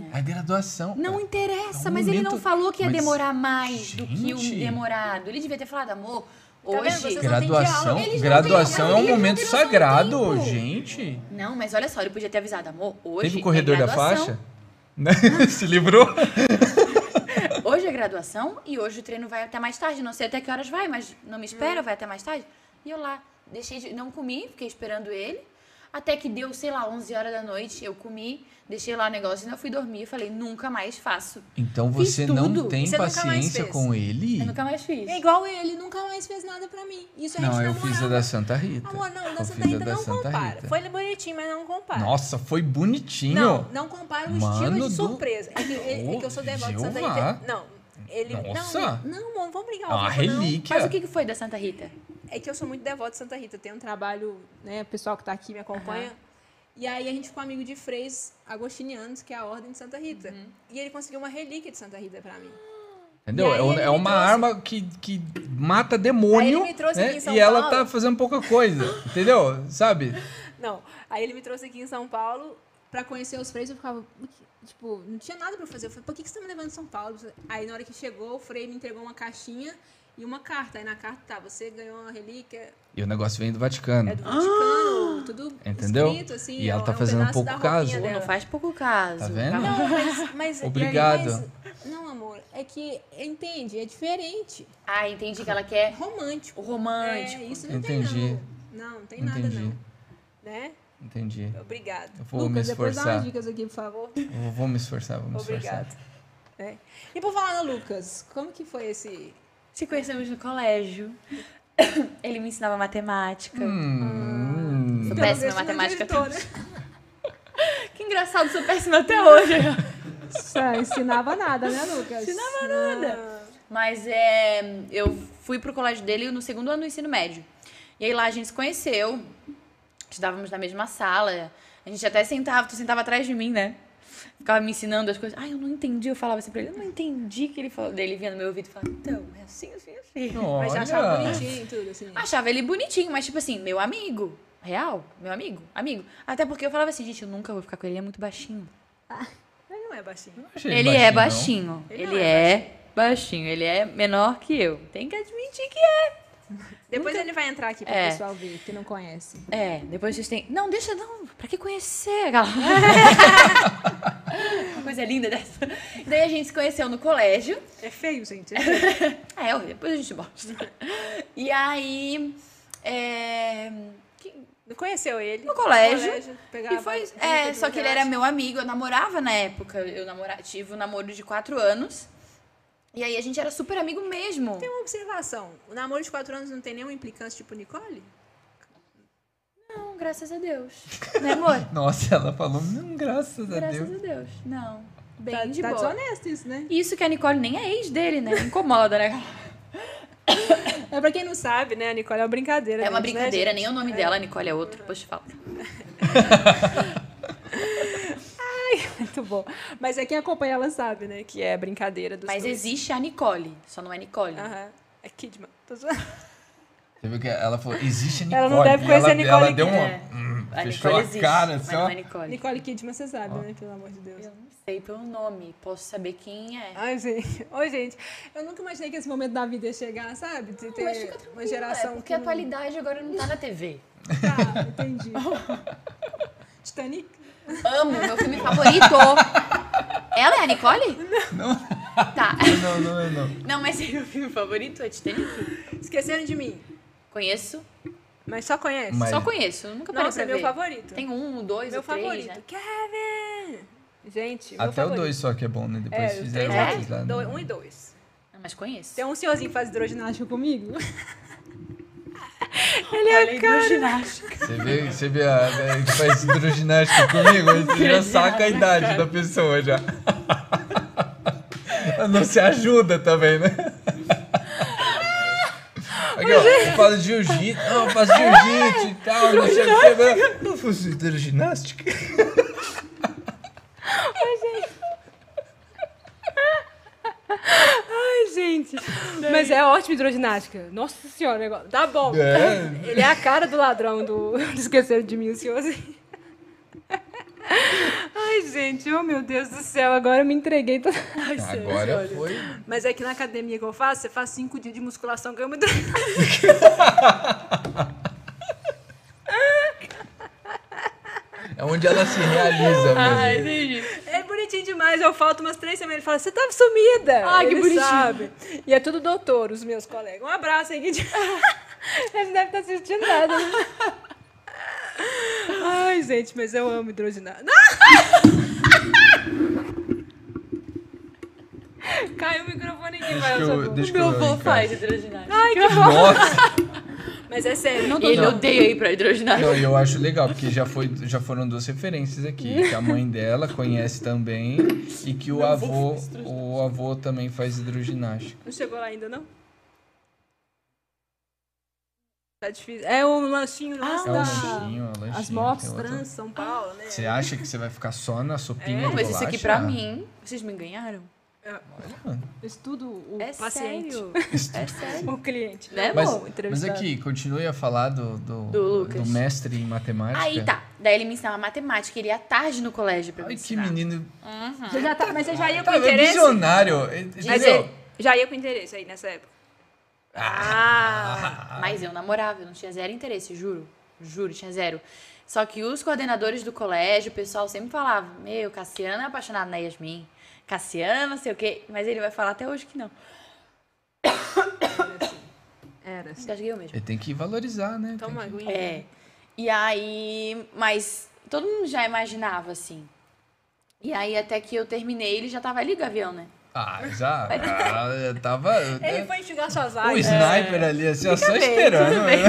[SPEAKER 4] É.
[SPEAKER 2] A graduação.
[SPEAKER 4] então,
[SPEAKER 3] Não
[SPEAKER 2] cara.
[SPEAKER 3] interessa,
[SPEAKER 2] É um
[SPEAKER 3] mas ele não
[SPEAKER 2] momento-
[SPEAKER 3] falou que ia
[SPEAKER 2] mas,
[SPEAKER 3] demorar mais do que
[SPEAKER 2] gente.
[SPEAKER 3] o demorado. Ele devia ter falado, amor,
[SPEAKER 4] Tá vendo?
[SPEAKER 3] hoje.
[SPEAKER 4] Vocês não têm
[SPEAKER 2] Graduação,
[SPEAKER 4] diálogo. Eles não
[SPEAKER 2] graduação é
[SPEAKER 3] têm-
[SPEAKER 2] um
[SPEAKER 3] eles não
[SPEAKER 2] momento
[SPEAKER 3] têm noção do
[SPEAKER 2] sagrado,
[SPEAKER 3] tempo.
[SPEAKER 2] gente.
[SPEAKER 3] Não, mas olha só, ele podia ter avisado, amor, hoje.
[SPEAKER 2] Teve o corredor
[SPEAKER 3] é
[SPEAKER 2] da
[SPEAKER 3] graduação.
[SPEAKER 2] faixa? Né? se livrou?
[SPEAKER 3] Hoje é graduação e hoje o treino vai até mais tarde. Não sei até que horas vai, mas não me espera, vai até mais tarde. E eu lá, deixei de. Não comi, fiquei esperando ele. Até que deu, sei lá, 11 horas da noite, eu comi, deixei lá o negócio e não fui dormir. Falei, nunca mais faço.
[SPEAKER 2] Então
[SPEAKER 3] Fiz
[SPEAKER 2] você não
[SPEAKER 3] tudo.
[SPEAKER 2] tem
[SPEAKER 4] Você nunca mais
[SPEAKER 2] paciência
[SPEAKER 4] fez.
[SPEAKER 2] com ele?
[SPEAKER 3] Eu nunca mais fiz.
[SPEAKER 4] É igual ele, nunca mais fez nada pra mim. Isso a gente
[SPEAKER 2] Não, eu
[SPEAKER 4] namorava.
[SPEAKER 2] fiz a da Santa Rita.
[SPEAKER 4] Amor, não,
[SPEAKER 2] Eu
[SPEAKER 4] da Santa
[SPEAKER 2] fiz a
[SPEAKER 4] Rita
[SPEAKER 2] da
[SPEAKER 4] não
[SPEAKER 2] Santa
[SPEAKER 4] compara.
[SPEAKER 2] Rita.
[SPEAKER 4] Foi bonitinho, mas não compara.
[SPEAKER 2] Nossa, foi bonitinho.
[SPEAKER 4] Não, não compara o
[SPEAKER 2] Mano
[SPEAKER 4] estilo
[SPEAKER 2] do-
[SPEAKER 4] de surpresa. É que, é- é que eu sou devota de Santa
[SPEAKER 2] Jeová.
[SPEAKER 4] Rita. Não, ele. não,
[SPEAKER 2] Nossa.
[SPEAKER 4] Não, não, Tipo, não vamos brigar.
[SPEAKER 2] É uma
[SPEAKER 4] Rafa, não.
[SPEAKER 2] relíquia.
[SPEAKER 3] Mas o que que foi da Santa Rita?
[SPEAKER 4] É que eu sou muito devota de Santa Rita. Tem um trabalho, né? O pessoal que tá aqui me acompanha. E aí a gente ficou amigo de freis agostinianos, que é a ordem de Santa Rita. E ele conseguiu uma relíquia de Santa Rita pra mim.
[SPEAKER 2] Entendeu?
[SPEAKER 4] E aí
[SPEAKER 2] É um-
[SPEAKER 4] ele
[SPEAKER 2] É,
[SPEAKER 4] me
[SPEAKER 2] uma
[SPEAKER 4] trouxe-
[SPEAKER 2] arma que, que mata demônio.
[SPEAKER 4] Aí ele me trouxe
[SPEAKER 2] né?
[SPEAKER 4] aqui em São
[SPEAKER 2] e ela
[SPEAKER 4] Paulo.
[SPEAKER 2] tá fazendo pouca coisa. entendeu? Sabe?
[SPEAKER 4] Não, aí ele me trouxe aqui em São Paulo pra conhecer os freis. Eu ficava, "O que-" tipo, não tinha nada pra eu fazer. Eu falei, por que, que você tá me levando em São Paulo? Aí na hora que chegou, o frei me entregou uma caixinha e uma carta. Aí na carta tá, você ganhou uma relíquia,
[SPEAKER 2] E o negócio vem do Vaticano.
[SPEAKER 4] é do Vaticano, tudo
[SPEAKER 2] Entendeu?
[SPEAKER 4] escrito, assim.
[SPEAKER 2] E
[SPEAKER 4] é
[SPEAKER 2] ela
[SPEAKER 4] um-
[SPEAKER 2] tá
[SPEAKER 4] é um
[SPEAKER 2] fazendo
[SPEAKER 4] pedaço
[SPEAKER 2] pouco
[SPEAKER 4] da roupinha
[SPEAKER 2] caso.
[SPEAKER 4] dela.
[SPEAKER 3] Não faz pouco caso.
[SPEAKER 2] Tá vendo?
[SPEAKER 3] Não,
[SPEAKER 4] Não, mas, mas e aí,
[SPEAKER 2] Obrigado.
[SPEAKER 4] mas- não, amor, é que entende, é diferente.
[SPEAKER 3] Ah, entendi que ela quer
[SPEAKER 4] Romântico.
[SPEAKER 3] o
[SPEAKER 4] É,
[SPEAKER 3] romântico.
[SPEAKER 4] isso não
[SPEAKER 2] Entendi.
[SPEAKER 4] tem não. Não, não tem nada
[SPEAKER 2] Entendi.
[SPEAKER 4] não. Né?
[SPEAKER 2] Entendi.
[SPEAKER 4] Obrigado.
[SPEAKER 2] Eu vou
[SPEAKER 4] Lucas, é
[SPEAKER 2] me
[SPEAKER 4] depois dá
[SPEAKER 2] esforçar.
[SPEAKER 4] umas dicas aqui, por favor.
[SPEAKER 2] Eu vou me esforçar, vou me
[SPEAKER 4] Obrigado.
[SPEAKER 2] esforçar.
[SPEAKER 4] É. E por falar no Lucas, como que foi esse.
[SPEAKER 3] Se conhecemos no colégio. Ele me ensinava matemática.
[SPEAKER 2] Hum,
[SPEAKER 3] Sou
[SPEAKER 4] Pelo
[SPEAKER 3] péssima em
[SPEAKER 4] visto, não
[SPEAKER 3] matemática.
[SPEAKER 4] adiantou, né?
[SPEAKER 3] Que engraçado, sou péssima até hoje.
[SPEAKER 4] Só ensinava nada, né, Lucas? Ensinava nada.
[SPEAKER 3] Mas é, eu fui pro colégio dele no segundo ano do ensino médio. E aí lá a gente se conheceu, estudávamos na mesma sala. A gente até sentava, tu sentava atrás de mim, né? Ficava me ensinando as coisas. Ai, eu não entendi. Eu falava assim pra ele, eu não entendi o que ele falou. Daí ele vinha no meu ouvido e falava, então, é assim, assim, assim.
[SPEAKER 4] Mas já achava
[SPEAKER 2] olha.
[SPEAKER 4] bonitinho e tudo, assim.
[SPEAKER 3] Achava ele bonitinho, mas tipo assim, meu amigo. Real, meu amigo, amigo. Até porque eu falava assim, gente, eu nunca vou ficar com ele, ele é muito baixinho.
[SPEAKER 4] Mas não é baixinho.
[SPEAKER 2] Achei
[SPEAKER 3] Ele é
[SPEAKER 2] baixinho,
[SPEAKER 3] baixinho.
[SPEAKER 4] Ele
[SPEAKER 3] Ele,
[SPEAKER 4] não é
[SPEAKER 3] é, baixinho. Ele é menor que eu. Tem que admitir que é.
[SPEAKER 4] Depois ele vai entrar aqui pra o
[SPEAKER 3] É.
[SPEAKER 4] pessoal ver, que não conhece.
[SPEAKER 3] É, depois vocês têm. Não, deixa não. Pra que conhecer aquela. Uma coisa linda dessa. Daí a gente se conheceu no colégio.
[SPEAKER 4] É feio, gente.
[SPEAKER 3] Ah, É, depois a gente mostra. E aí. É... que-
[SPEAKER 4] Não conheceu ele.
[SPEAKER 3] No colégio.
[SPEAKER 4] pegava
[SPEAKER 3] E foi.
[SPEAKER 4] junto,
[SPEAKER 3] É,
[SPEAKER 4] tudo
[SPEAKER 3] só que ele
[SPEAKER 4] relaxa.
[SPEAKER 3] era meu amigo, eu namorava na época. Eu namora... tive um namoro de quatro anos. E aí a gente era super amigo mesmo.
[SPEAKER 4] Tem uma observação. O namoro de quatro anos não tem nenhuma implicância tipo Nicole?
[SPEAKER 3] Não, Então, graças a Deus. Né, amor?
[SPEAKER 2] Nossa, ela falou, hum, graças, a
[SPEAKER 3] graças
[SPEAKER 2] Deus.
[SPEAKER 3] a Deus. Não. Bem
[SPEAKER 4] tá,
[SPEAKER 3] de
[SPEAKER 4] tá
[SPEAKER 3] boa.
[SPEAKER 4] desonesto isso, né?
[SPEAKER 3] Isso que a Nicole nem é ex dele, né? Incomoda, né?
[SPEAKER 4] É pra quem não sabe, né, a Nicole é uma brincadeira.
[SPEAKER 3] É uma
[SPEAKER 4] mesmo, né,
[SPEAKER 3] brincadeira,
[SPEAKER 4] gente?
[SPEAKER 3] nem o nome dela, a Nicole é outro, depois te falo.
[SPEAKER 4] Muito bom. Mas é quem acompanha ela sabe, né, que é brincadeira dos
[SPEAKER 3] Mas
[SPEAKER 4] dois.
[SPEAKER 3] existe a Nicole, só não é Nicole.
[SPEAKER 4] Aham. É Kidman. Tô zoando.
[SPEAKER 2] Você viu que ela falou, existe a Nicole.
[SPEAKER 4] Ela não deve
[SPEAKER 2] E
[SPEAKER 4] conhecer
[SPEAKER 2] ela,
[SPEAKER 4] a Nicole
[SPEAKER 2] Ela deu uma...
[SPEAKER 3] É.
[SPEAKER 2] hum,
[SPEAKER 3] A
[SPEAKER 2] fechou
[SPEAKER 3] Nicole
[SPEAKER 2] a
[SPEAKER 3] existe,
[SPEAKER 2] cara,
[SPEAKER 3] mas
[SPEAKER 2] assim,
[SPEAKER 3] não
[SPEAKER 2] ó.
[SPEAKER 3] é Nicole.
[SPEAKER 4] Nicole Kidman, você sabe, né, pelo amor de Deus.
[SPEAKER 3] Eu não sei pelo nome, posso saber quem é.
[SPEAKER 4] Ai, gente. Oi, gente. Eu nunca imaginei que esse momento da vida ia chegar, sabe? De ter
[SPEAKER 3] Mas fica tranquila,
[SPEAKER 4] uma geração
[SPEAKER 3] é porque
[SPEAKER 4] que
[SPEAKER 3] a
[SPEAKER 4] não-
[SPEAKER 3] atualidade agora não tá na TV.
[SPEAKER 4] Tá, entendi. Titanic?
[SPEAKER 3] Amo, meu filme favorito. Ela é a Nicole? Não. Tá.
[SPEAKER 2] Não, não, não, não.
[SPEAKER 3] Não, mas é meu filme favorito, é Titanic.
[SPEAKER 4] Esqueceram de mim.
[SPEAKER 3] Conheço,
[SPEAKER 4] Mas só conhece?
[SPEAKER 2] Mas-
[SPEAKER 3] só conheço, nunca parei
[SPEAKER 4] Nossa,
[SPEAKER 3] pra
[SPEAKER 4] é meu
[SPEAKER 3] ver.
[SPEAKER 4] favorito.
[SPEAKER 3] Tem um, dois,
[SPEAKER 4] meu
[SPEAKER 3] ou três,
[SPEAKER 4] favorito.
[SPEAKER 3] né?
[SPEAKER 4] Kevin! Gente, meu
[SPEAKER 2] Até o
[SPEAKER 4] favorito.
[SPEAKER 2] 2 só que é bom, né? Depois
[SPEAKER 4] É, os três,
[SPEAKER 2] fizeram
[SPEAKER 4] é?
[SPEAKER 2] outros lá. né?
[SPEAKER 4] Dois- um e dois.
[SPEAKER 3] Não, Ah, Mas conheço.
[SPEAKER 4] Tem um senhorzinho que faz hidroginástica comigo.
[SPEAKER 3] Ele é
[SPEAKER 2] né?
[SPEAKER 3] cara.
[SPEAKER 2] Você vê, você vê a, a que faz hidroginástica comigo, aí você já saca a
[SPEAKER 4] né,
[SPEAKER 2] idade da pessoa já. Ela Não se ajuda também, né? Aqui, ó,
[SPEAKER 4] é.
[SPEAKER 2] eu faço jiu-jitsu, não, eu faço jiu-jitsu e tal, não sei o que. né? Eu faço hidroginástica.
[SPEAKER 4] Ai, gente. Mas é ótimo hidroginástica. Nossa senhora, negócio. Tá bom.
[SPEAKER 2] É.
[SPEAKER 4] Ele é a cara do ladrão do do Esqueceram de mim, o senhorzinho. Ai, gente, oh meu Deus do céu, agora eu me entreguei. toda- Ai, sério,
[SPEAKER 2] Agora
[SPEAKER 4] olha.
[SPEAKER 2] foi.
[SPEAKER 4] Mas é que na academia que eu faço, você faz cinco dias de musculação que eu me
[SPEAKER 2] É onde ela se realiza
[SPEAKER 3] Ah,
[SPEAKER 2] mesmo.
[SPEAKER 3] entendi.
[SPEAKER 4] É bonitinho demais, eu falto umas três semanas. Ele fala, você tava sumida.
[SPEAKER 3] Ai, que
[SPEAKER 4] Ele
[SPEAKER 3] bonitinho.
[SPEAKER 4] sabe. E é tudo doutor, os meus colegas. Um abraço aí, Guidi. Ele não deve estar assistindo nada. né? Ai, gente, mas eu amo hidroginástica. Caiu o microfone aqui,
[SPEAKER 2] Deixa
[SPEAKER 4] vai,
[SPEAKER 2] eu-
[SPEAKER 4] eu
[SPEAKER 2] deixa- Acho
[SPEAKER 4] sou
[SPEAKER 2] que
[SPEAKER 3] Meu
[SPEAKER 2] eu vou
[SPEAKER 3] avô
[SPEAKER 2] em casa.
[SPEAKER 3] faz hidroginástica.
[SPEAKER 4] Ai, que bom.
[SPEAKER 2] Nossa!
[SPEAKER 4] Mas é sério, não tô
[SPEAKER 3] Ele
[SPEAKER 2] Não.
[SPEAKER 3] odeia ir pra hidroginástica.
[SPEAKER 2] Não, e eu acho legal, porque já, foi, já foram duas referências aqui. Que a mãe dela conhece também e que o avô o avô também faz hidroginástica.
[SPEAKER 4] Não chegou lá ainda, não? Tá difícil. É o lanchinho
[SPEAKER 3] Ah,
[SPEAKER 4] lá
[SPEAKER 2] É o
[SPEAKER 4] da...
[SPEAKER 2] lanchinho, é o lanchinho.
[SPEAKER 4] As motos
[SPEAKER 2] tem outra-
[SPEAKER 4] trans São Paulo, né?
[SPEAKER 2] Você acha que você vai ficar só na sopinha de
[SPEAKER 3] É, Mas isso
[SPEAKER 2] bolacha?
[SPEAKER 3] aqui pra mim, vocês me ganharam?
[SPEAKER 4] Estudo o
[SPEAKER 3] É
[SPEAKER 4] paciente.
[SPEAKER 3] sério. É sério.
[SPEAKER 4] O cliente.
[SPEAKER 3] Né,
[SPEAKER 2] Mas,
[SPEAKER 3] amor?
[SPEAKER 2] mas aqui, continue a falar do, do,
[SPEAKER 3] Do Lucas.
[SPEAKER 2] do mestre em matemática.
[SPEAKER 3] Aí tá. Daí ele me ensinava matemática. Ele ia à tarde no colégio pra me
[SPEAKER 2] Ai, que
[SPEAKER 3] ensinar. Uhum.
[SPEAKER 2] menino.
[SPEAKER 4] Você já tá- mas você já ia com
[SPEAKER 2] Tá, é
[SPEAKER 4] interesse?
[SPEAKER 2] visionário.
[SPEAKER 4] Mas
[SPEAKER 2] Entendeu?
[SPEAKER 4] ele
[SPEAKER 3] é-
[SPEAKER 4] já ia com interesse aí nessa época. Ah!
[SPEAKER 3] Mas eu namorava, eu não tinha zero interesse, juro. Juro, tinha zero. Só que os coordenadores do colégio, o pessoal sempre falava: Meu, Cassiana é apaixonada na Yasmin. Cassiana, não sei o quê. Mas ele vai falar até hoje que não.
[SPEAKER 4] Era. assim.
[SPEAKER 3] Engasguei eu mesmo.
[SPEAKER 2] Ele tem que valorizar, né? Tem
[SPEAKER 4] Toma
[SPEAKER 2] que-
[SPEAKER 4] aguinha.
[SPEAKER 3] É. E aí. Mas todo mundo já imaginava, assim. E aí, até que eu terminei, ele já tava ali, Gavião, né?
[SPEAKER 2] Ah, já. ah, eu tava. né?
[SPEAKER 4] Ele foi enxugar suas
[SPEAKER 1] "É,
[SPEAKER 4] né?
[SPEAKER 2] O
[SPEAKER 4] águas.
[SPEAKER 2] sniper ali, assim, ó, só
[SPEAKER 3] bem,
[SPEAKER 2] esperando.
[SPEAKER 3] tudo bem.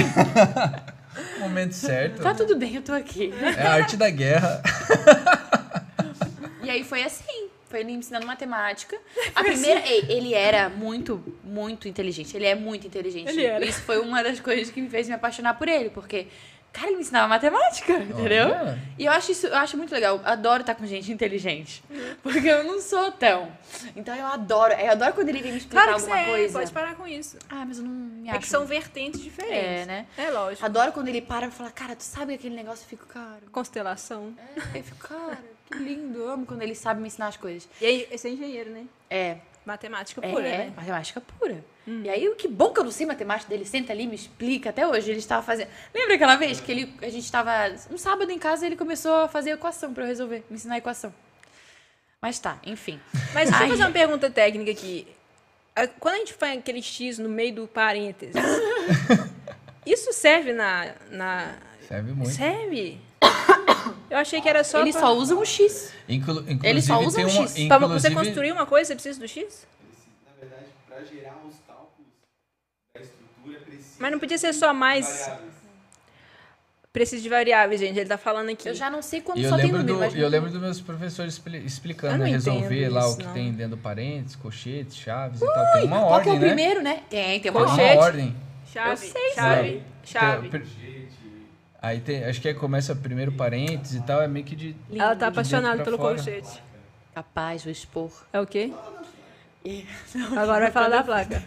[SPEAKER 2] O momento certo.
[SPEAKER 3] Tá tudo bem, eu tô aqui.
[SPEAKER 2] É a arte da guerra.
[SPEAKER 3] E aí foi assim. Foi ele me ensinando matemática. A primeira. Ei, ele era muito, muito inteligente. Ele é muito inteligente.
[SPEAKER 4] Ele era.
[SPEAKER 3] Isso foi uma das coisas que me fez me apaixonar por ele, porque. Cara, ele me ensinava matemática, entendeu?
[SPEAKER 2] Olha.
[SPEAKER 3] E eu acho isso, eu acho muito legal. Eu adoro estar com gente inteligente.
[SPEAKER 4] Uhum.
[SPEAKER 3] Porque eu não sou tão. Então eu adoro. Eu adoro quando ele vem me explicar
[SPEAKER 4] Claro que você
[SPEAKER 3] alguma
[SPEAKER 4] é,
[SPEAKER 3] coisa.
[SPEAKER 4] pode parar com isso.
[SPEAKER 3] Ah, mas eu não me
[SPEAKER 4] É
[SPEAKER 3] acho.
[SPEAKER 4] que são vertentes
[SPEAKER 3] É,
[SPEAKER 4] diferentes.
[SPEAKER 3] né?
[SPEAKER 4] É, lógico.
[SPEAKER 3] Adoro quando ele para e fala, cara, tu sabe aquele negócio? Eu fico, cara.
[SPEAKER 4] Constelação.
[SPEAKER 3] É, eu fico, cara, que lindo. Eu amo quando ele sabe me ensinar as coisas.
[SPEAKER 4] E aí, esse é engenheiro, né?
[SPEAKER 3] É,
[SPEAKER 4] Matemática
[SPEAKER 3] É,
[SPEAKER 4] pura,
[SPEAKER 3] é,
[SPEAKER 4] né?
[SPEAKER 3] matemática pura. E aí, o que bom que eu não sei matemática dele, senta ali, me explica. Até hoje ele estava fazendo. Lembra aquela vez que ele, a gente estava um sábado em casa e ele começou a fazer equação para eu resolver, me ensinar a equação. Mas tá, enfim.
[SPEAKER 4] Mas deixa eu
[SPEAKER 3] Ai.
[SPEAKER 4] fazer uma pergunta técnica aqui. Ah, Quando a gente põe aquele X no meio do parênteses, isso serve na. na...
[SPEAKER 2] Serve muito.
[SPEAKER 4] Serve? Eu achei que era só.
[SPEAKER 3] ele
[SPEAKER 4] pra-
[SPEAKER 3] só usa um X.
[SPEAKER 2] Inclu inclusive,
[SPEAKER 3] Ele só usa
[SPEAKER 2] tem
[SPEAKER 3] um
[SPEAKER 2] uma,
[SPEAKER 3] X.
[SPEAKER 2] inclusive,
[SPEAKER 4] Pra você construir uma coisa, você precisa do X?
[SPEAKER 6] precisa, na verdade, para gerar os cálculos da estrutura, precisa
[SPEAKER 4] Mas não podia ser só mais.
[SPEAKER 6] variáveis.
[SPEAKER 4] Preciso de variáveis, gente. Ele tá falando aqui.
[SPEAKER 3] Eu já não sei quando
[SPEAKER 2] E eu
[SPEAKER 3] só tem
[SPEAKER 2] lembro,
[SPEAKER 3] número,
[SPEAKER 2] do,
[SPEAKER 3] mas
[SPEAKER 2] e eu lembro dos meus professores expli-
[SPEAKER 4] Eu
[SPEAKER 2] explicando,
[SPEAKER 4] não
[SPEAKER 2] né?
[SPEAKER 4] entendo
[SPEAKER 2] Resolver lá
[SPEAKER 4] isso,
[SPEAKER 2] o que
[SPEAKER 4] não.
[SPEAKER 2] tem dentro do parênteses, colchetes, chaves e tal. Tem uma
[SPEAKER 3] Qual que
[SPEAKER 2] ordem,
[SPEAKER 3] é o
[SPEAKER 2] né? é?
[SPEAKER 3] primeiro, né? Tem, tem uma
[SPEAKER 2] Tem
[SPEAKER 3] ordem.
[SPEAKER 4] Colchete.
[SPEAKER 2] uma ordem.
[SPEAKER 1] Chave,
[SPEAKER 4] Eu sei,
[SPEAKER 1] chave, chave.
[SPEAKER 2] Tem- Aí tem, acho que aí começa primeiro parênteses e tal, é meio que de...
[SPEAKER 1] Ela tá apaixonada
[SPEAKER 2] pra
[SPEAKER 1] pelo
[SPEAKER 2] fora.
[SPEAKER 1] colchete.
[SPEAKER 3] Capaz, vou expor.
[SPEAKER 1] É o quê? Agora vai falar da placa.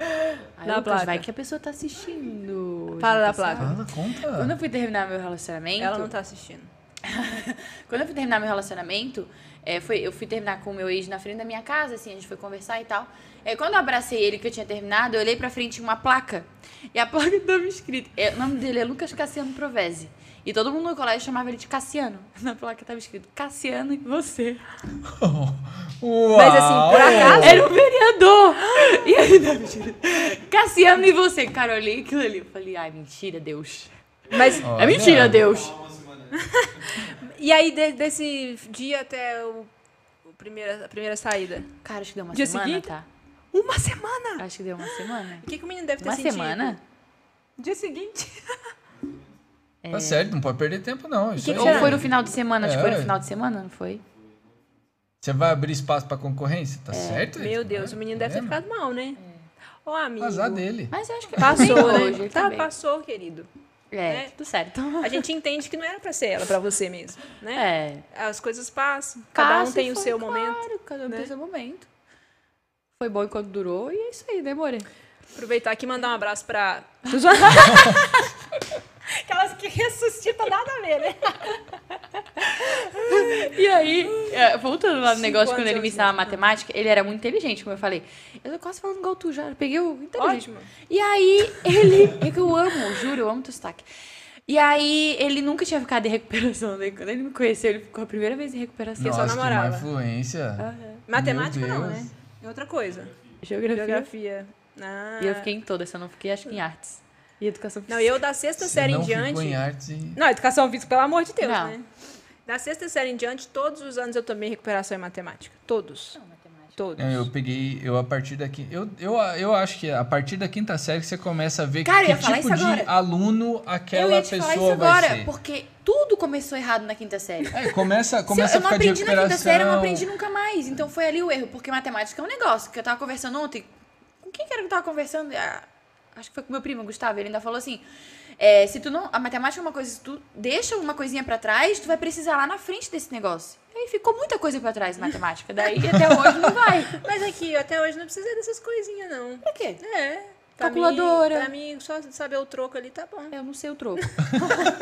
[SPEAKER 3] Ai,
[SPEAKER 1] Da
[SPEAKER 3] Lucas,
[SPEAKER 1] placa.
[SPEAKER 3] vai que a pessoa tá assistindo.
[SPEAKER 1] Fala da
[SPEAKER 4] tá
[SPEAKER 3] gente, pessoal.
[SPEAKER 1] placa.
[SPEAKER 2] Fala, conta.
[SPEAKER 3] Quando eu fui terminar meu relacionamento...
[SPEAKER 4] Ela não tá assistindo.
[SPEAKER 3] Quando eu fui terminar meu relacionamento, é, foi, eu fui terminar com o meu ex na frente da minha casa, assim, a gente foi conversar e tal. É, quando eu abracei ele que eu tinha terminado, eu olhei pra frente tinha uma placa. E a placa tava escrita. é, o nome dele é Lucas Cassiano Provese. E todo mundo no colégio chamava ele de Cassiano. Na placa tava escrito Cassiano e você.
[SPEAKER 2] Mas assim, por acaso...
[SPEAKER 3] Era um vereador. E aí, não, mentira. Cassiano e você, cara, eu olhei aquilo ali. Eu falei, ai, mentira, Deus.
[SPEAKER 4] Mas
[SPEAKER 3] É mentira, Deus.
[SPEAKER 6] Uma semana.
[SPEAKER 4] E aí, de- desse dia até o, o primeira, a primeira saída?
[SPEAKER 3] Cara, acho que deu uma
[SPEAKER 4] Dia
[SPEAKER 3] semana,
[SPEAKER 4] seguinte?
[SPEAKER 3] tá?
[SPEAKER 4] Uma semana!
[SPEAKER 3] Acho que deu uma semana.
[SPEAKER 4] O que, que o menino deve ter
[SPEAKER 3] Uma
[SPEAKER 4] sentido?
[SPEAKER 3] semana?
[SPEAKER 1] É.
[SPEAKER 4] Dia seguinte.
[SPEAKER 2] Tá certo, não pode perder tempo não. Isso
[SPEAKER 4] que
[SPEAKER 2] aí.
[SPEAKER 4] que
[SPEAKER 3] Ou foi no final de semana? Acho que foi no
[SPEAKER 2] É.
[SPEAKER 3] final de semana, não foi?
[SPEAKER 2] Você vai abrir espaço pra concorrência,
[SPEAKER 3] É.
[SPEAKER 2] tá certo?
[SPEAKER 4] Meu
[SPEAKER 2] isso?
[SPEAKER 4] Deus, o menino deve ter
[SPEAKER 2] Problema.
[SPEAKER 4] ficado mal, né? Ô, amigo.
[SPEAKER 2] Azar dele.
[SPEAKER 3] Mas eu acho que
[SPEAKER 4] Passou,
[SPEAKER 3] bem
[SPEAKER 4] né?
[SPEAKER 3] hoje.
[SPEAKER 4] tá,
[SPEAKER 3] Tá, bem.
[SPEAKER 4] passou, querido.
[SPEAKER 3] É,
[SPEAKER 4] né?
[SPEAKER 3] tudo certo.
[SPEAKER 4] A gente entende que não era pra ser ela, pra você mesmo, né?
[SPEAKER 3] É.
[SPEAKER 4] As coisas passam, cada um
[SPEAKER 3] Passa e
[SPEAKER 4] tem o
[SPEAKER 3] foi,
[SPEAKER 4] seu
[SPEAKER 3] claro,
[SPEAKER 4] momento.
[SPEAKER 3] Cada um
[SPEAKER 4] né?
[SPEAKER 3] tem seu momento. Foi bom enquanto durou e é isso aí, né, More?
[SPEAKER 4] Aproveitar aqui e mandar um abraço pra. Aquelas que ressuscitam nada a ver, né?
[SPEAKER 3] E aí, é, voltando lá no
[SPEAKER 4] Cinco
[SPEAKER 3] negócio, quando
[SPEAKER 4] anos
[SPEAKER 3] ele me
[SPEAKER 4] eu
[SPEAKER 3] ensinava matemática, ele era muito inteligente, como eu falei. Eu tô quase falando igual tu já, eu peguei o inteligente.
[SPEAKER 4] Ótimo.
[SPEAKER 3] E aí, ele. É que eu amo, juro, eu amo teu sotaque. E aí, ele nunca tinha ficado em recuperação, né? Quando ele me conheceu, ele ficou a primeira vez em recuperação.
[SPEAKER 4] só
[SPEAKER 2] Nossa, que uma
[SPEAKER 4] namorava.
[SPEAKER 2] influência.
[SPEAKER 4] Matemática não,
[SPEAKER 2] Deus.
[SPEAKER 4] né? É outra coisa.
[SPEAKER 3] Geografia.
[SPEAKER 4] Geografia. Ah.
[SPEAKER 3] E eu fiquei em todas, eu não fiquei, acho que em artes. E educação
[SPEAKER 4] Não,
[SPEAKER 3] física.
[SPEAKER 4] eu da sexta
[SPEAKER 2] Você
[SPEAKER 4] série
[SPEAKER 2] não
[SPEAKER 4] em diante.
[SPEAKER 2] ficou em artes e...
[SPEAKER 4] Não, educação física, pelo amor de Deus,
[SPEAKER 3] Não.
[SPEAKER 4] né? Da sexta série em diante, todos os anos eu tomei recuperação em matemática. Todos. Todos.
[SPEAKER 2] Não, é, eu peguei, eu a partir daqui, eu, eu, eu acho que a partir da quinta série que você começa a ver
[SPEAKER 3] Cara, eu
[SPEAKER 2] que
[SPEAKER 3] ia falar
[SPEAKER 2] tipo
[SPEAKER 3] isso
[SPEAKER 2] de
[SPEAKER 3] agora.
[SPEAKER 2] aluno
[SPEAKER 3] Eu
[SPEAKER 2] aquela
[SPEAKER 3] ia te
[SPEAKER 2] pessoa
[SPEAKER 3] falar isso
[SPEAKER 2] vai
[SPEAKER 3] agora,
[SPEAKER 2] ser.
[SPEAKER 3] porque tudo começou errado na quinta série.
[SPEAKER 2] É, começa,
[SPEAKER 3] Se eu,
[SPEAKER 2] começa
[SPEAKER 3] eu
[SPEAKER 2] a ficar
[SPEAKER 3] não
[SPEAKER 2] de
[SPEAKER 3] aprendi na quinta série, eu não
[SPEAKER 2] recuperação.
[SPEAKER 3] aprendi nunca mais. Então foi ali o erro, porque matemática é um negócio. Que eu tava conversando ontem. Com quem que era que eu tava conversando? Ah, acho que foi com meu primo, Gustavo. Ele ainda falou assim: é, se tu não. A matemática é uma coisa, se tu deixa uma coisinha pra trás, tu vai precisar lá na frente desse negócio. E aí ficou muita coisa pra trás em matemática. Daí até hoje não vai.
[SPEAKER 4] Mas aqui, eu até hoje não precisei dessas coisinhas, não.
[SPEAKER 3] Pra quê?
[SPEAKER 4] É.
[SPEAKER 1] tá
[SPEAKER 4] pra mim-
[SPEAKER 3] Calculadora.
[SPEAKER 4] Pra mim, só saber o troco ali tá bom.
[SPEAKER 3] Eu não sei o troco.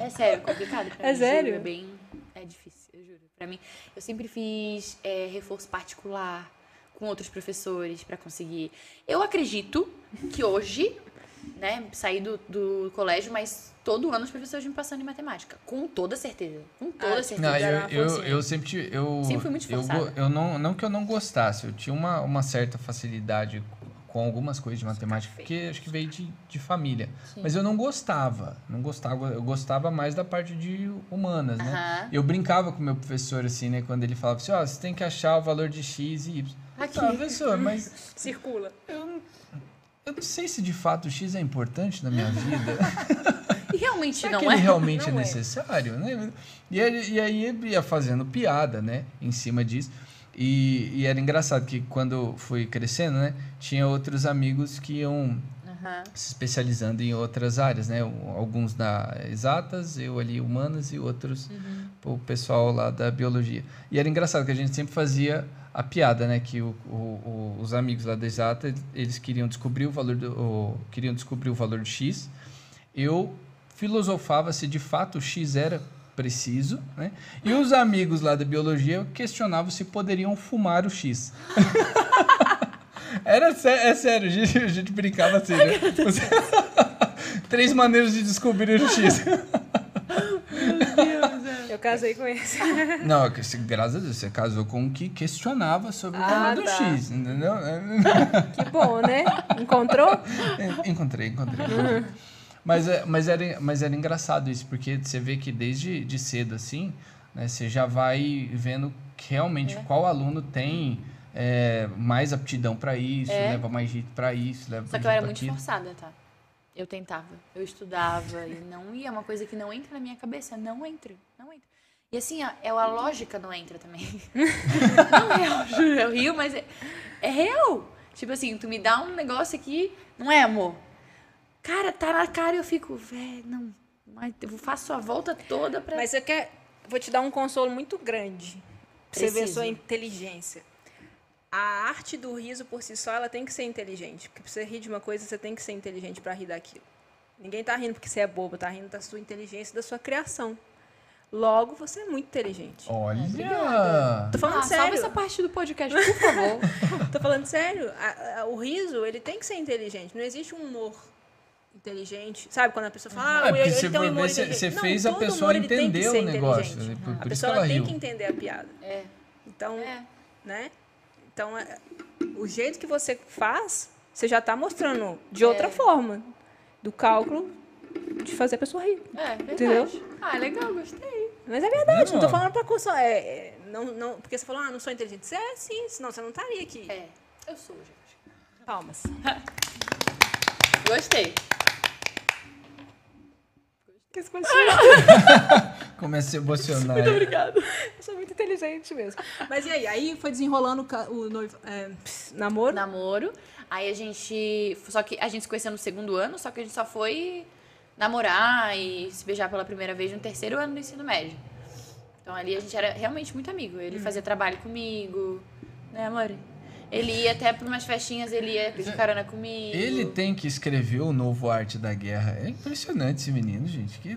[SPEAKER 3] é sério, complicado pra
[SPEAKER 4] É
[SPEAKER 3] mim.
[SPEAKER 4] sério?
[SPEAKER 3] Juro, é bem. É difícil, eu juro. Pra mim, eu sempre fiz é, reforço particular com outros professores pra conseguir. Eu acredito que hoje, né, saí do, do colégio, mas todo ano os professores me passando em matemática. Com toda certeza. Com toda
[SPEAKER 4] Ah,
[SPEAKER 3] certeza.
[SPEAKER 2] Não, né? eu,
[SPEAKER 4] uma
[SPEAKER 2] eu,
[SPEAKER 4] forcinha.
[SPEAKER 2] eu sempre tive- eu
[SPEAKER 3] Sempre fui muito
[SPEAKER 2] eu, go-
[SPEAKER 3] esforçada.
[SPEAKER 2] eu não não que eu não gostasse, eu tinha uma, uma certa facilidade com algumas coisas de matemática,
[SPEAKER 3] tá feio.
[SPEAKER 2] porque acho que veio de, de família. Mas eu não gostava, não gostava, eu gostava mais da parte de humanas, né?
[SPEAKER 3] Aham.
[SPEAKER 2] Eu brincava com o meu professor assim, né, quando ele falava assim: "Ó, você tem que achar o valor de x e y".
[SPEAKER 3] Aqui.
[SPEAKER 2] Tá, professor, mas
[SPEAKER 4] Circula.
[SPEAKER 2] eu não sei se de fato o x é importante na minha vida.
[SPEAKER 3] E realmente
[SPEAKER 2] Será que
[SPEAKER 3] não
[SPEAKER 2] ele
[SPEAKER 3] é.
[SPEAKER 2] realmente
[SPEAKER 4] Não
[SPEAKER 2] é
[SPEAKER 4] é.
[SPEAKER 2] necessário, né? E, ele- e aí ele ia fazendo piada, né? Em cima disso. E, e era engraçado que quando eu fui crescendo, né? Tinha outros amigos que iam
[SPEAKER 3] Aham.
[SPEAKER 2] se especializando em outras áreas, né? Um- Alguns na exatas, eu ali humanas e outros o pessoal lá da biologia. E era engraçado que a gente sempre fazia a piada, né? Que o- o- o- os amigos lá da exata eles queriam descobrir o valor do o- queriam descobrir o valor de x. Eu filosofava se de fato o x era preciso, né? E os amigos lá da biologia questionavam se poderiam fumar o x. Era sé- é sério, a gente, a gente brincava assim, né? Você- Três maneiras de descobrir o X.
[SPEAKER 4] Eu casei com esse.
[SPEAKER 2] Não, é que você- graças a Deus, você casou com um que questionava sobre o
[SPEAKER 4] Ah,
[SPEAKER 2] valor do
[SPEAKER 4] tá.
[SPEAKER 2] X, entendeu?
[SPEAKER 4] Que bom, né? Encontrou?
[SPEAKER 2] É, Encontrei, encontrei. encontrei. Mas, é- mas, era, mas era engraçado isso, porque você vê que desde de cedo, assim, né, você já vai vendo que realmente qual aluno tem é, mais aptidão pra isso,
[SPEAKER 3] É.
[SPEAKER 2] leva mais jeito pra isso, leva
[SPEAKER 3] Só que eu
[SPEAKER 2] jeito
[SPEAKER 3] era
[SPEAKER 2] pra
[SPEAKER 3] muito
[SPEAKER 2] aquilo.
[SPEAKER 3] esforçada, tá? Eu tentava, eu estudava e não ia. É uma coisa que não entra na minha cabeça. Não entra, não entra. E assim, ó, é a lógica não entra também. não é, eu juro, eu rio, mas é, é real. Tipo assim, tu me dá um negócio aqui, não é, amor? Cara, tá na cara e eu fico, velho, não. Mas eu faço a volta toda pra.
[SPEAKER 1] Mas eu quero. Vou te dar um consolo muito grande. Pra você ver a
[SPEAKER 3] Preciso.
[SPEAKER 1] sua inteligência. A arte do riso por si só, ela tem que ser inteligente. Porque pra você rir de uma coisa, você tem que ser inteligente pra rir daquilo. Ninguém tá rindo porque você é bobo, tá rindo da sua inteligência, da sua criação. Logo, você é muito inteligente.
[SPEAKER 2] Olha!
[SPEAKER 1] Tô falando
[SPEAKER 3] ah, salva
[SPEAKER 1] sério.
[SPEAKER 3] essa parte do podcast, por favor.
[SPEAKER 1] Tô falando sério. A- a- o riso, ele tem que ser inteligente. Não existe um humor inteligente. Sabe quando a pessoa fala, ah,
[SPEAKER 2] É
[SPEAKER 1] eu-
[SPEAKER 2] porque
[SPEAKER 1] ele
[SPEAKER 2] você
[SPEAKER 1] tem um
[SPEAKER 2] for
[SPEAKER 1] humor
[SPEAKER 2] ver, você
[SPEAKER 1] inteligente."
[SPEAKER 2] você
[SPEAKER 1] Não,
[SPEAKER 2] fez a
[SPEAKER 1] todo
[SPEAKER 2] pessoa
[SPEAKER 1] humor, ele tem que
[SPEAKER 2] entender
[SPEAKER 1] ser
[SPEAKER 2] o negócio. né?
[SPEAKER 1] inteligente. A
[SPEAKER 2] Por, por isso que
[SPEAKER 1] pessoa
[SPEAKER 2] ela
[SPEAKER 1] ela tem
[SPEAKER 2] riu.
[SPEAKER 1] que entender a piada.
[SPEAKER 3] É.
[SPEAKER 1] Então,
[SPEAKER 3] É.
[SPEAKER 1] né? Então, é- o jeito que você faz, você já tá mostrando de
[SPEAKER 3] É.
[SPEAKER 1] outra forma do cálculo de fazer a pessoa rir.
[SPEAKER 3] É, verdade.
[SPEAKER 1] Entendeu?
[SPEAKER 3] Ah, legal, gostei.
[SPEAKER 1] Mas é verdade, não, tô
[SPEAKER 2] Não.
[SPEAKER 1] falando pra consolar. É, é, não, não, porque você falou, ah, não sou inteligente. Você é sim, senão você não estaria aqui.
[SPEAKER 3] É, eu sou, gente.
[SPEAKER 1] Palmas.
[SPEAKER 3] Gostei.
[SPEAKER 2] Começa a se emocionar. Muito obrigada.
[SPEAKER 1] Ah, Eu sou muito inteligente mesmo. Mas e aí? Aí foi desenrolando o ca- o noivo, é, pss, namoro.
[SPEAKER 3] Namoro. Aí a gente. Só que a gente se conheceu no segundo ano, só que a gente só foi namorar e se beijar pela primeira vez no terceiro ano do ensino médio. Então ali a gente era realmente muito amigo. Ele fazia trabalho comigo, né, amor? Ele ia até pra umas festinhas, ele ia pedir carona comigo.
[SPEAKER 2] Ele tem que escrever o novo Arte da Guerra. É impressionante esse menino, gente. Que,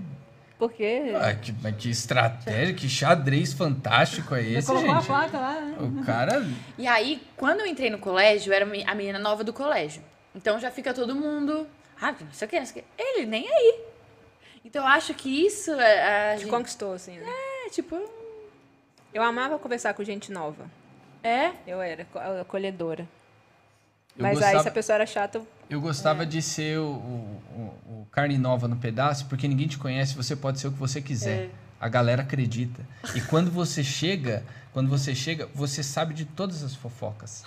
[SPEAKER 1] Por quê?
[SPEAKER 2] ah, que, mas que estratégia, que xadrez fantástico é esse,
[SPEAKER 1] Colocou a
[SPEAKER 2] gente?
[SPEAKER 1] placa lá, né?
[SPEAKER 2] O cara.
[SPEAKER 3] E aí, quando eu entrei no colégio, eu era me- a menina nova do colégio. Então já fica todo mundo. Ah, que não sei o que, não sei o que. Ele nem aí. Então eu acho que isso. é, A,
[SPEAKER 1] Te
[SPEAKER 3] gente,
[SPEAKER 1] conquistou, assim, né?
[SPEAKER 3] é, tipo.
[SPEAKER 1] Eu amava conversar com gente nova.
[SPEAKER 3] É.
[SPEAKER 1] Eu era co- acolhedora.
[SPEAKER 2] Eu
[SPEAKER 1] Mas aí, É.
[SPEAKER 2] gostava-
[SPEAKER 1] se a pessoa era chata, eu-
[SPEAKER 2] Eu gostava de ser o, o- o- o carne nova no pedaço, porque ninguém te conhece, você pode ser o que você quiser.
[SPEAKER 1] É.
[SPEAKER 2] A galera acredita. E quando você chega, quando você chega, você sabe de todas as fofocas.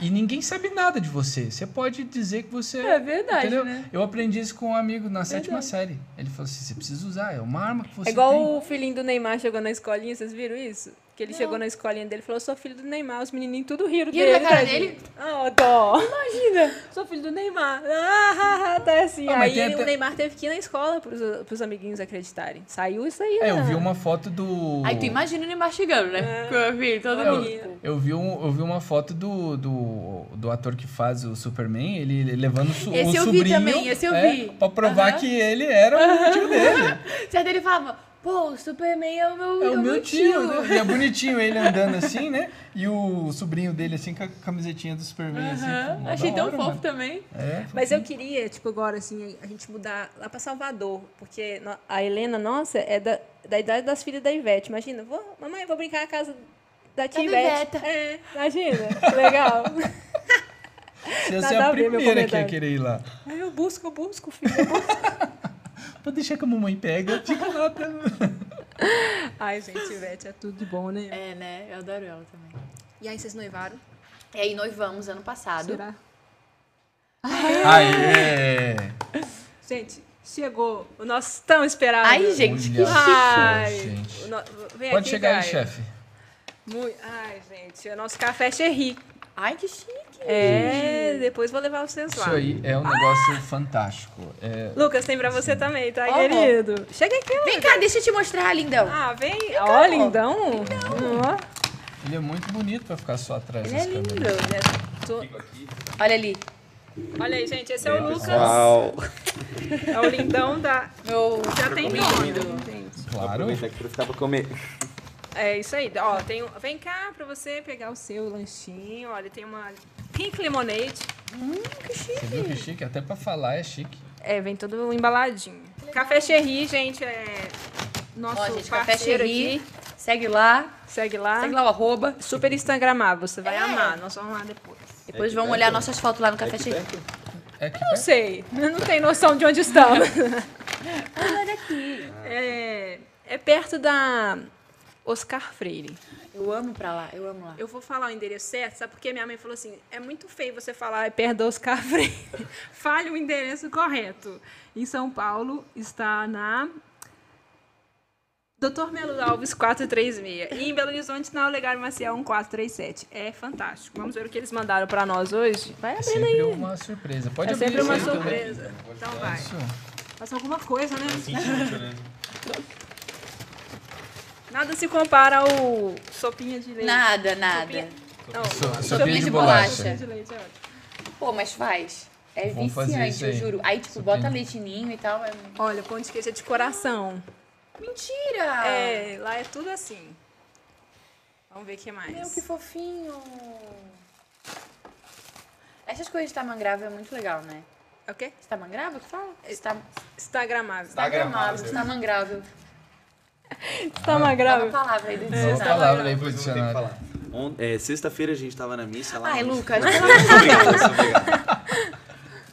[SPEAKER 2] E ninguém sabe nada de você. Você pode dizer que você
[SPEAKER 3] É verdade,
[SPEAKER 2] entendeu?
[SPEAKER 3] né?
[SPEAKER 2] Eu aprendi isso com um amigo na sétima série. Ele falou assim: você precisa usar, é uma arma que você
[SPEAKER 1] É igual
[SPEAKER 2] tem.
[SPEAKER 1] o filhinho do Neymar chegou na escolinha, vocês viram isso? Que ele chegou na escolinha dele e falou, sou filho do Neymar, os menininhos tudo riram
[SPEAKER 3] Riram da
[SPEAKER 1] dele.
[SPEAKER 3] cara
[SPEAKER 1] tadinho.
[SPEAKER 3] dele?
[SPEAKER 1] Ah, dó. Imagina. Sou filho do Neymar. Ah, tá assim.
[SPEAKER 2] Ah, mas
[SPEAKER 1] aí
[SPEAKER 2] tem
[SPEAKER 1] ele-
[SPEAKER 2] até-
[SPEAKER 1] o Neymar teve que ir na escola pros, pros amiguinhos acreditarem. Saiu isso aí.
[SPEAKER 2] É, eu
[SPEAKER 1] né?
[SPEAKER 2] vi uma foto do.
[SPEAKER 3] Aí tu imagina ele mastigando, né? Com o filho,
[SPEAKER 2] É
[SPEAKER 3] todo
[SPEAKER 1] Eu-
[SPEAKER 3] mundo.
[SPEAKER 2] Eu vi, um, eu vi uma foto do, do, do ator que faz o Superman, ele ele levando su, o
[SPEAKER 3] Esse eu vi
[SPEAKER 2] sobrinho.
[SPEAKER 3] também, esse eu
[SPEAKER 2] é,
[SPEAKER 3] vi.
[SPEAKER 2] Pra provar
[SPEAKER 3] Aham.
[SPEAKER 2] que ele era o tio dele.
[SPEAKER 3] Certo, ele falava, pô, o Superman é o meu,
[SPEAKER 2] É o meu tio. né? E é bonitinho ele andando assim, né? E o sobrinho dele assim com a camisetinha do Superman. assim,
[SPEAKER 3] Aham.
[SPEAKER 2] pô, mó
[SPEAKER 3] Achei
[SPEAKER 2] da
[SPEAKER 3] tão
[SPEAKER 2] hora,
[SPEAKER 3] fofo
[SPEAKER 2] mano.
[SPEAKER 3] também.
[SPEAKER 2] É,
[SPEAKER 1] Mas eu queria, tipo, agora, assim, a gente mudar lá pra Salvador. Porque no- a Helena, nossa, é da, da idade das filhas da Ivete. Imagina, vou, mamãe, vou brincar na casa da tia Ivete.
[SPEAKER 3] Viveta.
[SPEAKER 1] É, imagina. Legal.
[SPEAKER 2] você ia
[SPEAKER 1] nada
[SPEAKER 2] ser
[SPEAKER 1] a
[SPEAKER 2] a
[SPEAKER 1] ver, meu
[SPEAKER 2] primeira que ia
[SPEAKER 1] comentário.
[SPEAKER 2] querer ir lá.
[SPEAKER 1] Aí eu busco, eu busco, filho.
[SPEAKER 2] Pode deixar que a mamãe pega, fica lá. Pra...
[SPEAKER 1] Ai, gente, Ivete é tudo de bom, né?
[SPEAKER 3] É, né? Eu adoro ela também.
[SPEAKER 1] E aí, vocês noivaram?
[SPEAKER 3] E aí noivamos ano passado.
[SPEAKER 1] Será?
[SPEAKER 2] Aê!
[SPEAKER 1] Gente, chegou o nosso tão esperado.
[SPEAKER 3] Ai, gente, que
[SPEAKER 2] Olha só,
[SPEAKER 1] Ai,
[SPEAKER 2] gente.
[SPEAKER 1] o no- Vem
[SPEAKER 2] Pode
[SPEAKER 1] aqui,
[SPEAKER 2] chegar aí,
[SPEAKER 1] Caio.
[SPEAKER 2] chefe.
[SPEAKER 1] Mui- Ai, gente, o nosso café Cherry.
[SPEAKER 3] Ai, que chique.
[SPEAKER 1] É, depois vou levar vocês lá.
[SPEAKER 2] Isso aí é um negócio fantástico. É,
[SPEAKER 1] Lucas, tem pra você também, tá,
[SPEAKER 3] Ó,
[SPEAKER 1] querido? Chega aqui.
[SPEAKER 3] Vem cá, deixa eu te mostrar, lindão.
[SPEAKER 1] Ah, vem. Ó, lindão. Ó.
[SPEAKER 2] ele é muito bonito pra ficar só atrás
[SPEAKER 3] Ele é
[SPEAKER 2] das
[SPEAKER 3] lindo.
[SPEAKER 2] câmeras.
[SPEAKER 3] Olha ali,
[SPEAKER 1] Olha aí, gente, esse é o Lucas.
[SPEAKER 6] Uau!
[SPEAKER 1] É o lindão da...
[SPEAKER 3] meu
[SPEAKER 1] Já tem nome.
[SPEAKER 2] Claro.
[SPEAKER 6] Aproveita que eu tava comer.
[SPEAKER 1] É isso aí. Ó, tem um... Vem cá pra você pegar o seu lanchinho. Olha, tem uma pink lemonade.
[SPEAKER 2] Você viu que chique? Até pra falar é chique.
[SPEAKER 1] É, vem todo embaladinho. Café Cherry, gente, é nosso
[SPEAKER 3] Ó, gente, Café
[SPEAKER 1] parceiro
[SPEAKER 3] Cherry.
[SPEAKER 1] aqui.
[SPEAKER 3] Segue lá.
[SPEAKER 1] Segue lá.
[SPEAKER 3] Segue lá o arroba.
[SPEAKER 1] Super Instagramável, você vai
[SPEAKER 3] É.
[SPEAKER 1] amar. Nós vamos lá depois.
[SPEAKER 3] Depois
[SPEAKER 6] aqui
[SPEAKER 3] vão
[SPEAKER 6] perto?
[SPEAKER 3] olhar nossas fotos lá no Café
[SPEAKER 6] Aqui
[SPEAKER 3] Cherry.
[SPEAKER 6] perto?
[SPEAKER 2] É que
[SPEAKER 1] Não sei, eu não tenho noção de onde estamos.
[SPEAKER 3] Olha aqui.
[SPEAKER 1] É, é perto da Oscar Freire.
[SPEAKER 3] Eu amo pra lá, eu amo lá.
[SPEAKER 4] Eu vou falar o endereço certo, sabe? Porque minha mãe falou assim: é muito feio você falar é perto da Oscar Freire. Fale o endereço correto. Em São Paulo está na. Dr. Melo Alves 436. E em Belo Horizonte, na Olegário Maciel 1437. É fantástico. Vamos ver o que eles mandaram pra nós hoje. Vai
[SPEAKER 2] É
[SPEAKER 4] abrindo
[SPEAKER 2] sempre
[SPEAKER 4] aí.
[SPEAKER 2] uma surpresa. Pode
[SPEAKER 4] É
[SPEAKER 2] abrir
[SPEAKER 4] sempre
[SPEAKER 2] isso
[SPEAKER 4] uma
[SPEAKER 2] aí também.
[SPEAKER 4] surpresa. Então vai.
[SPEAKER 2] Isso.
[SPEAKER 4] Faça alguma coisa, né?
[SPEAKER 7] Assim, gente, né?
[SPEAKER 4] Nada se compara ao sopinha de leite.
[SPEAKER 3] Nada, nada.
[SPEAKER 4] Sopinha- Não,
[SPEAKER 2] So-
[SPEAKER 3] Sopinha de
[SPEAKER 4] sopinha
[SPEAKER 3] bolacha.
[SPEAKER 4] de leite, é ótimo.
[SPEAKER 3] Pô, mas faz. É
[SPEAKER 2] Vamos fazer
[SPEAKER 3] viciante,
[SPEAKER 2] isso
[SPEAKER 3] eu
[SPEAKER 2] aí.
[SPEAKER 3] juro. Aí, tipo,
[SPEAKER 2] Sopinha.
[SPEAKER 3] bota leitinho e tal. É...
[SPEAKER 4] Olha, pão de queijo é de coração.
[SPEAKER 3] Mentira!
[SPEAKER 4] É, lá é tudo assim. Vamos ver o que mais.
[SPEAKER 3] Meu, que fofinho! Essas coisas de tamangrava é muito legal, né?
[SPEAKER 4] É o quê?
[SPEAKER 3] Está mangrava que fala? Está,
[SPEAKER 6] Tá
[SPEAKER 4] Instagramável.
[SPEAKER 3] está gramável, está mangravel.
[SPEAKER 1] Está uma
[SPEAKER 3] Dá
[SPEAKER 1] grave.
[SPEAKER 3] uma palavra aí do
[SPEAKER 2] Uma
[SPEAKER 6] tá
[SPEAKER 3] dicionário.
[SPEAKER 2] palavra aí pro
[SPEAKER 7] Depois eu vou ter que
[SPEAKER 2] dicionário.
[SPEAKER 7] falar.
[SPEAKER 6] On- é, Sexta-feira a gente tava na missa lá.
[SPEAKER 3] Ai,
[SPEAKER 6] no-
[SPEAKER 3] Lucas,
[SPEAKER 6] Não,
[SPEAKER 3] pelo
[SPEAKER 6] Deus, obrigado, obrigado.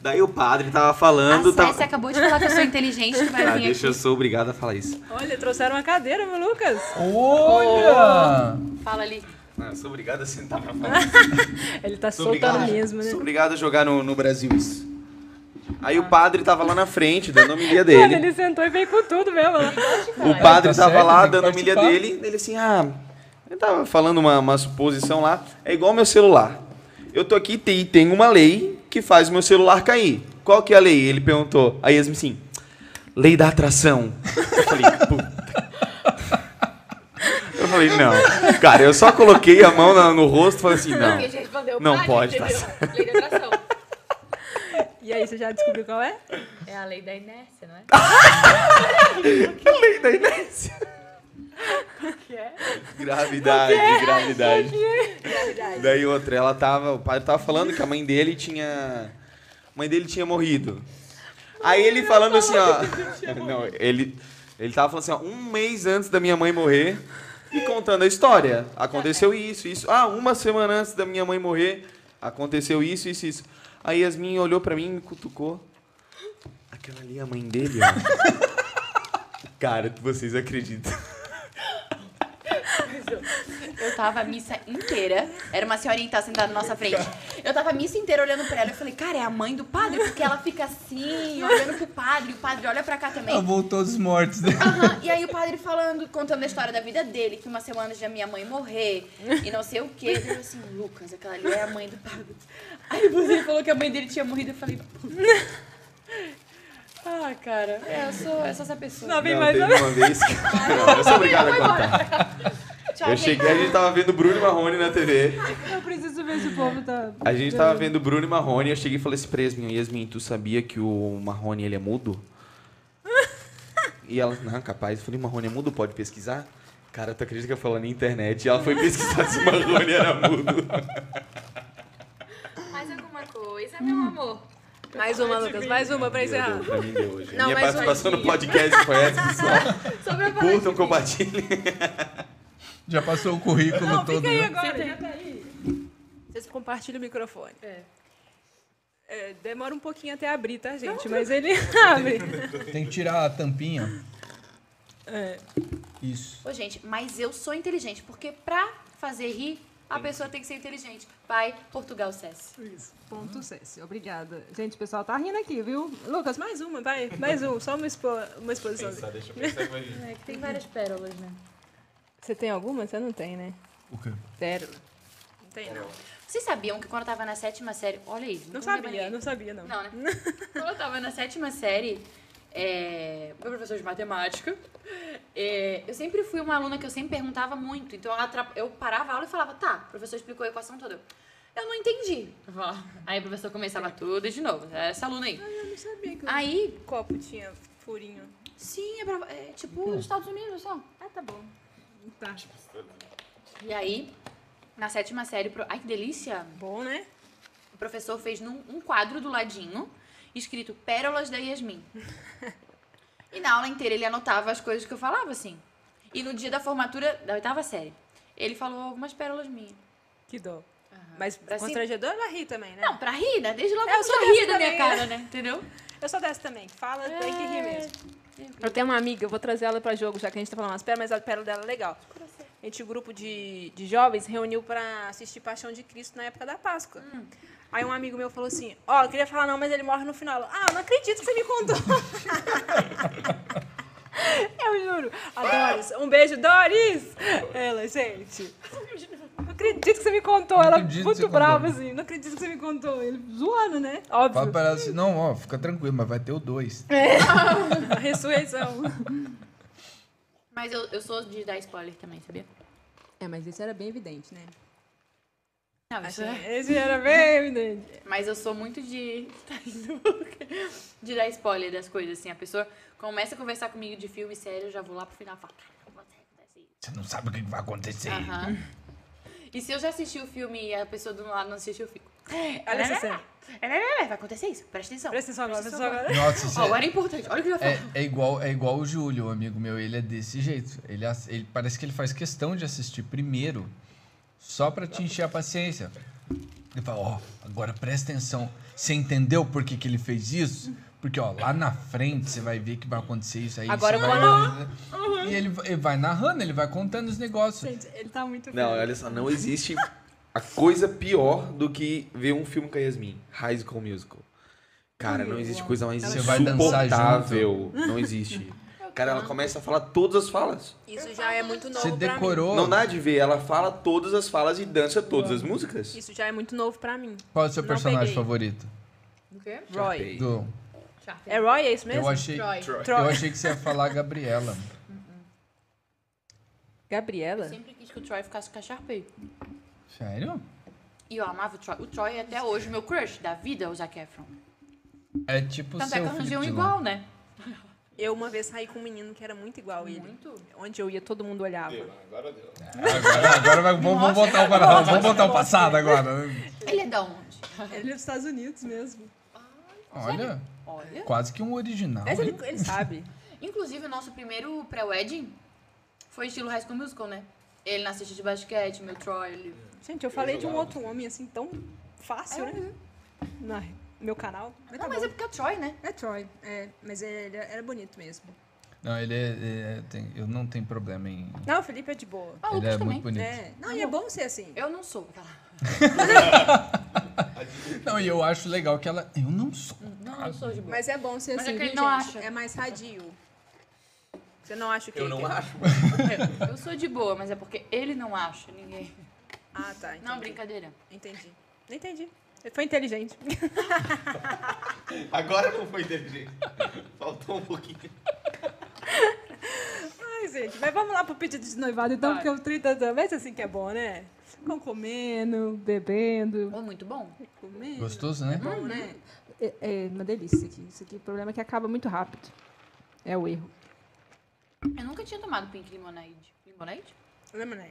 [SPEAKER 6] Daí o padre tava
[SPEAKER 3] A
[SPEAKER 6] falando.
[SPEAKER 3] Cécia
[SPEAKER 6] Tava...
[SPEAKER 3] acabou de falar que eu sou inteligente, que vai
[SPEAKER 6] Ah,
[SPEAKER 3] vir aqui.
[SPEAKER 6] deixa eu sou obrigado a falar isso.
[SPEAKER 1] Olha, trouxeram uma cadeira, meu Lucas.
[SPEAKER 2] Olha!
[SPEAKER 3] Fala ali.
[SPEAKER 6] Não, eu sou obrigado a sentar pra falar.
[SPEAKER 1] Ele tá
[SPEAKER 6] Sou
[SPEAKER 1] soltando
[SPEAKER 6] obrigado.
[SPEAKER 1] mesmo, né?
[SPEAKER 6] Sou obrigado a jogar no, no Brasil isso. Aí o padre tava lá na frente, dando a
[SPEAKER 1] Mano,
[SPEAKER 6] milha dele.
[SPEAKER 1] ele sentou e veio com tudo mesmo. né?
[SPEAKER 6] O padre
[SPEAKER 2] Tá
[SPEAKER 6] tava
[SPEAKER 2] certo,
[SPEAKER 6] lá
[SPEAKER 2] tem que
[SPEAKER 6] dando a milha
[SPEAKER 2] participar.
[SPEAKER 6] dele, ele assim, ah, ele tava falando uma, uma suposição lá, é igual meu celular. Eu tô aqui e tem uma lei que faz meu celular cair. Qual que é a lei? Ele perguntou. Aí Yasmin assim, lei da atração. Eu falei, puta. Eu falei, não. Cara, eu só coloquei a mão na- no rosto e falei assim, não.
[SPEAKER 3] respondeu,
[SPEAKER 6] Não padre, pode, entendeu?
[SPEAKER 3] Lei da atração.
[SPEAKER 1] E aí, você já descobriu qual é?
[SPEAKER 3] É a lei da inércia, não é?
[SPEAKER 6] Lei da inércia. Gravidade, gravidade. Daí outra, ela tava, o padre tava falando que a mãe dele tinha, a mãe dele tinha morrido. Aí ele falando assim, ó, não, ele ele tava falando assim, ó, um mês antes da minha mãe morrer e contando a história. Aconteceu isso, isso. Ah, uma semana antes da minha mãe morrer, aconteceu isso, isso, isso. Aí Yasmin olhou pra mim e me cutucou. Aquela ali é a mãe dele, ó. Cara, vocês acreditam.
[SPEAKER 3] Eu tava a missa inteira. Era uma senhorinha que tava sentada na nossa frente. Eu tava a missa inteira olhando pra ela. Eu falei, cara, é a mãe do padre? Porque ela fica assim, olhando pro padre. O padre olha pra cá também.
[SPEAKER 2] Acabou todos mortos.
[SPEAKER 3] Aham, E aí o padre falando, contando a história da vida dele, que uma semana antes da minha mãe morrer e não sei o quê. Eu assim, Lucas, aquela ali é a mãe do padre. Aí você falou que a mãe dele tinha morrido, eu falei, puta. Ah, cara, é, eu sou, eu sou essa pessoa.
[SPEAKER 1] Não, vem
[SPEAKER 6] Não,
[SPEAKER 1] mais
[SPEAKER 6] teve
[SPEAKER 1] uma
[SPEAKER 6] uma vez que... Não, eu sou obrigado a contar.
[SPEAKER 3] Tchau,
[SPEAKER 6] Eu
[SPEAKER 3] gente.
[SPEAKER 6] cheguei, a gente tava vendo Bruno e Marrone na TV.
[SPEAKER 1] Eu preciso ver se o povo tá.
[SPEAKER 6] A gente tava vendo Bruno e Marrone eu cheguei e falei assim pra Yasmin, Yasmin, tu sabia que o Marrone, ele é mudo? E ela, não, capaz. Eu falei, Marrone é mudo? Pode pesquisar? Cara, tu acredita que eu falei na internet? E ela foi pesquisar se o Marrone era mudo.
[SPEAKER 8] Mais alguma coisa, meu amor?
[SPEAKER 1] Mais uma, Lucas, mais uma pra encerrar.
[SPEAKER 6] Pra mim deu hoje.
[SPEAKER 4] Não,
[SPEAKER 6] Minha
[SPEAKER 4] mas
[SPEAKER 6] participação
[SPEAKER 4] hoje-
[SPEAKER 6] no podcast foi essa, pessoal.
[SPEAKER 8] Sobre a palavra.
[SPEAKER 6] Curtam, compartilhem.
[SPEAKER 2] Já passou o currículo todo.
[SPEAKER 1] Fica aí
[SPEAKER 2] né?
[SPEAKER 1] agora, já tá aí. Vocês compartilham o microfone.
[SPEAKER 8] É.
[SPEAKER 1] É, demora um pouquinho até abrir, tá, gente? Mas ele abre.
[SPEAKER 2] Tem que tirar a tampinha.
[SPEAKER 1] É.
[SPEAKER 2] Isso.
[SPEAKER 3] Ô, gente, mas eu sou inteligente, porque pra fazer rir, a pessoa tem que ser inteligente. Vai, Portugal, Cess.
[SPEAKER 1] Isso. Ponto Césio. Obrigada. Gente, o pessoal tá rindo aqui, viu? Lucas, mais uma, vai. Mais um. Só uma, expo- uma exposição.
[SPEAKER 7] Deixa eu pensar que vai vir.
[SPEAKER 3] É que tem várias pérolas, né?
[SPEAKER 1] Você tem alguma? Você não tem, né?
[SPEAKER 2] O quê?
[SPEAKER 1] Pérola. Não tem, não.
[SPEAKER 3] Vocês sabiam que quando eu tava na sétima série... Olha aí.
[SPEAKER 1] Não
[SPEAKER 3] contei pra
[SPEAKER 1] sabia,
[SPEAKER 3] ninguém.
[SPEAKER 1] não sabia, não.
[SPEAKER 3] Não, né? Quando eu tava na sétima série, é, meu professor de matemática, é, eu sempre fui uma aluna que eu sempre perguntava muito. Então eu, atrap- eu parava a aula e falava, tá, o professor explicou a equação toda. Eu, Eu não entendi. Eu falava- Aí o professor começava tudo de novo. "É Essa aluna aí.
[SPEAKER 4] Eu não sabia que o
[SPEAKER 3] Aí,
[SPEAKER 4] copo tinha furinho.
[SPEAKER 3] sim, é, pra- é tipo os Estados Unidos só.
[SPEAKER 4] Ah, tá bom. Tá.
[SPEAKER 3] E aí, na sétima série, pro- ai que delícia!
[SPEAKER 4] Bom, né?
[SPEAKER 3] O professor fez num, um quadro do ladinho, escrito Pérolas da Yasmin. e na aula inteira ele anotava as coisas que eu falava, assim. E no dia da formatura da oitava série, ele falou algumas pérolas minhas.
[SPEAKER 1] Que dó. Mas
[SPEAKER 3] Pra se-
[SPEAKER 1] constrangedor ela ri também, né?
[SPEAKER 3] Não, pra rir, né? Desde logo
[SPEAKER 4] É, eu
[SPEAKER 3] eu
[SPEAKER 4] sou
[SPEAKER 3] só ria
[SPEAKER 4] dessa
[SPEAKER 3] da minha
[SPEAKER 4] também,
[SPEAKER 3] cara, né? Entendeu?
[SPEAKER 4] Eu sou dessa também. que Fala, tem que rir mesmo.
[SPEAKER 1] Eu tenho uma amiga, eu vou trazer ela pra jogo, já que a gente tá falando umas pérolas, mas a pérola dela é legal. a gente, o grupo de, de jovens, reuniu para assistir Paixão de Cristo na época da Páscoa. Aí um amigo meu falou assim, ó, eu queria falar não, mas ele morre no final. Ela, ah, eu não acredito que você me contou. eu juro. A Doris, um beijo, Doris! Ela, gente, não acredito que você me contou. Ela
[SPEAKER 2] acredito que você
[SPEAKER 1] muito
[SPEAKER 2] contou.
[SPEAKER 1] brava, assim, não acredito que você me contou. Ele zoando, né?
[SPEAKER 2] Fala
[SPEAKER 1] Óbvio,
[SPEAKER 2] pra ela assim, não, ó, fica tranquilo, mas vai ter o 2.
[SPEAKER 1] É. a ressurreição.
[SPEAKER 3] Mas eu, eu sou de dar spoiler também, sabia?
[SPEAKER 1] É, mas isso era bem evidente, né?
[SPEAKER 3] Não, isso é.
[SPEAKER 1] Esse era bem evidente.
[SPEAKER 3] Mas eu sou muito de. tá indo. de dar spoiler das coisas, assim. A pessoa começa a conversar comigo de filme sério, eu já vou lá pro final e falo, cara, não vai acontecer isso.
[SPEAKER 2] Você não sabe o que vai acontecer.
[SPEAKER 3] Aham. Hum. E se eu já assisti o filme e a pessoa do lado não assistiu, eu fico. É,
[SPEAKER 1] Olha essa cena.
[SPEAKER 3] né, Vai acontecer isso, presta atenção.
[SPEAKER 1] Presta atenção agora, presta atenção agora.
[SPEAKER 2] Nossa,
[SPEAKER 3] Ó,
[SPEAKER 2] você...
[SPEAKER 3] agora é importante, olha o que eu já falei.
[SPEAKER 2] É, é igual, é igual o Júlio, um amigo meu, ele é desse jeito. Ele, ass- ele- parece que ele faz questão de assistir primeiro, só pra te encher a paciência. Ele fala, ó, agora presta atenção. Você entendeu por que, que ele fez isso? Porque, ó, lá na frente você vai ver que vai acontecer isso aí.
[SPEAKER 1] Agora
[SPEAKER 2] você vai...
[SPEAKER 1] Uhum.
[SPEAKER 2] E ele, ele vai narrando, ele vai contando os negócios.
[SPEAKER 1] Gente, ele tá muito
[SPEAKER 6] Não, é- olha só, não existe a coisa pior do que ver um filme com a Yasmin. High School Musical. Cara, não existe coisa mais
[SPEAKER 2] Você vai dançar
[SPEAKER 6] insuportável. Não existe. Cara, ela começa a falar todas as falas.
[SPEAKER 1] Isso já é muito novo
[SPEAKER 2] Você
[SPEAKER 1] pra mim.
[SPEAKER 2] decorou
[SPEAKER 6] Não dá de ver, ela fala todas as falas e dança todas as músicas.
[SPEAKER 1] Isso já é muito novo pra mim.
[SPEAKER 2] qual é o seu
[SPEAKER 1] Não
[SPEAKER 2] personagem
[SPEAKER 1] peguei.
[SPEAKER 2] favorito? É.
[SPEAKER 3] O quê?
[SPEAKER 1] Roy.
[SPEAKER 2] Do...
[SPEAKER 1] É Roy, é isso mesmo?
[SPEAKER 2] Eu, achei,
[SPEAKER 3] Troy.
[SPEAKER 2] eu achei que você ia falar a Gabriela.
[SPEAKER 1] Gabriela?
[SPEAKER 3] Sempre quis que o Troy ficasse com a Sharpay.
[SPEAKER 2] Sério?
[SPEAKER 3] E eu amava o Troy. O Troy é até hoje meu crush da vida, o Zac Efron.
[SPEAKER 2] É tipo o
[SPEAKER 3] Tanto é
[SPEAKER 2] seu
[SPEAKER 3] que arranjei um
[SPEAKER 2] Felipe Dilon.
[SPEAKER 3] igual, né?
[SPEAKER 1] Eu uma vez saí com um menino que era muito igual a ele.
[SPEAKER 3] Muito.
[SPEAKER 1] Onde eu ia, todo mundo olhava.
[SPEAKER 9] Agora deu.
[SPEAKER 2] Agora, agora vai- vamos, vamos botar o passado, vamos botar o passado agora.
[SPEAKER 3] Ele é da onde?
[SPEAKER 1] Ele é dos Estados Unidos mesmo.
[SPEAKER 2] Olha,
[SPEAKER 3] Olha.
[SPEAKER 2] quase que um original.
[SPEAKER 1] Mas ele,
[SPEAKER 2] hein?
[SPEAKER 1] ele sabe.
[SPEAKER 3] Inclusive, o nosso primeiro pré-wedding foi estilo High School Musical, né? Ele na cesta de basquete, meu Troy, ele...
[SPEAKER 1] Gente, eu falei de um outro homem assim tão fácil, né? Na, meu canal. Mas
[SPEAKER 3] É,
[SPEAKER 1] tá
[SPEAKER 3] Não, mas é porque é o Troy, né?
[SPEAKER 1] é Troy. É, mas ele era bonito mesmo.
[SPEAKER 2] Não, ele é, é- tem- eu não tenho problema em.
[SPEAKER 1] Não, o Felipe é de boa.
[SPEAKER 3] Ah, o
[SPEAKER 2] Ele
[SPEAKER 3] Lucas
[SPEAKER 2] é
[SPEAKER 3] também.
[SPEAKER 2] muito bonito.
[SPEAKER 1] É. Não, e é bom ser assim.
[SPEAKER 3] Eu não sou aquela. É.
[SPEAKER 2] Não, e eu acho legal que ela. Eu não sou.
[SPEAKER 3] Não, não sou de boa.
[SPEAKER 1] Mas é bom ser
[SPEAKER 3] Mas é
[SPEAKER 1] assim,
[SPEAKER 3] que ele
[SPEAKER 1] viu,
[SPEAKER 3] não
[SPEAKER 1] gente?
[SPEAKER 3] acha.
[SPEAKER 1] É mais sadio. Você não acha o que
[SPEAKER 9] Eu não
[SPEAKER 1] que-
[SPEAKER 9] acho.
[SPEAKER 3] Eu sou de boa, mas é porque ele não acha ninguém.
[SPEAKER 1] Ah, tá. Entendi.
[SPEAKER 3] Não, brincadeira.
[SPEAKER 1] Entendi. Entendi. Ele Foi inteligente.
[SPEAKER 9] Agora não foi inteligente. Faltou um pouquinho.
[SPEAKER 1] Ai, gente, mas vamos lá pro pedido de noivado, então, porque o 30 também é assim que é bom, né? Ficam comendo, bebendo,
[SPEAKER 3] Foi É muito bom.
[SPEAKER 1] comendo.
[SPEAKER 2] Gostoso, né?
[SPEAKER 1] Bom, né?
[SPEAKER 9] Uhum.
[SPEAKER 1] É, é uma delícia isso aqui. Isso aqui, o problema é que acaba muito rápido. É o erro.
[SPEAKER 3] Eu nunca tinha tomado pink lemonade. Lemonade?
[SPEAKER 1] Lemonade.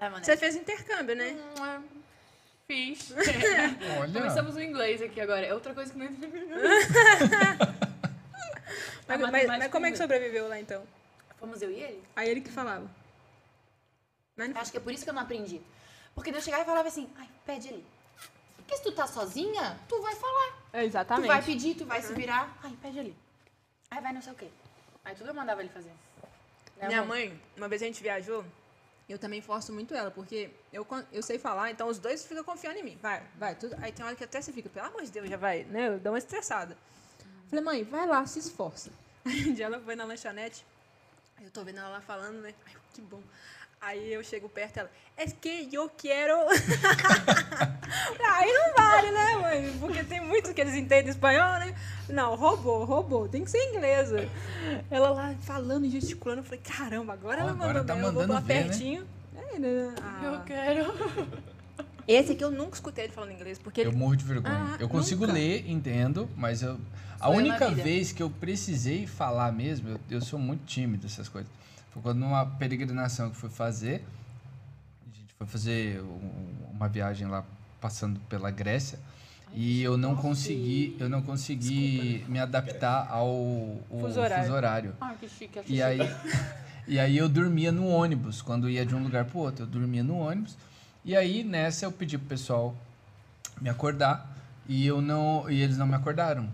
[SPEAKER 3] Lemonade.
[SPEAKER 1] né? Você fez intercâmbio, né?
[SPEAKER 3] Hum, é. Fiz. Uhum.
[SPEAKER 2] Olha.
[SPEAKER 3] Começamos o inglês aqui agora. É outra coisa que não entendi. A
[SPEAKER 1] Mas, mas- mas
[SPEAKER 3] matemática
[SPEAKER 1] como é que
[SPEAKER 3] inglesa.
[SPEAKER 1] sobreviveu lá, então?
[SPEAKER 3] Fomos eu e ele?
[SPEAKER 1] Aí ele que falava. Mas não-
[SPEAKER 3] Acho que é por isso que eu não aprendi. Porque Deus chegava e falava assim, ai, pede ali. Porque se tu tá sozinha, tu vai falar.
[SPEAKER 1] É,
[SPEAKER 3] Tu vai
[SPEAKER 1] Exatamente.
[SPEAKER 3] pedir, tu vai se virar. Ai, pede ali. Aí vai não sei o quê. Uhum. Aí tudo eu mandava ele fazer. Né,
[SPEAKER 1] Minha
[SPEAKER 3] amor?
[SPEAKER 1] mãe, uma vez a gente viajou, eu também forço muito ela, porque eu, con- eu sei falar, então os dois ficam confiando em mim. Vai, vai, tudo. Aí tem hora que até você fica, pelo amor de Deus, já vai, né? Eu dou uma estressada. Falei, mãe, vai lá, se esforça. Aí um dia ela foi na lanchonete, aí eu tô vendo ela lá falando, né? Ai, que bom. Aí eu chego perto dela, é que eu quero. aí não vale, né, mãe? Porque tem muitos que eles entendem espanhol, né? Não, roubou, roubou, tem que ser inglesa. Ela lá falando e gesticulando, eu falei, caramba, agora
[SPEAKER 2] Ó,
[SPEAKER 1] ela
[SPEAKER 2] agora
[SPEAKER 1] mandou
[SPEAKER 2] tá
[SPEAKER 1] bem, eu vou
[SPEAKER 2] mandando
[SPEAKER 1] lá
[SPEAKER 2] ver, né?
[SPEAKER 1] pertinho. É, né? Ah.
[SPEAKER 3] Eu quero.
[SPEAKER 1] Esse aqui eu nunca escutei ele falando inglês, porque
[SPEAKER 2] Eu
[SPEAKER 1] ele.
[SPEAKER 2] morro de vergonha.
[SPEAKER 1] Ah,
[SPEAKER 2] eu consigo
[SPEAKER 1] nunca.
[SPEAKER 2] ler, entendo, mas eu. A
[SPEAKER 3] Sou eu na
[SPEAKER 2] única
[SPEAKER 3] vida.
[SPEAKER 2] vez que eu precisei falar mesmo, eu, eu sou muito tímido essas coisas. Foi quando numa peregrinação que fui fazer, a gente foi fazer um- uma viagem lá passando pela Grécia. E eu não consegui, eu não consegui me adaptar ao, ao
[SPEAKER 1] né? Fuso horário.
[SPEAKER 2] fuso horário.
[SPEAKER 3] Ai, que chique. acho
[SPEAKER 2] E
[SPEAKER 3] chique.
[SPEAKER 2] aí, e aí eu dormia no ônibus, quando ia de um lugar pro outro, eu dormia no ônibus. E aí nessa eu pedi pro pessoal me acordar e eu não e eles não me acordaram.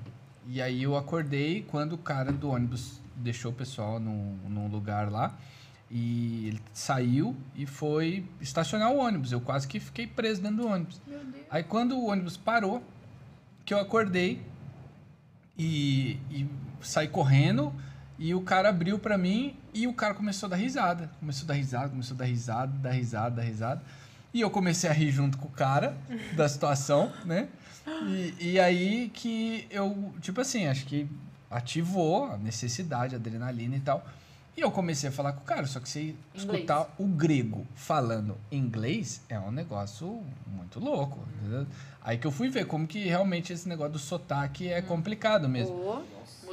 [SPEAKER 2] E aí eu acordei quando o cara do ônibus deixou o pessoal num, num lugar lá. E ele saiu e foi estacionar o ônibus. Eu quase que fiquei preso dentro do ônibus. Aí quando o ônibus parou, que eu acordei e, e saí correndo e o cara abriu pra mim e o cara começou a dar risada. Começou a dar risada, começou a dar risada, dar risada, dar risada. E eu comecei a rir junto com o cara da situação, né? E, e aí que eu, tipo assim, acho que ativou a necessidade, a adrenalina e tal. E eu comecei a falar com o cara, só que você escutar o grego falando inglês é um negócio muito louco. entendeu? Aí que eu fui ver como que realmente esse negócio do sotaque é complicado mesmo.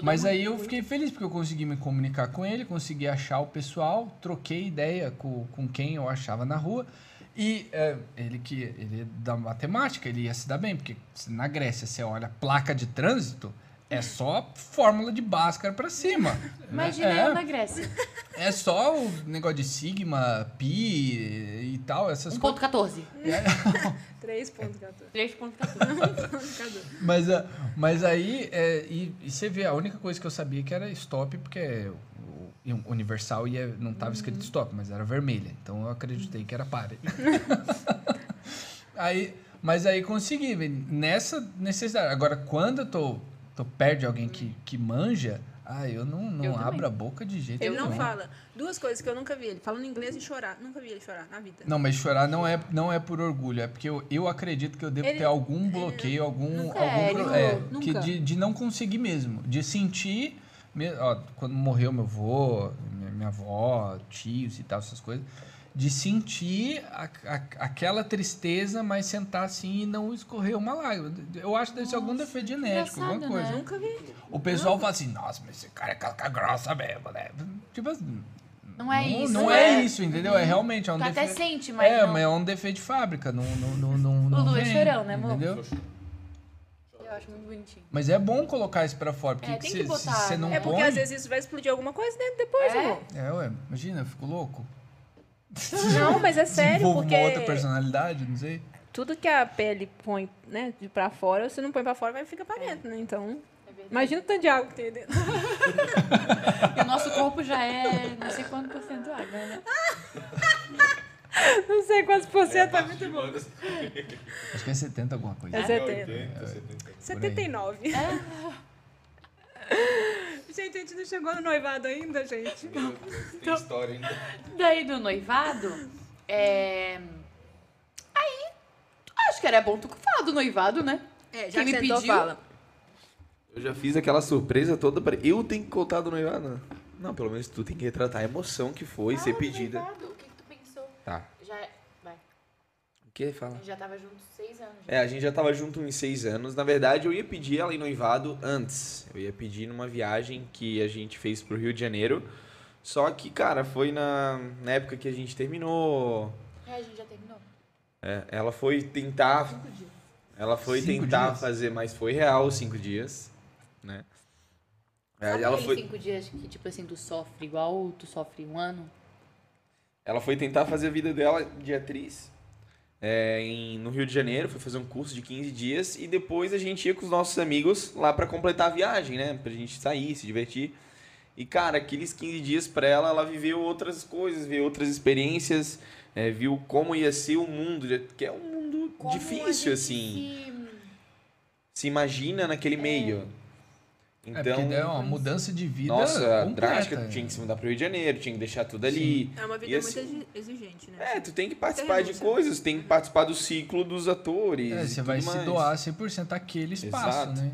[SPEAKER 2] Mas aí eu fiquei feliz porque eu consegui me comunicar com ele, consegui achar o pessoal, troquei ideia com, com quem eu achava na rua. E é, ele que ele é da matemática, ele ia se dar bem, porque se na Grécia você olha placa de trânsito, é só fórmula de Bhaskara pra cima. né?
[SPEAKER 3] Imagina
[SPEAKER 2] é,
[SPEAKER 3] eu na Grécia.
[SPEAKER 2] é só o negócio de sigma, pi e tal, essas coisas.
[SPEAKER 3] 1.14.
[SPEAKER 4] 3.14.
[SPEAKER 3] 3.14.
[SPEAKER 2] Mas, a- mas aí, é, e, e você vê, a única coisa que eu sabia que era stop, porque o, o Universal ia, não estava
[SPEAKER 4] Hum.
[SPEAKER 2] escrito stop, mas era vermelha. Então eu acreditei que era pare. aí, mas aí consegui, velho, nessa necessidade. Agora, quando eu tô, tô perto de alguém que, que manja, ah, eu não, não
[SPEAKER 3] Eu também.
[SPEAKER 2] abro a boca de jeito
[SPEAKER 4] Ele
[SPEAKER 2] nenhum.
[SPEAKER 4] não fala. Duas coisas que eu nunca vi ele. Falando inglês e chorar. Nunca vi ele chorar na vida.
[SPEAKER 2] Não, mas chorar não é, não é por orgulho, é porque eu, eu acredito que eu devo
[SPEAKER 4] Ele-
[SPEAKER 2] ter algum bloqueio, algum.
[SPEAKER 3] Nunca,
[SPEAKER 2] algum
[SPEAKER 3] é,
[SPEAKER 2] pro-
[SPEAKER 3] ele
[SPEAKER 2] é,
[SPEAKER 3] não-
[SPEAKER 2] que
[SPEAKER 3] nunca.
[SPEAKER 2] de, de não conseguir mesmo. De sentir. me- ó, quando morreu meu avô, minha, minha avó, tios e tal, essas coisas. De sentir a- a- aquela tristeza, mas sentar assim e não escorrer uma lágrima. Eu acho que deve ser algum defeito genético, alguma
[SPEAKER 3] engraçado,
[SPEAKER 2] coisa.
[SPEAKER 3] né?
[SPEAKER 4] Nunca vi.
[SPEAKER 2] O pessoal fala assim, nossa, mas esse cara é casca grossa mesmo, né? Tipo assim.
[SPEAKER 3] Não é
[SPEAKER 2] não,
[SPEAKER 3] isso.
[SPEAKER 2] Não é, isso, entendeu? É realmente, é um
[SPEAKER 3] Tu até
[SPEAKER 2] defeito
[SPEAKER 3] sente, mas
[SPEAKER 2] é,
[SPEAKER 3] não.
[SPEAKER 2] mas é um defeito de fábrica. Não, não, não, não, não
[SPEAKER 3] Lu é
[SPEAKER 2] vem,
[SPEAKER 3] chorão, né, amor?
[SPEAKER 2] Entendeu?
[SPEAKER 3] Eu acho muito bonitinho.
[SPEAKER 2] Mas é bom colocar isso pra fora, porque
[SPEAKER 3] É,
[SPEAKER 2] que
[SPEAKER 3] tem
[SPEAKER 2] se
[SPEAKER 3] que
[SPEAKER 2] se
[SPEAKER 3] botar,
[SPEAKER 2] você não
[SPEAKER 4] É
[SPEAKER 2] põe...
[SPEAKER 4] porque às vezes isso vai explodir alguma coisa dentro depois,
[SPEAKER 3] É?
[SPEAKER 4] amor.
[SPEAKER 2] É, ué, imagina, eu fico louco.
[SPEAKER 4] Não, mas é sério,
[SPEAKER 2] Desenvolvo
[SPEAKER 4] porque
[SPEAKER 2] uma outra personalidade, não sei.
[SPEAKER 4] tudo que a pele põe, né, de pra fora, você não põe pra fora, vai ficar pra dentro, né? Então, imagina o tanto de água que tem aí dentro.
[SPEAKER 3] E o nosso corpo já é não sei quanto por cento água, né?
[SPEAKER 4] Não sei quantos por
[SPEAKER 2] É.
[SPEAKER 4] cento, tá muito bom.
[SPEAKER 7] Manda-
[SPEAKER 2] Acho que é 70 alguma coisa.
[SPEAKER 4] É 70.
[SPEAKER 7] 80, 70.
[SPEAKER 4] 79. Gente, a gente não chegou no noivado ainda, gente.
[SPEAKER 7] Meu Deus, Tem história ainda.
[SPEAKER 3] Daí do noivado, é... Aí, acho que era bom tu falar do noivado, né?
[SPEAKER 4] É,
[SPEAKER 3] já
[SPEAKER 4] já
[SPEAKER 3] que
[SPEAKER 4] me
[SPEAKER 3] sentou,
[SPEAKER 4] pediu.
[SPEAKER 3] fala.
[SPEAKER 6] Eu já fiz aquela surpresa toda pra. Eu tenho que contar do noivado? Não, pelo menos tu tem que retratar a emoção que foi
[SPEAKER 3] Ah,
[SPEAKER 6] ser pedida.
[SPEAKER 3] O que, que tu pensou?
[SPEAKER 6] Tá.
[SPEAKER 3] Já, vai,
[SPEAKER 6] O que? Fala.
[SPEAKER 3] já tava junto seis anos.
[SPEAKER 6] É, a gente já tava junto uns seis anos. Na verdade, eu ia pedir ela em noivado antes. Eu ia pedir numa viagem que a gente fez pro Rio de Janeiro. Só que, cara, foi na, na época que a gente terminou.
[SPEAKER 3] É, a gente já terminou.
[SPEAKER 6] É, ela foi tentar. Ela foi
[SPEAKER 2] Cinco
[SPEAKER 6] tentar
[SPEAKER 2] dias?
[SPEAKER 6] fazer, mas foi real os cinco dias, né? É,
[SPEAKER 3] Sabe
[SPEAKER 6] ela
[SPEAKER 3] aqueles
[SPEAKER 6] foi,
[SPEAKER 3] cinco dias que, tipo assim, tu sofre igual tu sofre um ano?
[SPEAKER 6] ela foi tentar fazer a vida dela de atriz é, em- no Rio de Janeiro, foi fazer um curso de 15 dias e depois a gente ia com os nossos amigos lá pra completar a viagem, né? Pra gente sair, se divertir. E, cara, aqueles 15 dias pra ela, ela viveu outras coisas, viu outras experiências, é, viu como ia ser o mundo, que é um mundo
[SPEAKER 3] Como a
[SPEAKER 6] difícil,
[SPEAKER 3] gente
[SPEAKER 6] assim.
[SPEAKER 3] se-
[SPEAKER 6] se imagina naquele meio.
[SPEAKER 2] É porque
[SPEAKER 6] Então,
[SPEAKER 2] daí é uma mudança de vida
[SPEAKER 6] nossa,
[SPEAKER 2] completa. né? é.
[SPEAKER 6] drástica, tu tinha que se mudar pro Rio de Janeiro, tinha que deixar tudo ali.
[SPEAKER 4] É uma
[SPEAKER 6] E
[SPEAKER 4] vida
[SPEAKER 6] assim-
[SPEAKER 4] muito exi- exigente, né?
[SPEAKER 6] É, tu tem que participar de
[SPEAKER 4] renúncia.
[SPEAKER 6] coisas, tem que participar do ciclo dos atores.
[SPEAKER 2] É,
[SPEAKER 6] e
[SPEAKER 2] você
[SPEAKER 6] tudo
[SPEAKER 2] vai se
[SPEAKER 6] mais.
[SPEAKER 2] doar 100% àquele espaço,
[SPEAKER 6] Exato.
[SPEAKER 2] né?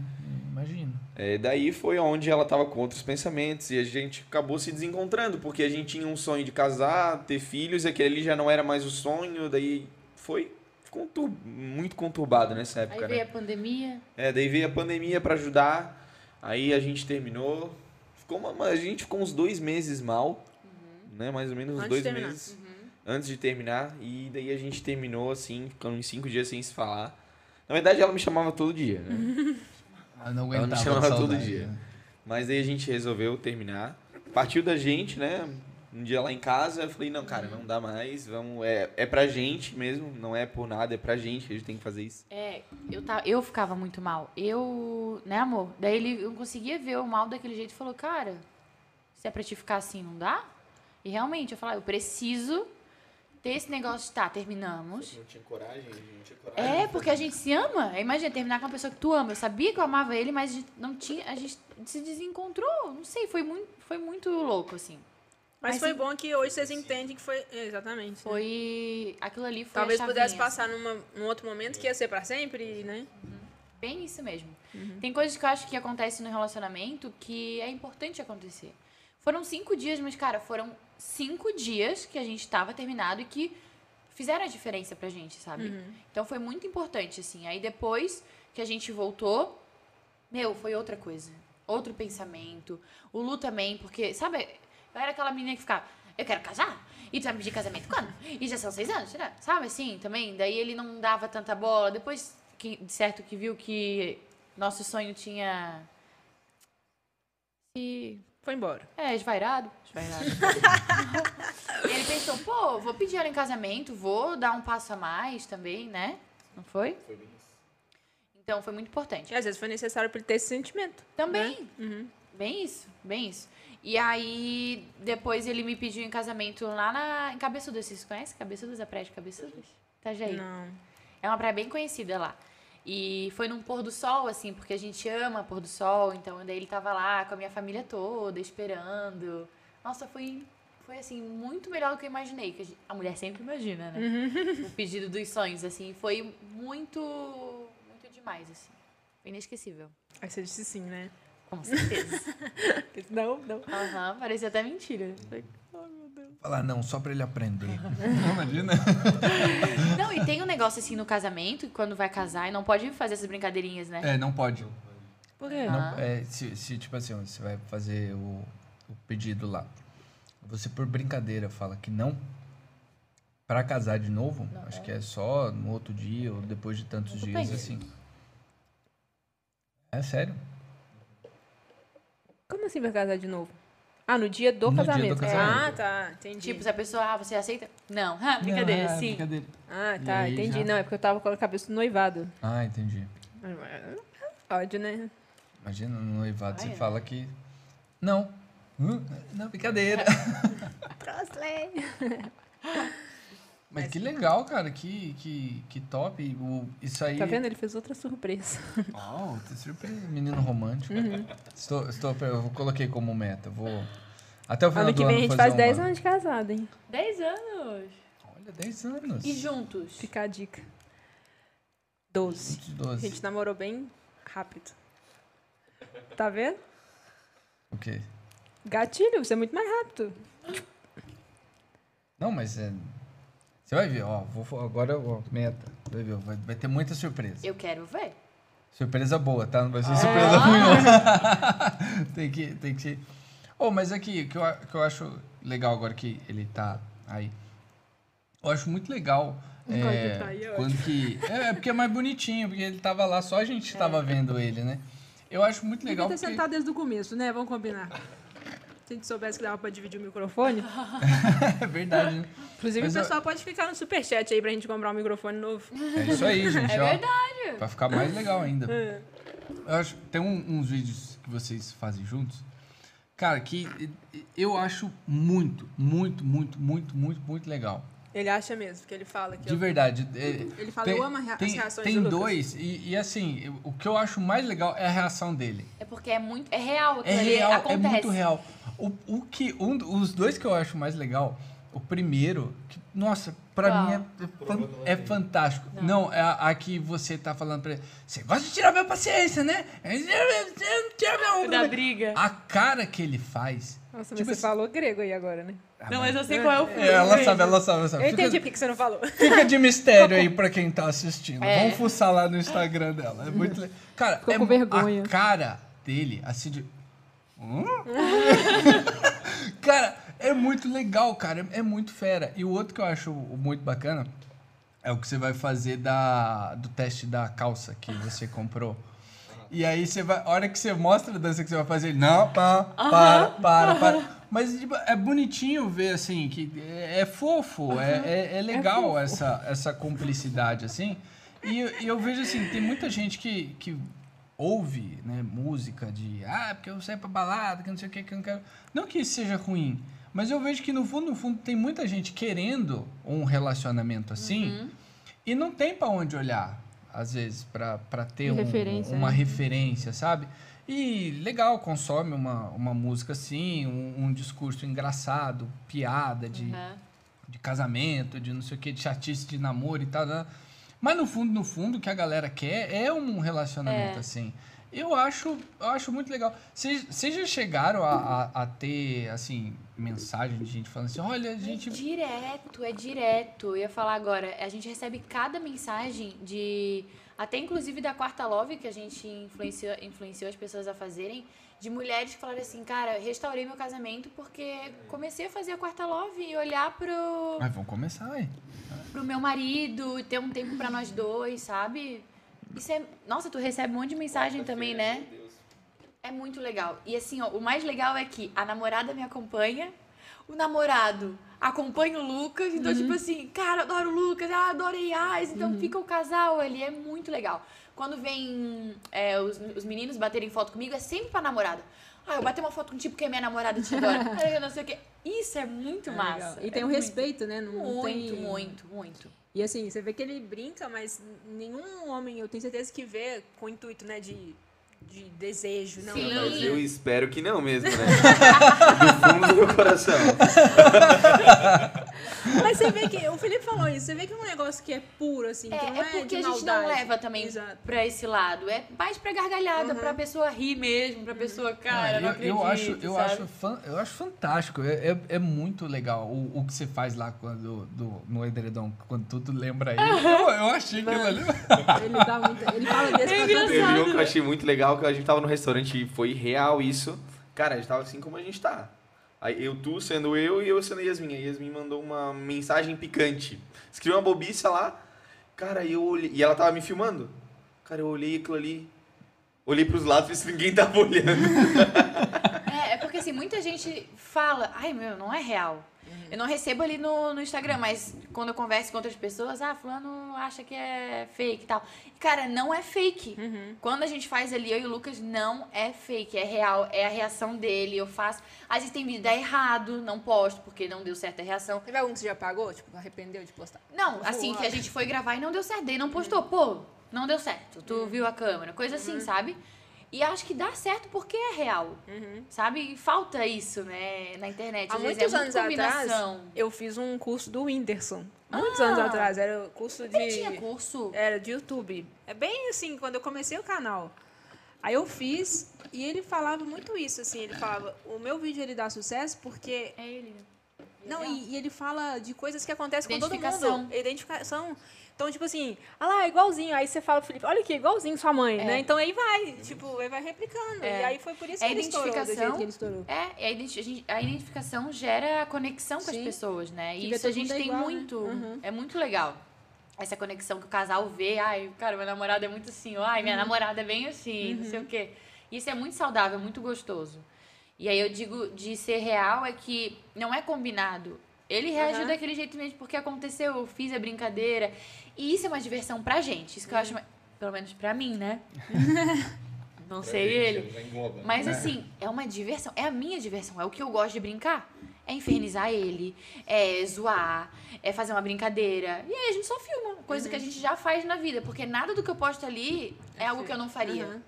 [SPEAKER 2] Imagina.
[SPEAKER 6] É, daí foi onde ela tava com outros pensamentos e a gente acabou se desencontrando, porque a gente tinha um sonho de casar, ter filhos, e aquele ali já não era mais o sonho, daí foi contur- muito conturbado nessa
[SPEAKER 3] Aí
[SPEAKER 6] época, né?
[SPEAKER 3] veio a pandemia.
[SPEAKER 6] É, daí veio a pandemia pra ajudar. Aí a gente terminou. Ficou uma- uma- a gente ficou uns dois meses mal, né? Mais ou menos uns
[SPEAKER 4] Uhum. Antes
[SPEAKER 6] dois
[SPEAKER 4] de terminar. Uhum.
[SPEAKER 6] meses antes de terminar. E daí a gente terminou assim, ficando uns cinco dias sem se falar. Na verdade, ela me chamava todo dia,
[SPEAKER 4] Uhum.
[SPEAKER 6] né?
[SPEAKER 2] Eu não
[SPEAKER 6] Ela me
[SPEAKER 2] aguentava de
[SPEAKER 6] chamava todo
[SPEAKER 2] saudade,
[SPEAKER 6] dia.
[SPEAKER 2] né?
[SPEAKER 6] Mas daí a gente resolveu terminar. Partiu da gente, né? Um dia lá em casa, eu falei, não, cara,
[SPEAKER 4] Uhum.
[SPEAKER 6] não dá mais, vamos, é, é pra gente mesmo, não é por nada, é pra gente, a gente tem que fazer isso.
[SPEAKER 3] É, eu, tava, eu ficava muito mal. Eu, né, amor? Daí ele eu não conseguia ver o mal daquele jeito e falou, cara, se é pra te ficar assim, não dá? E realmente, eu falava, eu preciso ter esse negócio de tá, terminamos.
[SPEAKER 7] Não tinha coragem, não tinha coragem.
[SPEAKER 3] É, porque a gente se ama. Imagina, terminar com uma pessoa que tu ama. Eu sabia que eu amava ele, mas a gente não tinha. A gente se desencontrou. Não sei, foi muito, foi muito louco, assim.
[SPEAKER 4] Mas,
[SPEAKER 3] Mas
[SPEAKER 4] foi
[SPEAKER 3] sim.
[SPEAKER 4] bom que hoje vocês entendem que foi. é, Exatamente. né?
[SPEAKER 3] Foi. Aquilo ali foi. a
[SPEAKER 4] Talvez
[SPEAKER 3] chavinha,
[SPEAKER 4] pudesse
[SPEAKER 3] assim.
[SPEAKER 4] passar numa, num outro momento que ia ser pra sempre, né?
[SPEAKER 3] Bem isso mesmo. Tem coisas que eu acho que acontecem no relacionamento que é importante acontecer. Foram cinco dias, mas, cara, foram cinco dias que a gente tava terminado e que fizeram a diferença pra gente, sabe? Então foi muito importante, assim. Aí depois que a gente voltou, meu, foi outra coisa. Outro pensamento. O Lu também, porque, sabe, eu era aquela menina que ficava, eu quero casar? E tu vai me pedir casamento quando? E já são seis anos, né? sabe assim também? Daí ele não dava tanta bola. Depois, que, de certo, que viu que nosso sonho tinha. se-
[SPEAKER 4] Foi embora.
[SPEAKER 3] é, esvairado. Esvairado. ele pensou, pô, vou pedir ela em casamento, vou dar um passo a mais também, né? Não foi? Foi bem isso. Então foi muito importante.
[SPEAKER 4] E às vezes foi necessário pra ele ter esse sentimento.
[SPEAKER 3] Também. Bem isso, bem isso. E aí, depois ele me pediu em casamento lá na, em Cabeçudas. Vocês conhecem Cabeçudas? A praia de Cabeçudas? Tá, Jair?
[SPEAKER 4] Não.
[SPEAKER 3] É uma praia bem conhecida lá. E foi num pôr do sol, assim, porque a gente ama pôr do sol. Então, daí ele tava lá com a minha família toda, esperando. Nossa, foi, foi assim, muito melhor do que eu imaginei. Que a, gente- a mulher sempre imagina, né? o pedido dos sonhos, assim. Foi muito, muito demais, assim. Foi inesquecível.
[SPEAKER 4] Aí você disse sim, né?
[SPEAKER 3] Com certeza.
[SPEAKER 4] Não, não.
[SPEAKER 3] Aham, parecia até mentira.
[SPEAKER 2] Falar não, só pra ele aprender. Imagina.
[SPEAKER 3] Não, e tem um negócio assim no casamento, que quando vai casar, e não pode fazer essas brincadeirinhas, né?
[SPEAKER 2] É, não pode.
[SPEAKER 4] Por quê?
[SPEAKER 2] Não,
[SPEAKER 3] Ah. Tá.
[SPEAKER 2] é, se, se, tipo assim, você vai fazer o, o pedido lá, você por brincadeira fala que não, pra casar de novo, acho que é só no outro dia ou depois de tantos
[SPEAKER 3] Tudo
[SPEAKER 2] dias,
[SPEAKER 3] bem.
[SPEAKER 2] assim. É sério.
[SPEAKER 4] Como assim vai casar de novo? Ah, no dia do
[SPEAKER 2] No dia do
[SPEAKER 4] casamento.
[SPEAKER 2] casamento.
[SPEAKER 4] Ah, tá. Entendi.
[SPEAKER 3] Tipo, se a pessoa, ah, você aceita? Não, ah, brincadeira,
[SPEAKER 2] Não, é,
[SPEAKER 3] sim.
[SPEAKER 2] Brincadeira.
[SPEAKER 4] ah,
[SPEAKER 2] E
[SPEAKER 4] tá.
[SPEAKER 2] aí
[SPEAKER 4] Entendi.
[SPEAKER 2] já-
[SPEAKER 4] Não, é porque eu tava com a cabeça do noivado. É
[SPEAKER 2] Ah, entendi.
[SPEAKER 4] Ódio, né?
[SPEAKER 2] Imagina no noivado,
[SPEAKER 3] Ah,
[SPEAKER 2] você
[SPEAKER 3] é?
[SPEAKER 2] fala que não. Hum, Não, brincadeira. Mas que legal, cara, que, que, que top. O, isso aí.
[SPEAKER 4] Tá vendo? Ele fez outra surpresa.
[SPEAKER 2] Uau, que surpresa. Menino romântico.
[SPEAKER 4] Uhum.
[SPEAKER 2] Estou, estou, eu coloquei como meta. Vou. Até o final
[SPEAKER 4] ano que
[SPEAKER 2] do
[SPEAKER 4] vem a
[SPEAKER 2] ano
[SPEAKER 4] gente
[SPEAKER 2] fazer
[SPEAKER 4] faz
[SPEAKER 2] um
[SPEAKER 4] 10
[SPEAKER 2] ano.
[SPEAKER 4] anos de casado, hein?
[SPEAKER 3] Dez anos.
[SPEAKER 2] Olha, 10 anos.
[SPEAKER 3] E juntos?
[SPEAKER 4] Fica a dica. 12. A
[SPEAKER 2] 12.
[SPEAKER 4] gente namorou bem rápido. Tá vendo?
[SPEAKER 2] O quê?
[SPEAKER 4] Gatilho, você é muito mais rápido.
[SPEAKER 2] Não, mas é. Você vai ver, ó. Vou, fa- agora, ó, meta. Vai ver, vai, vai ter muita surpresa.
[SPEAKER 3] Eu quero ver.
[SPEAKER 2] Surpresa boa, tá? Não vai
[SPEAKER 4] É.
[SPEAKER 2] ser surpresa ruim, não. tem que. Tem que... Oh, mas aqui, o que eu, a- que eu acho legal agora que ele tá aí. Eu acho muito legal. é,
[SPEAKER 4] tá aí, eu
[SPEAKER 2] quando que. É, é porque é mais bonitinho, porque ele tava lá, só a gente tava vendo ele, né? Eu acho muito legal.
[SPEAKER 4] É. Devia ter
[SPEAKER 2] porque-
[SPEAKER 4] sentado desde o começo, né? Vamos combinar. Se a gente soubesse que dava pra dividir o microfone.
[SPEAKER 2] É verdade, né?
[SPEAKER 4] Inclusive,
[SPEAKER 2] Mas
[SPEAKER 4] o
[SPEAKER 2] eu-
[SPEAKER 4] pessoal pode ficar no superchat aí pra gente comprar um microfone novo.
[SPEAKER 2] É isso aí, gente.
[SPEAKER 3] É
[SPEAKER 2] ó.
[SPEAKER 3] verdade.
[SPEAKER 2] Pra ficar mais legal ainda.
[SPEAKER 4] É.
[SPEAKER 2] Eu acho, tem um- uns vídeos que vocês fazem juntos, cara, que e- eu acho muito, muito, muito, muito, muito, muito legal.
[SPEAKER 4] Ele acha mesmo, que ele fala que
[SPEAKER 2] De
[SPEAKER 4] eu...
[SPEAKER 2] verdade. é-
[SPEAKER 4] Ele fala, eu amo a rea- as
[SPEAKER 2] tem,
[SPEAKER 4] reações
[SPEAKER 2] Tem
[SPEAKER 4] do Lucas.
[SPEAKER 2] dois, e, e assim, eu- o que eu acho mais legal é a reação dele.
[SPEAKER 3] É porque é muito. É real
[SPEAKER 2] É
[SPEAKER 3] aquilo ali,
[SPEAKER 2] real,
[SPEAKER 3] acontece.
[SPEAKER 2] é muito real. O, o que, um, do- os dois que eu acho mais legal, o primeiro, que, nossa, pra
[SPEAKER 3] Qual?
[SPEAKER 2] mim é- é, fan- é fantástico. Não, é a, a que você tá falando pra ele. Você gosta de tirar minha paciência, né? É, Tira tira minha onda,
[SPEAKER 3] Da
[SPEAKER 2] né?"
[SPEAKER 3] briga.
[SPEAKER 2] A cara que ele faz.
[SPEAKER 4] Nossa, mas
[SPEAKER 2] Tipo
[SPEAKER 4] você
[SPEAKER 2] assim-
[SPEAKER 4] falou grego aí agora, né?
[SPEAKER 2] Ah,
[SPEAKER 3] Não, mas eu sei qual é o filme.
[SPEAKER 2] É, ela sabe, ela sabe, ela sabe.
[SPEAKER 4] Eu
[SPEAKER 2] Fica-
[SPEAKER 4] entendi por que você não falou.
[SPEAKER 2] Fica de mistério aí pra quem tá assistindo.
[SPEAKER 3] É.
[SPEAKER 2] Vamos fuçar lá no Instagram dela. É muito le- Cara,
[SPEAKER 4] Ficou
[SPEAKER 2] é
[SPEAKER 4] com
[SPEAKER 2] mu-
[SPEAKER 4] vergonha.
[SPEAKER 2] a cara dele, assim de. Hum? cara, é muito legal, cara. É muito fera. E o outro que eu acho muito bacana é o que você vai fazer da, do teste da calça que você comprou. E aí você vai. A hora que você mostra a dança que você vai fazer, ele, não, pá, para, para, para. Mas tipo, é bonitinho ver assim, que é, é fofo, é, é, é legal essa, essa cumplicidade, assim. E, eu- e eu vejo assim, tem muita gente que, que ouve né, música de ah, porque eu saio pra balada, que não sei o que, que eu não quero. Não que isso seja ruim, Mas eu vejo que no fundo, no fundo, tem muita gente querendo um relacionamento assim e não tem pra onde olhar, às vezes, pra pra ter um-
[SPEAKER 10] Referência,
[SPEAKER 2] uma
[SPEAKER 10] né?
[SPEAKER 2] referência, sabe? E legal, consome uma, uma música assim, um, um discurso engraçado, piada de,
[SPEAKER 3] É.
[SPEAKER 2] de casamento, de não sei o que, de chatice de namoro e tal. né? Mas no fundo, no fundo, o que a galera quer é um relacionamento
[SPEAKER 10] É.
[SPEAKER 2] assim. Eu acho, eu acho muito legal. Vocês vocês já chegaram a, a, a ter, assim, mensagem de gente falando assim, olha, a
[SPEAKER 3] É
[SPEAKER 10] Então
[SPEAKER 2] gente...
[SPEAKER 3] direto, é direto. Eu ia falar agora, a gente recebe cada mensagem de. Até inclusive da Quarta Love, que a gente influenciou, influenciou as pessoas a fazerem, de mulheres que falaram assim, cara, restaurei meu casamento porque comecei a fazer a Quarta Love e olhar pro,
[SPEAKER 2] Mas vamos começar, hein?
[SPEAKER 3] pro meu marido, ter um tempo pra nós dois, sabe? Isso é. Nossa, tu recebe um monte de mensagem também, né? É muito legal. E assim, ó, o mais legal é que a namorada me acompanha, o namorado acompanha o Lucas,
[SPEAKER 4] Uhum.
[SPEAKER 3] então, tipo assim, cara, adoro o Lucas, ah, adorei Ais, então fica o casal ali, é muito legal. Quando vem é, os, os meninos baterem foto comigo, é sempre pra namorada. Ah, eu bati uma foto contigo porque é minha namorada te adora. Ah, eu não sei o quê. Isso é muito massa.
[SPEAKER 4] E tem
[SPEAKER 3] é
[SPEAKER 4] o
[SPEAKER 3] muito-
[SPEAKER 4] respeito, né? Não
[SPEAKER 3] Muito,
[SPEAKER 4] tem...
[SPEAKER 3] muito, muito.
[SPEAKER 4] E assim, você vê que ele brinca, mas nenhum homem, eu tenho certeza que vê com o intuito, né, de, de desejo, não.
[SPEAKER 3] Sim.
[SPEAKER 6] Mas eu espero que não mesmo, né? do fundo do meu coração.
[SPEAKER 4] Mas você vê que, o Felipe falou isso, você vê que é um negócio que é puro, assim, que
[SPEAKER 3] É,
[SPEAKER 4] não
[SPEAKER 3] é
[SPEAKER 4] é,
[SPEAKER 3] porque
[SPEAKER 4] de
[SPEAKER 3] a gente não
[SPEAKER 4] maldade.
[SPEAKER 3] leva também
[SPEAKER 4] Exato.
[SPEAKER 3] pra esse lado. É mais pra gargalhada, pra pessoa rir mesmo, pra pessoa,
[SPEAKER 2] Ah,
[SPEAKER 3] cara,
[SPEAKER 2] eu,
[SPEAKER 3] não acredito,
[SPEAKER 2] eu acho, eu
[SPEAKER 3] sabe?
[SPEAKER 2] acho, fan- eu acho fantástico. É, é, é muito legal o, o que você faz lá quando, do, no edredom, quando tudo lembra ele. Eu, eu achei que ele
[SPEAKER 3] é.
[SPEAKER 4] Ele dá muita, ele fala desse pra todo
[SPEAKER 6] Teve um que eu achei muito legal, que a gente tava no restaurante e foi real isso. Cara, a gente tava assim como a gente tá. Aí eu, tu sendo eu e eu sendo a Yasmin. A Yasmin mandou uma mensagem picante. Escreveu uma bobiça lá. Cara, eu olhei. E ela tava me filmando. Cara, eu olhei aquilo ali. Olhei pros lados pra ver se ninguém tava olhando.
[SPEAKER 3] É, é porque assim, muita gente fala, ai meu, não é real. Eu não recebo ali no, no Instagram, mas quando eu converso com outras pessoas, ah, fulano acha que é fake e tal. E, cara, não é fake. Quando a gente faz ali, eu e o Lucas, não é fake, é real, é a reação dele, eu faço. Às vezes tem vídeo, dá errado, não posto, porque não deu certa a reação.
[SPEAKER 4] Teve algum que você já pagou? Tipo, arrependeu de postar?
[SPEAKER 3] Não, assim, que a gente foi gravar e não deu certo. Daí não postou, pô, não deu certo.
[SPEAKER 4] Uhum.
[SPEAKER 3] Tu viu a câmera, coisa assim, sabe? E acho que dá certo porque é real, sabe? E falta isso, né, na internet.
[SPEAKER 4] Uhum. Há
[SPEAKER 3] Às vezes
[SPEAKER 4] muitos
[SPEAKER 3] é
[SPEAKER 4] anos
[SPEAKER 3] muita
[SPEAKER 4] atrás,
[SPEAKER 3] combinação.
[SPEAKER 4] eu fiz um curso do Whindersson. Muitos anos atrás, era o curso de...
[SPEAKER 3] Nem tinha curso.
[SPEAKER 4] Era de YouTube. É bem assim, quando eu comecei o canal. Aí eu fiz e ele falava muito isso, assim, ele falava, o meu vídeo ele dá sucesso porque.
[SPEAKER 3] É ele. É
[SPEAKER 4] Não, e, e ele fala de coisas que acontecem com todo
[SPEAKER 3] Identificação.
[SPEAKER 4] mundo. Identificação. Então, tipo assim, ah lá, igualzinho. Aí você fala, Felipe, olha aqui, é igualzinho sua mãe, né? Então aí vai, tipo, aí vai replicando.
[SPEAKER 3] É.
[SPEAKER 4] E aí foi por isso
[SPEAKER 3] É
[SPEAKER 4] que ele estourou, do jeito
[SPEAKER 3] identificação.
[SPEAKER 4] que ele estourou.
[SPEAKER 3] É, e a, identi- a gente- a identificação gera a conexão com as
[SPEAKER 4] Sim.
[SPEAKER 3] pessoas, né?
[SPEAKER 4] Que
[SPEAKER 3] E
[SPEAKER 4] vê
[SPEAKER 3] isso a
[SPEAKER 4] todo
[SPEAKER 3] gente
[SPEAKER 4] mundo é
[SPEAKER 3] tem
[SPEAKER 4] igual, né?
[SPEAKER 3] muito.
[SPEAKER 4] Uhum.
[SPEAKER 3] É muito legal. Essa conexão que o casal vê. Ai, cara, meu namorado é muito assim. ou, Ai, minha
[SPEAKER 4] Uhum.
[SPEAKER 3] namorada é bem assim, não sei o quê. Isso é muito saudável, muito gostoso. E aí eu digo de ser real é que não é combinado. Ele reagiu
[SPEAKER 4] Uhum.
[SPEAKER 3] daquele jeito mesmo porque aconteceu, eu fiz a brincadeira. E isso é uma diversão pra gente. Isso que
[SPEAKER 4] Uhum.
[SPEAKER 3] eu acho, ma- pelo menos pra mim, né? não sei
[SPEAKER 6] né?
[SPEAKER 3] ele.
[SPEAKER 7] Já engloba.
[SPEAKER 3] Mas assim, é uma diversão, é a minha diversão, é o que eu gosto de brincar. É infernizar ele, é zoar, é fazer uma brincadeira. E aí a gente só filma, coisa que a gente já faz na vida, porque nada do que eu posto ali é, algo que eu não faria.
[SPEAKER 4] Aham.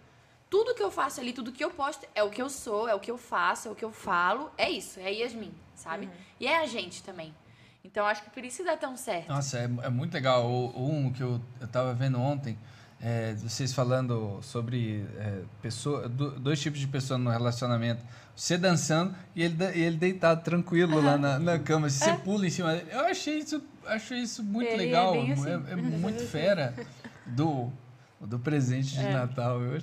[SPEAKER 3] Tudo que eu faço ali, tudo que eu posto é o que eu sou, é o que eu faço, é o que eu falo, é isso, é Yasmin, sabe? E é a gente também. Então acho que por isso dá tão certo.
[SPEAKER 2] Nossa, é, é muito legal. O- um que eu, eu tava vendo ontem, é, vocês falando sobre é, pessoa, do- dois tipos de pessoa no relacionamento. Você dançando e ele, da- e ele deitado tranquilo lá na, na cama. Você pula em cima dele. Eu achei isso, achei isso muito
[SPEAKER 3] É. Ele é
[SPEAKER 2] legal.
[SPEAKER 3] bem assim.
[SPEAKER 2] é muito fera do, do presente
[SPEAKER 3] É.
[SPEAKER 2] de Natal. Eu-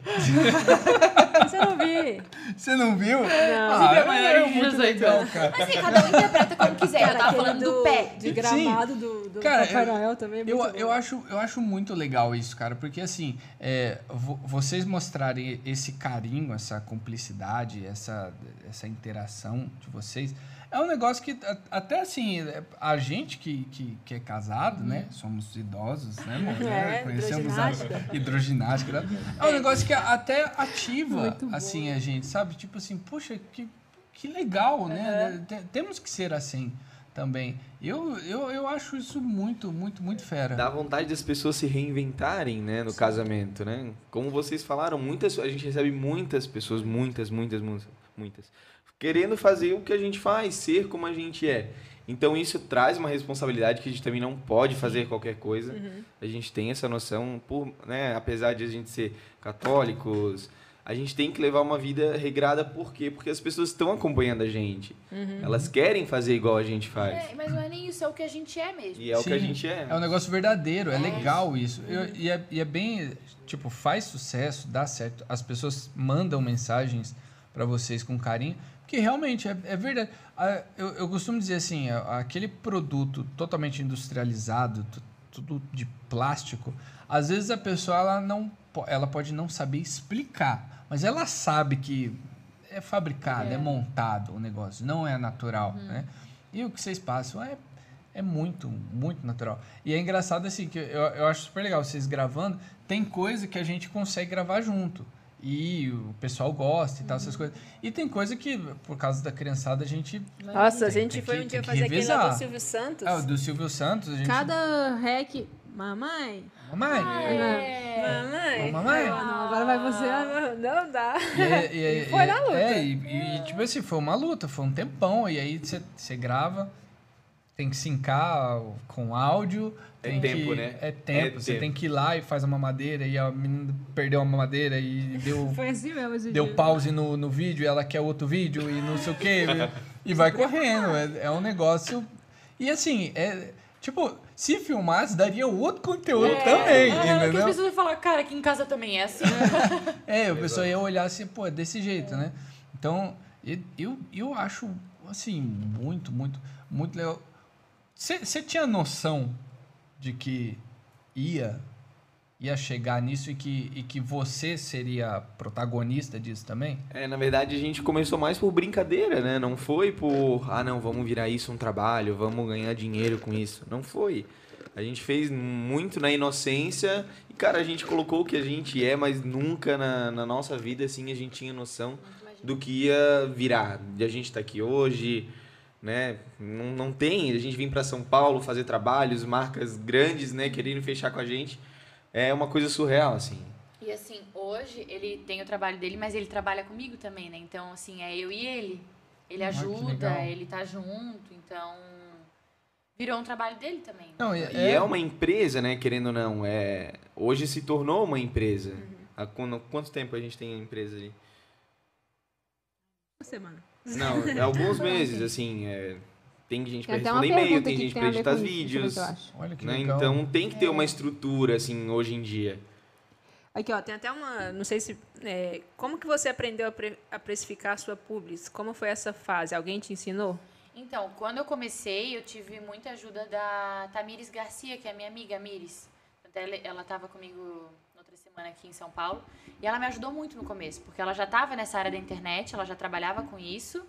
[SPEAKER 1] Você não vi.
[SPEAKER 2] Você não viu? Ah, é, é muito legal, cara.
[SPEAKER 3] Mas assim, cada um interpreta como quiser. eu tava
[SPEAKER 4] Aquele
[SPEAKER 3] falando do, pé.
[SPEAKER 4] De gramado do, do
[SPEAKER 2] Cara,
[SPEAKER 4] Papai
[SPEAKER 2] eu-
[SPEAKER 4] Noel também. é
[SPEAKER 2] Eu,
[SPEAKER 4] muito bom.
[SPEAKER 2] eu, acho, eu acho muito legal isso, cara, porque assim, é, vo- vocês mostrarem esse carinho, essa cumplicidade, essa, essa interação de vocês, é um negócio que, a- até assim, é, a gente que, que, que é casado, né? Somos idosos, né, amor?
[SPEAKER 4] Uhum. É,
[SPEAKER 2] Conhecemos a hidroginástica. né? É um negócio que até ativa, assim, a gente, sabe? Tipo assim, poxa, que, que legal, né? Te- Temos que ser assim também. Eu, eu, eu acho isso muito, muito, muito fera.
[SPEAKER 6] Dá vontade das pessoas se reinventarem, né, no casamento, né? Como vocês falaram, muitas, a gente recebe muitas pessoas, muitas, muitas, muitas, muitas, querendo fazer o que a gente faz, ser como a gente é. Então isso traz uma responsabilidade que a gente também não pode fazer qualquer coisa. A gente tem essa noção, por, né, apesar de a gente ser católicos, a gente tem que levar uma vida regrada por quê? Porque as pessoas estão acompanhando a gente. Elas querem fazer igual a gente faz.
[SPEAKER 3] É, mas não é nem isso, é o que a gente é mesmo.
[SPEAKER 6] E é o que a
[SPEAKER 2] Sim.
[SPEAKER 6] gente é.
[SPEAKER 2] É um negócio verdadeiro, é legal isso. Eu- e, é, e é bem, tipo, faz sucesso, dá certo. As pessoas mandam mensagens pra vocês com carinho, porque realmente é, é verdade. Ah, Eu, eu costumo dizer assim, a- aquele produto totalmente industrializado, tu- tudo de plástico, às vezes a pessoa ela não, po- ela pode não saber explicar, mas ela sabe que é fabricado, é, montado o negócio, não é natural, né? E o que vocês passam é é muito, muito natural. E é engraçado assim, que eu, eu acho super legal vocês gravando. Tem coisa que a gente consegue gravar junto. E o pessoal gosta e tal,
[SPEAKER 1] Uhum.
[SPEAKER 2] essas coisas. E tem coisa que, por causa da criançada, a gente.
[SPEAKER 1] Nossa, a
[SPEAKER 2] Tem-
[SPEAKER 1] gente
[SPEAKER 2] tem
[SPEAKER 1] foi
[SPEAKER 2] que-
[SPEAKER 1] um dia
[SPEAKER 2] tem que
[SPEAKER 1] fazer aquele lá
[SPEAKER 2] revisar.
[SPEAKER 1] do Silvio Santos.
[SPEAKER 2] Ah, do Silvio Santos, a gente.
[SPEAKER 4] Cada rec. Mamãe?
[SPEAKER 2] Mamãe!
[SPEAKER 1] Ah,
[SPEAKER 2] é,
[SPEAKER 3] É.
[SPEAKER 1] É. Mamãe.
[SPEAKER 4] É.
[SPEAKER 2] Mamãe!
[SPEAKER 4] Ah, não, agora vai você. ah,
[SPEAKER 1] Ah, Não dá.
[SPEAKER 2] E, é- e é-
[SPEAKER 1] E foi na luta.
[SPEAKER 2] É, e, e, tipo assim, foi uma luta, foi um tempão. E aí você- você grava, tem que sincar com áudio.
[SPEAKER 6] É
[SPEAKER 2] tem
[SPEAKER 6] tempo,
[SPEAKER 2] que-
[SPEAKER 6] né?
[SPEAKER 2] É tempo.
[SPEAKER 6] É
[SPEAKER 2] você
[SPEAKER 6] tempo.
[SPEAKER 2] tem que ir lá e faz a mamadeira. E a menina perdeu a mamadeira e deu, um
[SPEAKER 4] Foi assim mesmo esse
[SPEAKER 2] deu
[SPEAKER 4] dia.
[SPEAKER 2] pause no, no vídeo. E ela quer outro vídeo e não sei o quê. né? e, e vai correndo. É, é um negócio. E assim, é. Tipo, se filmasse, daria outro conteúdo também.
[SPEAKER 3] Ah, porque as
[SPEAKER 2] entendeu?
[SPEAKER 3] pessoas vão falar, cara, aqui em casa também é assim.
[SPEAKER 2] É, o pessoal ia olhar assim, pô, é desse jeito, né? Então, e- eu, eu acho, assim, muito, muito, muito legal. Você tinha noção de que ia, ia chegar nisso e que, e que você seria protagonista disso também?
[SPEAKER 6] É, na verdade a gente começou mais por brincadeira, né? Não foi por, ah não, vamos virar isso um trabalho, vamos ganhar dinheiro com isso. Não foi. A gente fez muito na inocência e, cara, a gente colocou o que a gente é, mas nunca na, na nossa vida, assim, a gente tinha noção do que ia virar. De a gente tá aqui hoje, né? Não, não tem. A gente vem para São Paulo fazer trabalhos, marcas grandes, né? Querendo fechar com a gente. É uma coisa surreal, assim.
[SPEAKER 3] E assim, hoje ele tem o trabalho dele, mas ele trabalha comigo também, né? Então, assim, é eu e ele. Ele
[SPEAKER 2] Ah, que
[SPEAKER 3] ajuda,
[SPEAKER 2] legal.
[SPEAKER 3] ele tá junto, então. Virou um trabalho dele também.
[SPEAKER 2] Não,
[SPEAKER 6] E é, uma empresa, né? Querendo ou não, é hoje se tornou uma empresa.
[SPEAKER 10] Uhum.
[SPEAKER 6] Há quan- quanto tempo a gente tem a empresa ali?
[SPEAKER 4] Uma semana.
[SPEAKER 6] Não, é alguns meses, assim. é, tem gente pra
[SPEAKER 10] Tem até uma
[SPEAKER 6] responder e-mail,
[SPEAKER 10] pergunta
[SPEAKER 6] tem
[SPEAKER 10] aqui
[SPEAKER 6] gente
[SPEAKER 10] que
[SPEAKER 6] pra
[SPEAKER 10] tem a ver com
[SPEAKER 6] editar
[SPEAKER 10] isso. Deixa eu ver o
[SPEAKER 6] vídeos.
[SPEAKER 10] que eu acho. É.
[SPEAKER 2] Olha que
[SPEAKER 6] né?
[SPEAKER 2] legal.
[SPEAKER 6] Então tem que ter uma estrutura, assim, hoje em dia.
[SPEAKER 4] Aqui, ó, tem até uma. Não sei se. é, como que você aprendeu a, pre- a precificar a sua publis? Como foi essa fase? Alguém te ensinou?
[SPEAKER 3] Então, quando eu comecei, eu tive muita ajuda da Tamires Garcia, que é minha amiga Mires. Tanto Ela, ela tava comigo outra semana aqui em São Paulo. E ela me ajudou muito no começo, porque ela já estava nessa área da internet, ela já trabalhava com isso.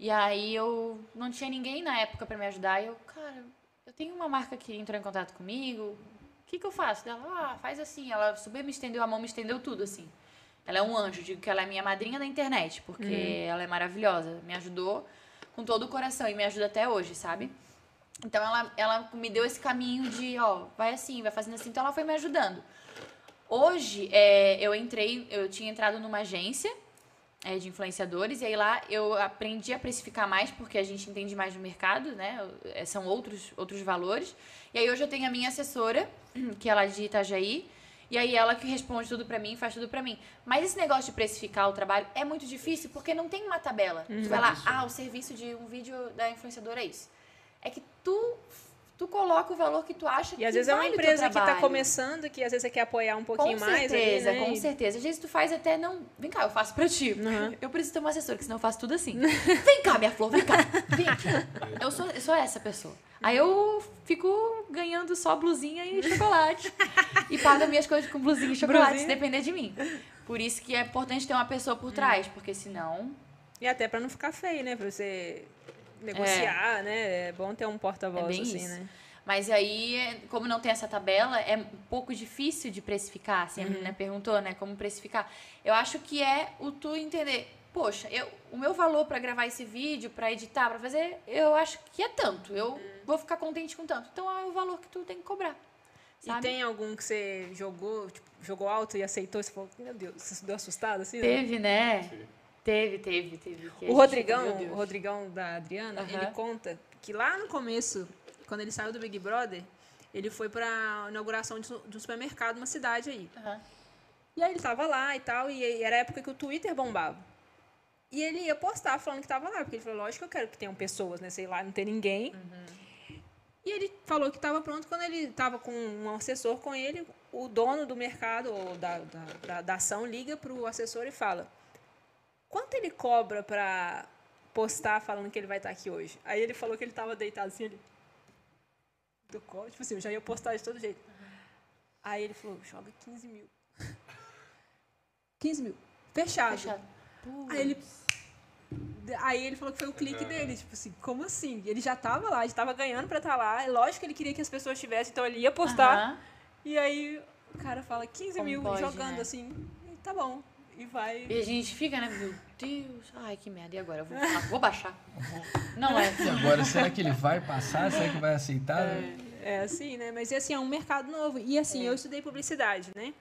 [SPEAKER 3] E aí eu não tinha ninguém na época para me ajudar. E eu, cara, eu tenho uma marca que entrou em contato comigo. O que, que eu faço? Dela, ah, faz assim. Ela super me estendeu a mão, me estendeu tudo, assim. Ela é um anjo, digo que ela é minha madrinha da internet, porque ela é maravilhosa. Me ajudou com todo o coração e me ajuda até hoje, sabe? Então ela, ela me deu esse caminho de, ó, vai assim, vai fazendo assim. Então ela foi me ajudando. Hoje, é, eu entrei, eu tinha entrado numa agência é, de influenciadores e aí lá eu aprendi a precificar mais porque a gente entende mais do mercado, né? Eu- é, São outros, outros valores. E aí hoje eu tenho a minha assessora, que ela é de Itajaí, e aí ela que responde tudo pra mim, faz tudo pra mim. Mas esse negócio de precificar o trabalho é muito difícil porque não tem uma tabela.
[SPEAKER 4] Hum, é
[SPEAKER 3] Tu vai lá, ah, o serviço de um vídeo da influenciadora é isso. É que tu tu coloca o valor que tu acha que
[SPEAKER 4] E às vezes é uma
[SPEAKER 3] vale o teu
[SPEAKER 4] empresa que está
[SPEAKER 3] trabalho.
[SPEAKER 4] começando, que às vezes você quer apoiar um pouquinho
[SPEAKER 3] com
[SPEAKER 4] mais. ali,
[SPEAKER 3] certeza,
[SPEAKER 4] né?
[SPEAKER 3] com
[SPEAKER 4] E-
[SPEAKER 3] certeza. Às vezes tu faz até não. Vem cá, eu faço pra ti.
[SPEAKER 4] Uhum.
[SPEAKER 3] Eu preciso ter uma assessora, que senão eu faço tudo assim. vem cá, minha flor, vem cá. Vem aqui. Eu sou, eu sou essa pessoa. Aí eu fico ganhando só blusinha e chocolate. e pago minhas coisas com blusinha e chocolate, se
[SPEAKER 4] Blusinha.
[SPEAKER 3] depender de mim. Por isso que é importante ter uma pessoa por trás, porque senão.
[SPEAKER 4] E até para não ficar feio, né? Pra você negociar, né? É bom ter um
[SPEAKER 3] É
[SPEAKER 4] porta-voz
[SPEAKER 3] bem
[SPEAKER 4] assim,
[SPEAKER 3] isso.
[SPEAKER 4] né?
[SPEAKER 3] Mas aí, é- como não tem essa tabela, é um pouco
[SPEAKER 4] Uhum.
[SPEAKER 3] difícil de precificar. Assim, a menina perguntou, né? Como precificar. Eu acho que é o tu entender. poxa, eu, o meu valor pra gravar esse vídeo, pra editar, pra fazer, eu acho que é tanto. Eu
[SPEAKER 4] Uhum.
[SPEAKER 3] vou ficar contente com tanto. Então é o valor que tu tem que cobrar.
[SPEAKER 4] E
[SPEAKER 3] Sabe?
[SPEAKER 4] tem algum que você jogou, tipo, jogou alto e aceitou? e Você falou, meu Deus, você deu assustado assim? né?
[SPEAKER 3] Teve, né? Teve, teve, teve. que a
[SPEAKER 4] O
[SPEAKER 3] gente-
[SPEAKER 4] Rodrigão,
[SPEAKER 3] meu Deus.
[SPEAKER 4] o Rodrigão da Adriana,
[SPEAKER 3] Aham.
[SPEAKER 4] ele conta que lá no começo, quando ele saiu do Big Brother, ele foi pra inauguração de su- de um supermercado numa cidade aí.
[SPEAKER 3] Aham.
[SPEAKER 4] E aí ele tava lá e tal, e e era a época que o Twitter bombava. E ele ia postar falando que tava lá, porque ele falou, lógico que eu quero que tenham pessoas, né? Sei lá, não tem ninguém. E ele falou que tava pronto quando ele tava com um assessor com ele, o dono do mercado ou da, da, da, da ação liga pro assessor e fala: Quanto ele cobra pra postar falando que ele vai estar aqui hoje? Aí ele falou que ele tava deitado assim, ele. Do co- tipo assim, eu já ia postar de todo jeito. Aí ele falou: joga 15 mil. 15 mil. Fechado.
[SPEAKER 3] Fechado.
[SPEAKER 4] Aí ele. Aí ele falou que foi o clique dele, tipo assim, como assim? Ele já tava lá, já tava ganhando pra estar lá. É lógico que ele queria que as pessoas tivessem, então ele ia postar.
[SPEAKER 3] Aham.
[SPEAKER 4] E aí o cara fala 15
[SPEAKER 3] Como
[SPEAKER 4] mil
[SPEAKER 3] pode,
[SPEAKER 4] jogando
[SPEAKER 3] né?
[SPEAKER 4] assim, e tá bom. E vai.
[SPEAKER 3] E a gente fica, né? Meu Deus, ai que merda. E agora? Eu vou, falar, vou baixar. Não é.
[SPEAKER 2] E agora, será que ele vai passar? Será que vai aceitar?
[SPEAKER 4] É assim, né? Mas assim, é um mercado novo. E
[SPEAKER 3] É.
[SPEAKER 4] assim, eu estudei publicidade, né?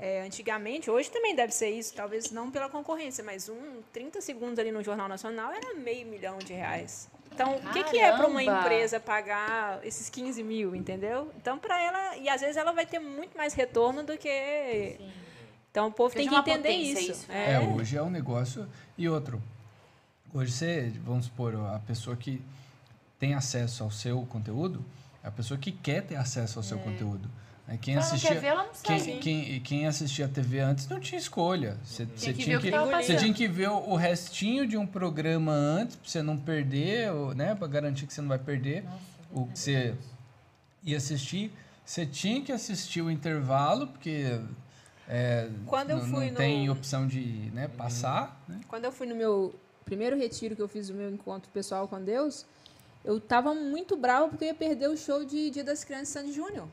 [SPEAKER 4] É, antigamente, hoje também deve ser isso, talvez não pela concorrência, mas um 30 segundos ali no Jornal Nacional era meio milhão de reais. Então, o que, que é para uma
[SPEAKER 3] Caramba!
[SPEAKER 4] empresa pagar esses 15 mil, entendeu? Então, para ela. E às vezes ela vai ter muito mais retorno do que. Então, o povo
[SPEAKER 3] Seja
[SPEAKER 4] tem que
[SPEAKER 3] uma
[SPEAKER 4] entender
[SPEAKER 3] potência
[SPEAKER 4] isso.
[SPEAKER 3] isso, né?
[SPEAKER 2] É, hoje é um negócio. E outro, hoje você, vamos supor, a pessoa que tem acesso ao seu conteúdo, é a pessoa que quer ter acesso ao seu conteúdo. É, quem
[SPEAKER 3] Ela não
[SPEAKER 2] assistia,
[SPEAKER 3] quer ver, ela não sabe.
[SPEAKER 2] quem, quem, e quem assistia a TV antes não tinha escolha. Você você
[SPEAKER 3] Tinha que ver
[SPEAKER 2] tinha
[SPEAKER 3] o que tá
[SPEAKER 2] que,
[SPEAKER 3] tava
[SPEAKER 2] você
[SPEAKER 3] passando.
[SPEAKER 2] tinha que ver o o restinho de um programa antes, pra você não perder, ou, né? Pra garantir que você não vai perder o que você ia assistir. Você tinha que assistir o intervalo, porque é,
[SPEAKER 4] Quando eu
[SPEAKER 2] não,
[SPEAKER 4] fui
[SPEAKER 2] não
[SPEAKER 4] no-
[SPEAKER 2] tem opção de né, passar. né?
[SPEAKER 4] Quando eu fui no meu primeiro retiro que eu fiz o meu encontro pessoal com Deus, eu tava muito brava porque eu ia perder o show de Dia das Crianças de Sandy Júnior.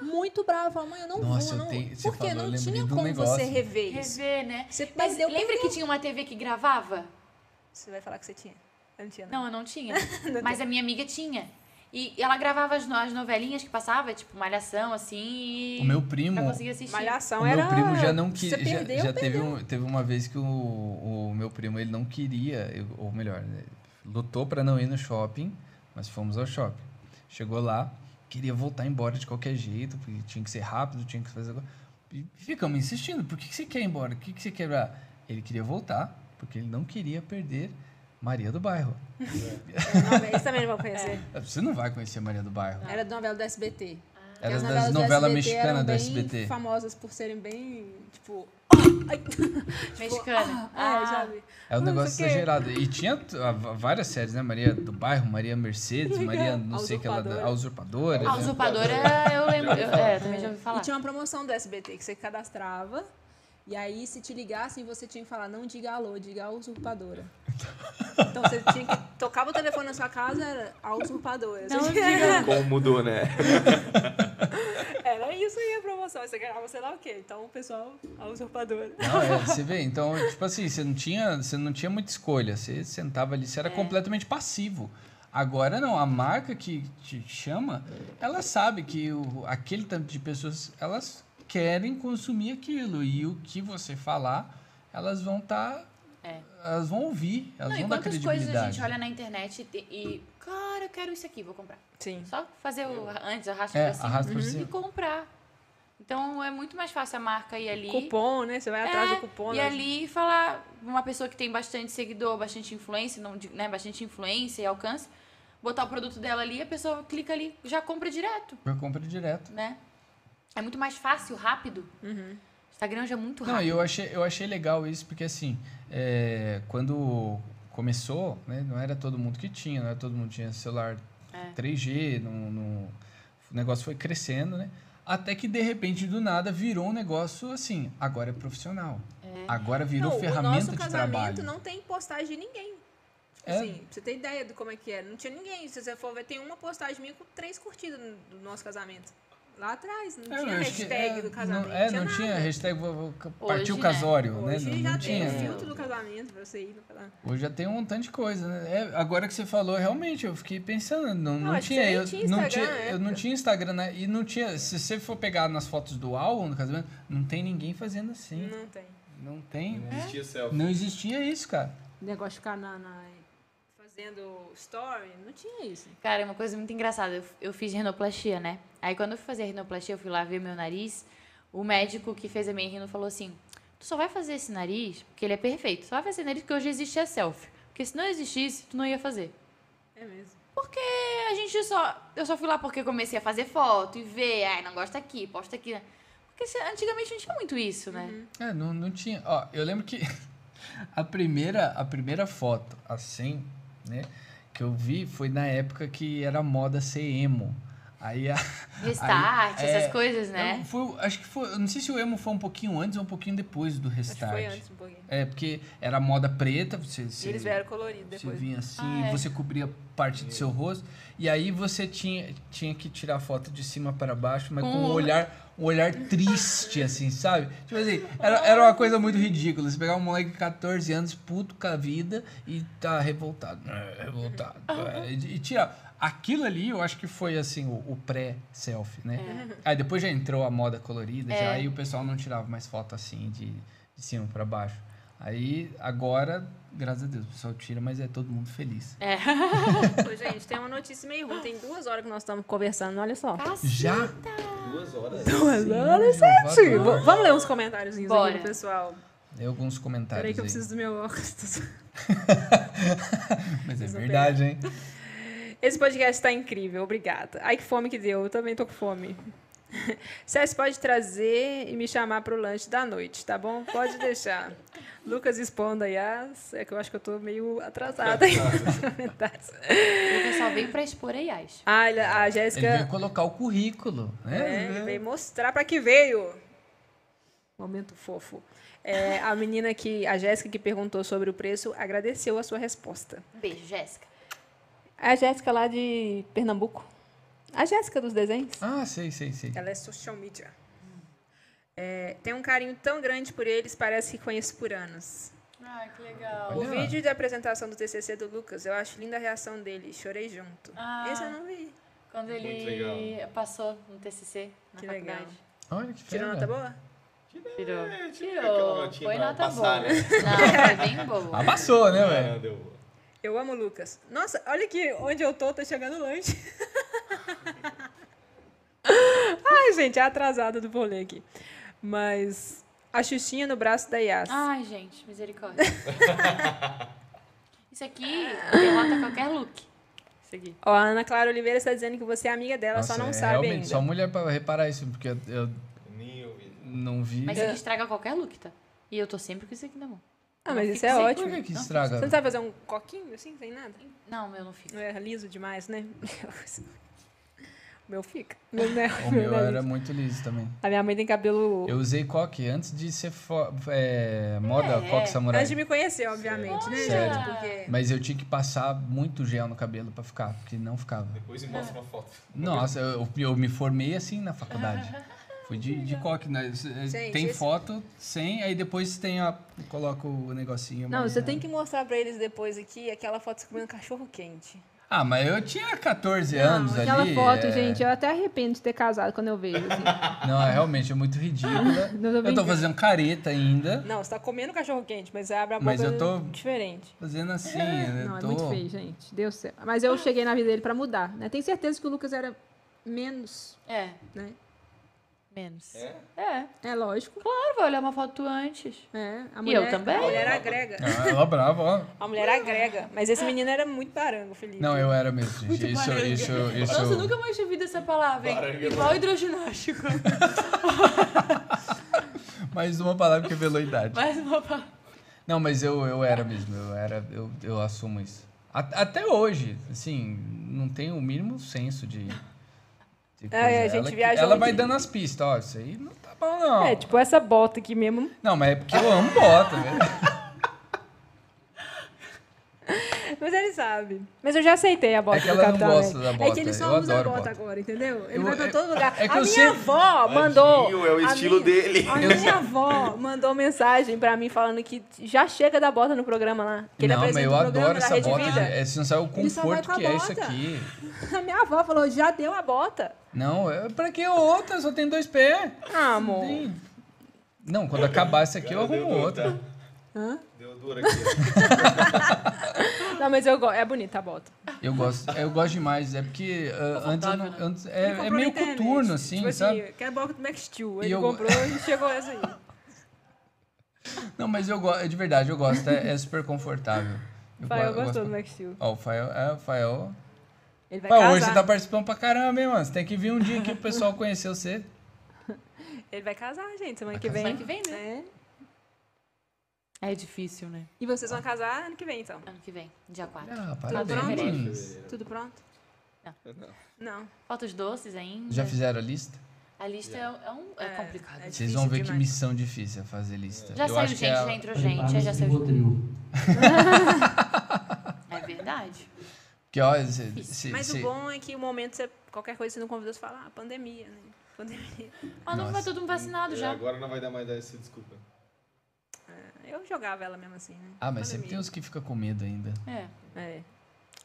[SPEAKER 4] Muito brava, eu falava, mãe, eu não
[SPEAKER 2] Nossa,
[SPEAKER 4] vou,
[SPEAKER 2] eu
[SPEAKER 4] não.
[SPEAKER 2] tenho- você
[SPEAKER 4] porque
[SPEAKER 2] falou, eu
[SPEAKER 4] não
[SPEAKER 2] lembrei
[SPEAKER 4] tinha
[SPEAKER 2] de um
[SPEAKER 4] como você
[SPEAKER 2] negócio.
[SPEAKER 4] rever isso.
[SPEAKER 3] Rever, né?
[SPEAKER 4] Você
[SPEAKER 3] Mas
[SPEAKER 4] perdeu
[SPEAKER 3] lembra que tinha uma TV que gravava?
[SPEAKER 4] Você vai falar que você tinha. Eu não tinha, não.
[SPEAKER 3] Não, eu não tinha. Mas a minha amiga tinha. E ela gravava as, no- as novelinhas que passava, tipo, Malhação, assim, e.
[SPEAKER 4] Uhum.
[SPEAKER 2] O meu primo.
[SPEAKER 3] Pra conseguir assistir.
[SPEAKER 4] Malhação
[SPEAKER 2] o meu
[SPEAKER 4] Então era.
[SPEAKER 2] primo já não quis.
[SPEAKER 4] Você
[SPEAKER 2] Já,
[SPEAKER 4] perdeu,
[SPEAKER 2] já teve, um- teve uma vez que o, o meu primo ele não queria, eu- ou melhor, né, lutou pra não ir no shopping, mas fomos ao shopping. Chegou lá, queria voltar embora de qualquer jeito, porque tinha que ser rápido, tinha que fazer. E ficamos insistindo: por que, que você quer ir embora? O que, que você quer? Ah, Ele queria voltar, porque ele não queria perder Maria do Bairro.
[SPEAKER 4] Não, eles também não vão conhecer.
[SPEAKER 2] Você não vai conhecer Maria do Bairro.
[SPEAKER 4] Era da novela do SBT. Porque
[SPEAKER 2] Era
[SPEAKER 4] Ah, as
[SPEAKER 2] das
[SPEAKER 4] novelas do
[SPEAKER 2] novelas
[SPEAKER 4] SBT
[SPEAKER 2] mexicanas
[SPEAKER 4] eram
[SPEAKER 2] do
[SPEAKER 4] bem
[SPEAKER 2] SBT.
[SPEAKER 4] famosas por serem bem, tipo... Ai,
[SPEAKER 3] Mexicana.
[SPEAKER 4] ah, já vi.
[SPEAKER 2] É um
[SPEAKER 4] Não,
[SPEAKER 2] negócio
[SPEAKER 4] isso aqui é-
[SPEAKER 2] exagerado. E tinha t- a- v- várias séries, né? Maria do Bairro, Maria Mercedes, Maria não
[SPEAKER 4] A
[SPEAKER 2] sei o que ela... da-
[SPEAKER 4] Usurpadora.
[SPEAKER 2] A Usurpadora.
[SPEAKER 3] A
[SPEAKER 2] né?
[SPEAKER 3] usurpadora, eu lembro. Eu, é, também já ouvi falar.
[SPEAKER 4] E tinha uma promoção do SBT que você cadastrava. E aí, se te ligassem, você tinha que falar, não diga alô, diga a usurpadora. Então você tinha que. Tocava o telefone na sua casa, era a usurpadora.
[SPEAKER 3] Não
[SPEAKER 4] Você-
[SPEAKER 3] diga.
[SPEAKER 6] Como mudou, né?
[SPEAKER 10] É.
[SPEAKER 4] Era isso aí a promoção. Aí Você ganhava, sei lá o quê. Então o pessoal, a usurpadora.
[SPEAKER 2] Não, é, você vê, então, tipo assim, você não tinha, você não tinha muita escolha. Você sentava ali,
[SPEAKER 3] É.
[SPEAKER 2] você era completamente passivo. Agora não, a marca que te chama, ela sabe que o- aquele tanto de pessoas, elas querem consumir aquilo. E o que você falar, elas vão estar...
[SPEAKER 3] É.
[SPEAKER 2] Elas vão ouvir, elas
[SPEAKER 3] Não, e
[SPEAKER 2] vão dar
[SPEAKER 3] quantas coisas a
[SPEAKER 2] credibilidade.
[SPEAKER 3] gente olha na internet e, te- e. Cara, eu quero isso aqui, vou comprar.
[SPEAKER 4] Sim.
[SPEAKER 3] Só fazer o antes, arrasta
[SPEAKER 2] É,
[SPEAKER 3] pra cima
[SPEAKER 2] arrasta pra
[SPEAKER 3] e
[SPEAKER 2] cima.
[SPEAKER 3] comprar. Então é muito mais fácil a marca ir ali.
[SPEAKER 4] Cupom, né? Você vai atrás
[SPEAKER 3] É,
[SPEAKER 4] do cupom.
[SPEAKER 3] E
[SPEAKER 4] né?
[SPEAKER 3] ali falar, uma pessoa que tem bastante seguidor, bastante influência, não, digo, né, bastante influência e alcance, botar o produto dela ali, a pessoa clica ali, já compra direto,
[SPEAKER 2] Eu compro direto.
[SPEAKER 3] né? É muito mais fácil, rápido.
[SPEAKER 4] Uhum.
[SPEAKER 3] Instagram já é muito
[SPEAKER 2] Não,
[SPEAKER 3] rápido.
[SPEAKER 2] e eu achei, eu achei legal isso, porque assim, é, quando começou, né, não era todo mundo que tinha, não era todo mundo que tinha celular
[SPEAKER 1] É.
[SPEAKER 2] 3G, não, não- o negócio foi crescendo, né? Até que de repente, do nada, virou um negócio assim, agora é profissional.
[SPEAKER 1] É.
[SPEAKER 2] Agora virou
[SPEAKER 4] Não, o
[SPEAKER 2] ferramenta
[SPEAKER 4] nosso
[SPEAKER 2] de
[SPEAKER 4] casamento
[SPEAKER 2] trabalho.
[SPEAKER 4] não tem postagem de ninguém. Tipo
[SPEAKER 2] É.
[SPEAKER 4] assim, pra você ter ideia de como é que é. Não tinha ninguém. Se você for ver, tem uma postagem minha com três curtidas no- do nosso casamento.
[SPEAKER 1] Lá atrás, não
[SPEAKER 2] É,
[SPEAKER 1] tinha
[SPEAKER 2] eu acho que-
[SPEAKER 1] hashtag
[SPEAKER 2] é,
[SPEAKER 1] do casamento.
[SPEAKER 2] Não, é, não
[SPEAKER 1] nada.
[SPEAKER 2] tinha hashtag vou- vou ca- partiu
[SPEAKER 3] né?
[SPEAKER 2] casório, né?
[SPEAKER 1] Hoje
[SPEAKER 2] Não,
[SPEAKER 1] já tem
[SPEAKER 2] não tinha.
[SPEAKER 1] o filtro do casamento pra você ir no casamento.
[SPEAKER 2] Hoje já tem um tanto de coisa, né? É, agora que você falou, realmente, eu fiquei pensando, não, não,
[SPEAKER 1] acho que
[SPEAKER 2] tinha,
[SPEAKER 1] você nem
[SPEAKER 2] eu,
[SPEAKER 1] tinha
[SPEAKER 2] não
[SPEAKER 1] é Instagram
[SPEAKER 2] tinha,
[SPEAKER 1] na
[SPEAKER 2] eu não tinha Instagram, né? E não tinha, se você for pegar nas fotos do álbum do casamento, não tem ninguém fazendo assim.
[SPEAKER 1] Não tem.
[SPEAKER 2] Não, tem,
[SPEAKER 6] Não existia selfie.
[SPEAKER 2] não existia isso, cara.
[SPEAKER 1] Negócio de ficar na, na- fazendo story, não tinha isso.
[SPEAKER 3] Cara, é uma coisa muito engraçada. Eu, eu fiz rinoplastia, né? Aí quando eu fui fazer a rinoplastia, eu fui lá ver meu nariz. O médico que fez a minha rino falou assim: Tu só vai fazer esse nariz, porque ele é perfeito. Só vai fazer nariz porque hoje existe a selfie. Porque se não existisse, tu não ia fazer.
[SPEAKER 1] É mesmo.
[SPEAKER 3] a gente só. Eu só fui lá porque comecei a fazer foto e ver. Ai, não gosta aqui, posta aqui. né? Porque se- antigamente não tinha muito isso, né?
[SPEAKER 2] É, não, não tinha. Ó, eu lembro que a primeira, a primeira foto, assim, né, que eu vi foi na época que era moda ser emo. Aí a,
[SPEAKER 3] Restart,
[SPEAKER 2] Aí, é,
[SPEAKER 3] essas coisas,
[SPEAKER 2] eu-
[SPEAKER 3] né?
[SPEAKER 2] foi, acho que foi. Eu não sei se o emo foi um pouquinho antes ou um pouquinho depois do
[SPEAKER 1] Acho
[SPEAKER 2] restart.
[SPEAKER 1] que foi antes um pouquinho.
[SPEAKER 2] É, porque era moda preta, você, você,
[SPEAKER 1] E eles vieram coloridos
[SPEAKER 2] você
[SPEAKER 1] depois. É.
[SPEAKER 2] vinha assim,
[SPEAKER 3] Ah, é.
[SPEAKER 2] você cobria parte do seu rosto, e aí você tinha, tinha que tirar a foto de cima para baixo, mas com,
[SPEAKER 3] Com
[SPEAKER 2] um
[SPEAKER 3] o-
[SPEAKER 2] olhar, um olhar triste, assim, sabe? Tipo assim, era, era uma coisa muito ridícula. Você pegar um moleque de 14 anos, puto com a vida, e tá revoltado. né, Revoltado. é, E, e tirar. Aquilo ali, eu acho que foi assim, o, o pré-selfie, né? Aí depois já entrou a moda colorida, já, aí o pessoal não tirava mais foto assim, de, de cima para baixo. Aí, agora, graças a Deus, o pessoal tira, mas é todo mundo feliz.
[SPEAKER 1] Ô, gente, tem uma notícia meio ruim. Tem duas horas que nós estamos conversando, olha só.
[SPEAKER 2] Já?
[SPEAKER 6] Duas horas.
[SPEAKER 1] Duas horas?
[SPEAKER 2] Sim,
[SPEAKER 1] V- Vamos ler uns comentários aí
[SPEAKER 3] Bora.
[SPEAKER 1] do pessoal.
[SPEAKER 2] Tem alguns comentários
[SPEAKER 1] Peraí que eu
[SPEAKER 2] aí.
[SPEAKER 1] preciso do meu óculos.
[SPEAKER 2] Mas é
[SPEAKER 1] preciso
[SPEAKER 2] verdade, hein?
[SPEAKER 1] Esse podcast tá incrível, obrigada. Ai, que fome que deu, eu também tô com fome. César pode trazer e me chamar pro lanche da noite, tá bom? Pode deixar. Lucas expondo aí, as- é que eu acho que eu tô meio atrasada aí nos comentários.
[SPEAKER 3] O pessoal veio pra expor AIs.
[SPEAKER 1] Ah, ele- a
[SPEAKER 2] Ele veio
[SPEAKER 1] Jéssica
[SPEAKER 2] colocar o currículo,
[SPEAKER 1] é,
[SPEAKER 2] né?
[SPEAKER 1] ele veio mostrar pra que veio. Momento fofo. É, a menina que, a Jéssica que perguntou sobre o preço, agradeceu a sua resposta.
[SPEAKER 3] Beijo, Jéssica.
[SPEAKER 1] É A Jéssica lá de Pernambuco. A Jéssica dos desenhos.
[SPEAKER 2] Ah, sei, sei, sei.
[SPEAKER 1] Ela é social media. É, tem um carinho tão grande por eles, parece que conheço por anos.
[SPEAKER 3] Ai, que legal.
[SPEAKER 2] Olha
[SPEAKER 1] O
[SPEAKER 2] lá.
[SPEAKER 1] vídeo de apresentação do TCC do Lucas, eu acho linda a reação dele. Chorei junto.
[SPEAKER 3] Ah.
[SPEAKER 1] Esse eu não vi.
[SPEAKER 3] Quando ele
[SPEAKER 6] Muito legal.
[SPEAKER 3] passou no TCC, na
[SPEAKER 1] Que legal.
[SPEAKER 3] faculdade.
[SPEAKER 2] Olha que
[SPEAKER 1] Tirou nota
[SPEAKER 2] fera.
[SPEAKER 1] boa?
[SPEAKER 3] Tirou.
[SPEAKER 6] É, tipo aquela
[SPEAKER 3] Tirou.
[SPEAKER 6] notinha
[SPEAKER 3] Foi
[SPEAKER 6] pra
[SPEAKER 3] nota
[SPEAKER 6] passar,
[SPEAKER 3] boa.
[SPEAKER 6] né?
[SPEAKER 3] Não, foi bem boa.
[SPEAKER 2] Amassou, né,
[SPEAKER 6] É,
[SPEAKER 2] velho?
[SPEAKER 6] não deu boa.
[SPEAKER 1] Eu amo o Lucas. Nossa, olha aqui, onde eu tô, tá chegando o lanche. Ai, gente, é atrasada do rolê aqui. Mas a Xuxinha no braço da Yas.
[SPEAKER 3] Ai, gente, misericórdia. Isso aqui derrota qualquer look. Isso aqui.
[SPEAKER 1] Ó, a Ana Clara Oliveira está dizendo que você é amiga dela,
[SPEAKER 2] Nossa,
[SPEAKER 1] só não
[SPEAKER 2] é,
[SPEAKER 1] sabe
[SPEAKER 2] realmente,
[SPEAKER 1] ainda.
[SPEAKER 2] Só mulher pra reparar isso, porque eu, eu
[SPEAKER 6] Nem ouvi.
[SPEAKER 2] não vi. É,
[SPEAKER 3] Mas isso aqui estraga qualquer look, tá? E eu tô sempre com isso aqui na mão.
[SPEAKER 1] Ah,
[SPEAKER 3] Eu
[SPEAKER 1] mas
[SPEAKER 3] não
[SPEAKER 1] isso
[SPEAKER 3] fico
[SPEAKER 1] é
[SPEAKER 3] sem
[SPEAKER 1] ótimo.
[SPEAKER 2] Por que que
[SPEAKER 3] Não,
[SPEAKER 1] Você não
[SPEAKER 2] estraga?
[SPEAKER 1] sabe fazer um coquinho assim, sem nada?
[SPEAKER 3] Não, eu não fico.
[SPEAKER 1] Não é liso demais, né? O meu fica. O meu não é- meu
[SPEAKER 2] O meu
[SPEAKER 1] não é
[SPEAKER 2] era
[SPEAKER 1] liso.
[SPEAKER 2] muito liso também.
[SPEAKER 1] A minha mãe tem cabelo.
[SPEAKER 2] Eu usei coque antes de ser fo- é, moda
[SPEAKER 3] É.
[SPEAKER 2] coque samurai.
[SPEAKER 1] Antes de me conhecer, obviamente, né,
[SPEAKER 2] Sério.
[SPEAKER 1] gente? Porque.
[SPEAKER 2] Mas eu tinha que passar muito gel no cabelo pra ficar, porque não ficava.
[SPEAKER 6] Depois
[SPEAKER 10] É.
[SPEAKER 6] me mostra uma foto.
[SPEAKER 4] Tá
[SPEAKER 2] Nossa, eu, eu me formei assim na faculdade. Fui de, de coque, né? S- é,
[SPEAKER 1] Gente,
[SPEAKER 2] tem
[SPEAKER 1] esse-
[SPEAKER 2] foto, sem, aí depois tem a. Coloca o negocinho.
[SPEAKER 1] Não,
[SPEAKER 2] mas- é.
[SPEAKER 1] você tem que mostrar pra eles depois aqui aquela foto você comendo cachorro quente.
[SPEAKER 2] Ah, mas eu tinha 14 anos ali.
[SPEAKER 4] Aquela foto,
[SPEAKER 2] é.
[SPEAKER 4] gente, eu até arrependo de ter casado quando eu vejo. assim.
[SPEAKER 2] Não, é realmente é muito ridícula.
[SPEAKER 4] Não, tô
[SPEAKER 2] eu tô
[SPEAKER 4] brincando.
[SPEAKER 2] fazendo careta ainda.
[SPEAKER 1] Não, você tá comendo cachorro quente, mas abre a boca
[SPEAKER 2] Mas eu tô-
[SPEAKER 1] diferente.
[SPEAKER 2] Fazendo assim, né?
[SPEAKER 4] Não, é
[SPEAKER 2] tô...
[SPEAKER 4] muito feio, gente. Deus do céu. Mas eu cheguei na vida dele pra mudar, né? Tenho certeza que o Lucas era menos,
[SPEAKER 3] É,
[SPEAKER 4] né?
[SPEAKER 3] menos.
[SPEAKER 6] É?
[SPEAKER 3] É.
[SPEAKER 4] É lógico.
[SPEAKER 3] Claro, vai olhar uma foto tu antes.
[SPEAKER 4] É, a
[SPEAKER 3] E
[SPEAKER 4] mulher...
[SPEAKER 3] eu
[SPEAKER 1] A
[SPEAKER 3] também.
[SPEAKER 1] mulher agrega.
[SPEAKER 2] Ah, ela brava, ó.
[SPEAKER 1] A mulher agrega. Mas esse menino era muito barango, Felipe.
[SPEAKER 2] Não, eu era mesmo, gente. isso,
[SPEAKER 3] baranga.
[SPEAKER 2] isso, isso.
[SPEAKER 3] Nossa, eu nunca mais tinha ouvido essa palavra, hein?
[SPEAKER 6] Baranga.
[SPEAKER 3] Igual hidroginástico.
[SPEAKER 2] Mais uma palavra que é revelou a idade.
[SPEAKER 3] Mais uma palavra.
[SPEAKER 2] Não, mas eu, eu era mesmo, eu era, eu, eu assumo isso. A- até hoje, assim, não tenho o mínimo senso de. de coisa.
[SPEAKER 1] é, a gente
[SPEAKER 2] ela, que-
[SPEAKER 1] viajou
[SPEAKER 2] Ela vai
[SPEAKER 1] de-
[SPEAKER 2] dando as pistas, ó, isso aí não tá bom, não.
[SPEAKER 1] É, tipo essa bota aqui mesmo.
[SPEAKER 2] Não, mas é porque eu amo bota, velho.
[SPEAKER 1] Mas ele sabe. Mas eu já aceitei a bota
[SPEAKER 2] É que
[SPEAKER 1] do
[SPEAKER 2] ela não
[SPEAKER 1] Capitão
[SPEAKER 2] gosta
[SPEAKER 1] América.
[SPEAKER 2] da
[SPEAKER 1] É que
[SPEAKER 2] bota,
[SPEAKER 1] ele
[SPEAKER 2] eu
[SPEAKER 1] só usa a
[SPEAKER 2] adoro
[SPEAKER 1] bota,
[SPEAKER 2] bota.
[SPEAKER 1] agora, entendeu? Ele
[SPEAKER 2] Eu-
[SPEAKER 1] vai pra
[SPEAKER 2] eu-
[SPEAKER 1] todo lugar.
[SPEAKER 2] é que
[SPEAKER 1] a
[SPEAKER 2] eu
[SPEAKER 1] minha
[SPEAKER 2] sempre-
[SPEAKER 1] avó mandou...
[SPEAKER 6] é o
[SPEAKER 1] a
[SPEAKER 6] estilo
[SPEAKER 1] minha-
[SPEAKER 6] dele.
[SPEAKER 1] A minha avó mandou mensagem pra mim falando que já chega da bota no programa lá. Que ele
[SPEAKER 2] não, mas
[SPEAKER 1] apresenta
[SPEAKER 2] eu
[SPEAKER 1] o programa
[SPEAKER 2] adoro
[SPEAKER 1] da
[SPEAKER 2] essa
[SPEAKER 1] Rede
[SPEAKER 2] bota.
[SPEAKER 1] Vida.
[SPEAKER 2] É, você não sabe o
[SPEAKER 1] Ele só vai
[SPEAKER 2] conforto
[SPEAKER 1] com a
[SPEAKER 2] que é isso
[SPEAKER 1] bota.
[SPEAKER 2] aqui.
[SPEAKER 1] A minha avó falou, já deu a bota.
[SPEAKER 2] Não, é, pra que outra? Só tem dois pés.
[SPEAKER 1] Ah, amor.
[SPEAKER 2] Tem. Não, quando acabar essa aqui, eu arrumo outra.
[SPEAKER 7] Deu dor aqui.
[SPEAKER 1] Não, mas eu gosto. É bonita a bota.
[SPEAKER 2] Eu gosto, eu gosto demais. É porque ah, antes, eu não-
[SPEAKER 1] né?
[SPEAKER 2] antes- é,
[SPEAKER 4] Ele
[SPEAKER 2] é
[SPEAKER 4] comprou
[SPEAKER 2] meio
[SPEAKER 4] na internet.
[SPEAKER 2] coturno, assim,
[SPEAKER 1] tipo
[SPEAKER 2] sabe?
[SPEAKER 1] assim, quero bota do Max Steel.
[SPEAKER 2] E
[SPEAKER 1] Ele
[SPEAKER 2] eu-
[SPEAKER 1] comprou e chegou essa aí.
[SPEAKER 2] Não, mas eu gosto, de verdade, eu gosto. É, é super confortável. Eu,
[SPEAKER 1] Pai, eu
[SPEAKER 2] go- eu
[SPEAKER 1] gostou do
[SPEAKER 2] gosto-
[SPEAKER 1] Max Steel.
[SPEAKER 2] Ó, o Fael, é, o Fael.
[SPEAKER 1] Ele vai
[SPEAKER 2] Fael, hoje
[SPEAKER 1] casar.
[SPEAKER 2] você tá participando pra caramba, hein, mano? Você tem que vir um dia que o pessoal conheceu você.
[SPEAKER 1] Ele vai casar, gente, semana
[SPEAKER 2] Vai
[SPEAKER 1] que vem.
[SPEAKER 3] Semana que vem, né?
[SPEAKER 1] É.
[SPEAKER 3] É difícil, né?
[SPEAKER 1] E vocês vão casar ano que vem, então.
[SPEAKER 3] Ano que vem, dia 4.
[SPEAKER 2] Ah,
[SPEAKER 1] Tá
[SPEAKER 3] pronto?
[SPEAKER 2] parabéns.
[SPEAKER 1] Tudo pronto? Não.
[SPEAKER 3] Falta os doces ainda.
[SPEAKER 2] Já fizeram a lista?
[SPEAKER 3] A lista é, é um, é,
[SPEAKER 1] É,
[SPEAKER 3] complicada.
[SPEAKER 1] é
[SPEAKER 2] Vocês vão ver que
[SPEAKER 1] demais.
[SPEAKER 2] missão difícil é fazer lista.
[SPEAKER 3] Já
[SPEAKER 2] Eu
[SPEAKER 3] saiu
[SPEAKER 2] acho
[SPEAKER 3] gente,
[SPEAKER 2] que é a-
[SPEAKER 3] já entrou gente, aí já saiu gente. É verdade.
[SPEAKER 2] Que, ó, se, se-
[SPEAKER 1] Mas
[SPEAKER 2] se-
[SPEAKER 1] o bom é que o momento, você, qualquer coisa, você não convidou, você fala, ah, pandemia, né? Pandemia.
[SPEAKER 3] Mas Ah, não
[SPEAKER 2] Nossa.
[SPEAKER 3] vai todo mundo vacinado
[SPEAKER 7] É,
[SPEAKER 3] já.
[SPEAKER 7] Agora não vai dar mais essa desculpa.
[SPEAKER 1] Eu jogava ela mesmo assim, né?
[SPEAKER 2] Ah, mas sempre tem uns que ficam com medo ainda.
[SPEAKER 3] É,
[SPEAKER 1] É.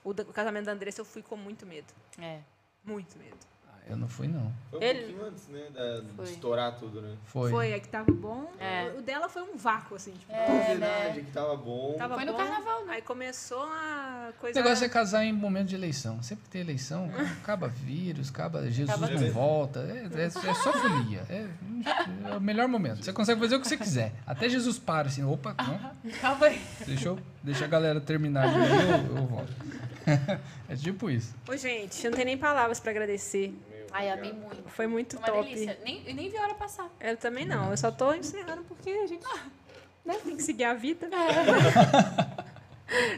[SPEAKER 1] O, da- o casamento da Andressa eu fui com muito medo.
[SPEAKER 3] é.
[SPEAKER 1] Muito medo.
[SPEAKER 2] Ah, Eu não fui, não.
[SPEAKER 7] Foi um
[SPEAKER 1] Ele-
[SPEAKER 7] pouquinho antes, né? Da, de
[SPEAKER 3] Foi.
[SPEAKER 7] estourar tudo, né?
[SPEAKER 2] Foi.
[SPEAKER 4] Foi, é que tava bom.
[SPEAKER 3] É.
[SPEAKER 4] O dela foi um vácuo, assim, tipo.
[SPEAKER 7] É, verdade,
[SPEAKER 10] né?
[SPEAKER 7] que tava bom.
[SPEAKER 1] Tava
[SPEAKER 3] Foi no
[SPEAKER 1] bom,
[SPEAKER 3] carnaval, né?
[SPEAKER 1] Aí começou a
[SPEAKER 2] O
[SPEAKER 1] coisa.
[SPEAKER 2] negócio é casar em momento de eleição. Sempre que tem eleição, acaba vírus, acaba Jesus
[SPEAKER 3] Acaba
[SPEAKER 2] não
[SPEAKER 7] tudo.
[SPEAKER 2] volta. É, é- é só folia. É, é o melhor momento. Você consegue fazer o que você quiser. Até Jesus para assim. Opa, não.
[SPEAKER 3] Calma aí.
[SPEAKER 2] Deixa, eu, deixa a galera terminar de ler, eu, eu volto. É tipo isso.
[SPEAKER 1] Ô, gente, eu não tem nem palavras pra agradecer.
[SPEAKER 3] Ai, amei muito.
[SPEAKER 1] Foi muito
[SPEAKER 3] Foi uma
[SPEAKER 1] top.
[SPEAKER 3] delícia. Nem, eu nem vi a hora passar.
[SPEAKER 1] Eu É, também não. Eu só tô encerrando porque a gente né, tem que seguir a vida. É.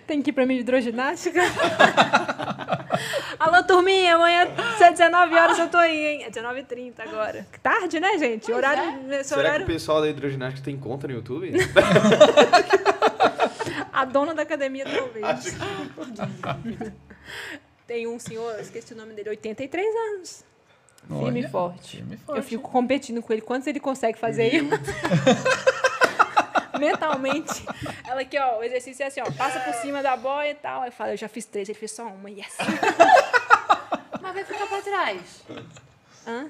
[SPEAKER 1] tem que ir pra minha hidroginástica. Alô, turminha, amanhã às 19 horas eu tô aí, hein? É 19h30 agora. Tarde, né, gente? horário, esse
[SPEAKER 6] Será que
[SPEAKER 1] horário.
[SPEAKER 6] o pessoal da hidroginástica tem conta no YouTube?
[SPEAKER 1] A dona da academia talvez. Tem um senhor, eu esqueci o nome dele, 83 anos. Firme e
[SPEAKER 2] Olha,
[SPEAKER 1] forte.
[SPEAKER 2] Firme e
[SPEAKER 1] Eu
[SPEAKER 2] forte.
[SPEAKER 1] fico competindo com ele. Quantos ele consegue fazer aí? Mentalmente. Ela aqui, ó, o exercício é assim, ó, passa por cima da boia e tal. Aí eu falo, eu já fiz três, ele fez só uma. Yes!
[SPEAKER 3] Mas vai ficar pra trás.
[SPEAKER 1] Hã?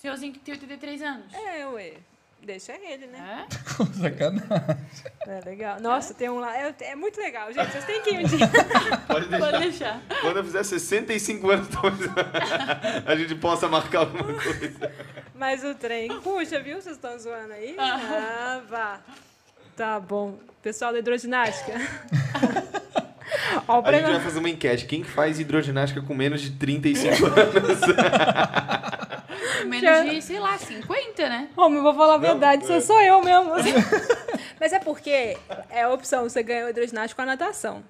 [SPEAKER 3] Senhorzinho que tem 83 anos.
[SPEAKER 1] É, ué. Deixa ele, né?
[SPEAKER 3] É?
[SPEAKER 2] Sacanagem.
[SPEAKER 1] É legal. Nossa, tem um lá. É, é muito legal, gente. Vocês têm que ir um dia.
[SPEAKER 6] Pode deixar.
[SPEAKER 3] Pode deixar.
[SPEAKER 6] Quando eu fizer 65 anos, talvez a gente possa marcar alguma coisa.
[SPEAKER 1] Mas o trem puxa, viu? Vocês estão zoando aí? Ah, vá. Tá bom. Pessoal da hidroginástica. ó, o
[SPEAKER 6] A gente
[SPEAKER 1] prêmio.
[SPEAKER 6] vai fazer uma enquete. Quem que faz hidroginástica com menos de 35 anos?
[SPEAKER 3] Com
[SPEAKER 1] Já-
[SPEAKER 3] Menos de, sei lá, 50, né?
[SPEAKER 1] Homem, eu vou falar a verdade, você sou eu mesmo. é. Mas é porque é a opção, você ganha o hidroginástica com a natação.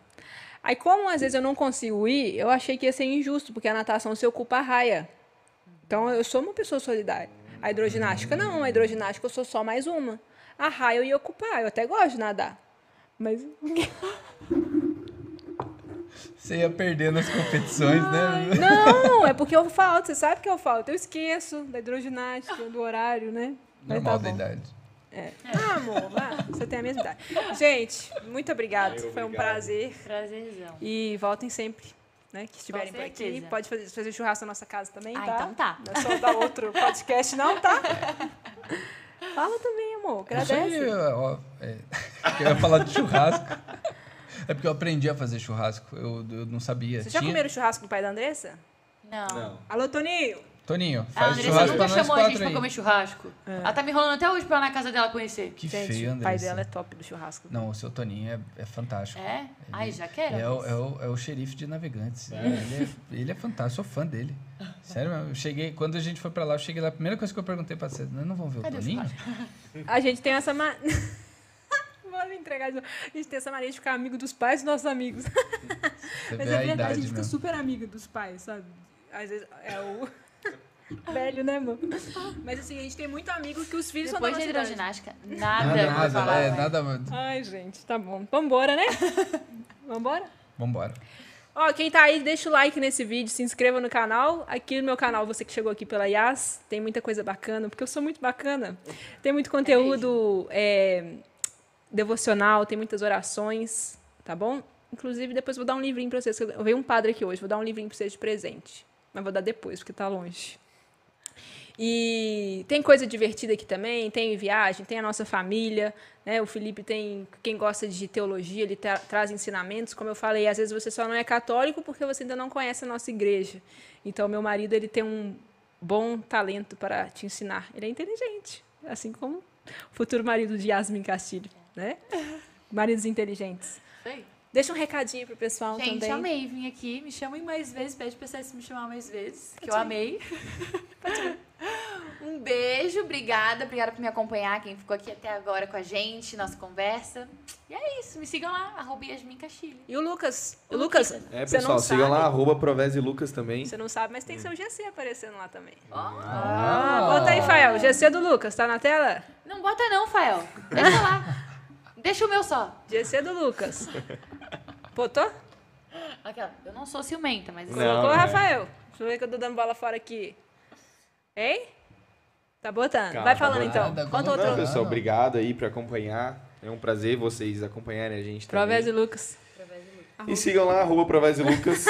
[SPEAKER 1] Aí, como às vezes eu não consigo ir, eu achei que ia ser injusto, porque a natação se ocupa a raia. Então, eu sou uma pessoa solidária. A hidroginástica, não. A hidroginástica, eu sou só mais uma. A raia eu ia ocupar, eu até gosto de nadar. Mas
[SPEAKER 2] Você ia perder nas competições, né?
[SPEAKER 1] Não, é porque eu falto, você sabe que eu falto. Eu esqueço da hidroginástica, do horário, né? Mas
[SPEAKER 2] Normal
[SPEAKER 1] tá
[SPEAKER 2] da
[SPEAKER 1] bom.
[SPEAKER 2] idade.
[SPEAKER 1] Ah, amor, vá, você tem a mesma idade. Gente, muito obrigado. Foi um prazer.
[SPEAKER 3] Prazerzão.
[SPEAKER 1] E voltem sempre, né? Que estiverem
[SPEAKER 3] Com
[SPEAKER 1] por aqui.
[SPEAKER 3] certeza.
[SPEAKER 1] Pode fazer, fazer churrasco na nossa casa também,
[SPEAKER 3] Ah,
[SPEAKER 1] tá?
[SPEAKER 3] então tá.
[SPEAKER 1] Não é só dar outro podcast, não, tá? Fala também, amor.
[SPEAKER 2] É Isso aí,
[SPEAKER 1] Agradece.
[SPEAKER 2] ó, é, eu ia falar de churrasco. É porque eu aprendi a fazer churrasco. Eu, eu não sabia.
[SPEAKER 1] Vocês já
[SPEAKER 2] Tinha-
[SPEAKER 1] comeram churrasco do pai da Andressa?
[SPEAKER 3] Não.
[SPEAKER 7] Não.
[SPEAKER 1] Alô, Toninho!
[SPEAKER 2] Toninho,
[SPEAKER 3] A
[SPEAKER 2] faz
[SPEAKER 3] Andressa
[SPEAKER 2] churrasco pra
[SPEAKER 3] nunca
[SPEAKER 2] nós
[SPEAKER 3] chamou a gente
[SPEAKER 2] quatro
[SPEAKER 3] pra
[SPEAKER 2] aí.
[SPEAKER 3] comer churrasco. Ela tá me enrolando até hoje pra ir na casa dela conhecer.
[SPEAKER 2] Que
[SPEAKER 1] Gente,
[SPEAKER 2] feio,
[SPEAKER 1] o pai
[SPEAKER 2] Andressa.
[SPEAKER 1] dela é top do churrasco.
[SPEAKER 2] Não, o seu Toninho é, é fantástico.
[SPEAKER 3] É? Ai, já quero?
[SPEAKER 2] É o, é o- é o xerife de navegantes. Ele, é, ele é fantástico, sou fã dele. Sério mesmo, eu cheguei, quando a gente foi pra lá, eu cheguei lá, a primeira coisa que eu perguntei pra vocês, não vão ver o
[SPEAKER 3] Cadê o
[SPEAKER 2] Toninho?
[SPEAKER 1] A gente tem essa ma... Vou me entregar de novo. A gente tem essa mania de ficar amigo dos pais dos nossos amigos.
[SPEAKER 2] Você
[SPEAKER 4] Mas
[SPEAKER 2] vê
[SPEAKER 4] é
[SPEAKER 2] a
[SPEAKER 4] verdade, a
[SPEAKER 2] idade
[SPEAKER 4] gente fica
[SPEAKER 2] mesmo.
[SPEAKER 4] super amiga dos pais, sabe?
[SPEAKER 1] Às vezes é o. Velho, né, mano? Mas assim, a gente tem muito amigo que os filhos são da
[SPEAKER 3] Depois da
[SPEAKER 1] nossa idade.
[SPEAKER 3] hidroginástica,
[SPEAKER 2] Nada,
[SPEAKER 3] nada, nada,
[SPEAKER 10] né?
[SPEAKER 2] nada,
[SPEAKER 3] falar,
[SPEAKER 2] é,
[SPEAKER 3] né?
[SPEAKER 2] nada.
[SPEAKER 1] Ai, gente, tá bom. Vambora, né? Vambora?
[SPEAKER 2] Vambora.
[SPEAKER 1] Ó, quem tá aí, deixa o like nesse vídeo, se inscreva no canal. Aqui no meu canal, você que chegou aqui pela IAS, tem muita coisa bacana, porque eu sou muito bacana. Tem muito conteúdo é, devocional, tem muitas orações, tá bom? Inclusive, depois eu vou dar um livrinho pra vocês. que Eu veio um padre aqui hoje, vou dar um livrinho pra vocês de presente. Mas vou dar depois, porque tá longe. E tem coisa divertida aqui também, tem viagem, tem a nossa família, né? O Felipe tem quem gosta de teologia, ele tra- traz ensinamentos, como eu falei, às vezes você só não é católico porque você ainda não conhece a nossa igreja. Então meu marido, ele tem um bom talento para te ensinar. Ele é inteligente, assim como o futuro marido de Yasmin Castilho, né? Maridos inteligentes.
[SPEAKER 10] Sei.
[SPEAKER 1] Deixa um recadinho pro pessoal
[SPEAKER 10] Gente,
[SPEAKER 1] também.
[SPEAKER 10] amei vir aqui. Me chamem mais vezes. Pede pra vocês me chamar mais vezes, que eu amei.
[SPEAKER 3] Um beijo, obrigada, obrigada por me acompanhar, quem ficou aqui até agora com a gente, nossa conversa.
[SPEAKER 10] E é isso. Me sigam lá, arroba Yasmin Castilho.
[SPEAKER 1] E o Lucas, o Lucas,
[SPEAKER 6] É,
[SPEAKER 1] Você
[SPEAKER 6] pessoal,
[SPEAKER 1] não
[SPEAKER 6] sigam lá,
[SPEAKER 1] sabe.
[SPEAKER 6] arroba Provese Lucas também.
[SPEAKER 1] você não sabe, mas tem seu GC aparecendo lá também.
[SPEAKER 2] Ah,
[SPEAKER 1] Bota aí, Fael. GC do Lucas, tá na tela?
[SPEAKER 10] Não bota não, Fael. Deixa lá. Deixa o meu só.
[SPEAKER 1] GC do Lucas. Botou?
[SPEAKER 10] Aquela, eu não sou ciumenta, mas...
[SPEAKER 1] Colocou, Rafael? Deixa eu ver que eu tô dando bola fora aqui. Hein? Tá botando.
[SPEAKER 6] Cara,
[SPEAKER 1] Vai
[SPEAKER 6] tá
[SPEAKER 1] falando então.
[SPEAKER 2] botando.
[SPEAKER 1] Conta outro.
[SPEAKER 6] Não,
[SPEAKER 2] Outro.
[SPEAKER 6] pessoal, obrigado aí por acompanhar. É um prazer vocês acompanharem a gente também.
[SPEAKER 1] Provés e Lucas.
[SPEAKER 6] E sigam lá, arroba Provese Lucas,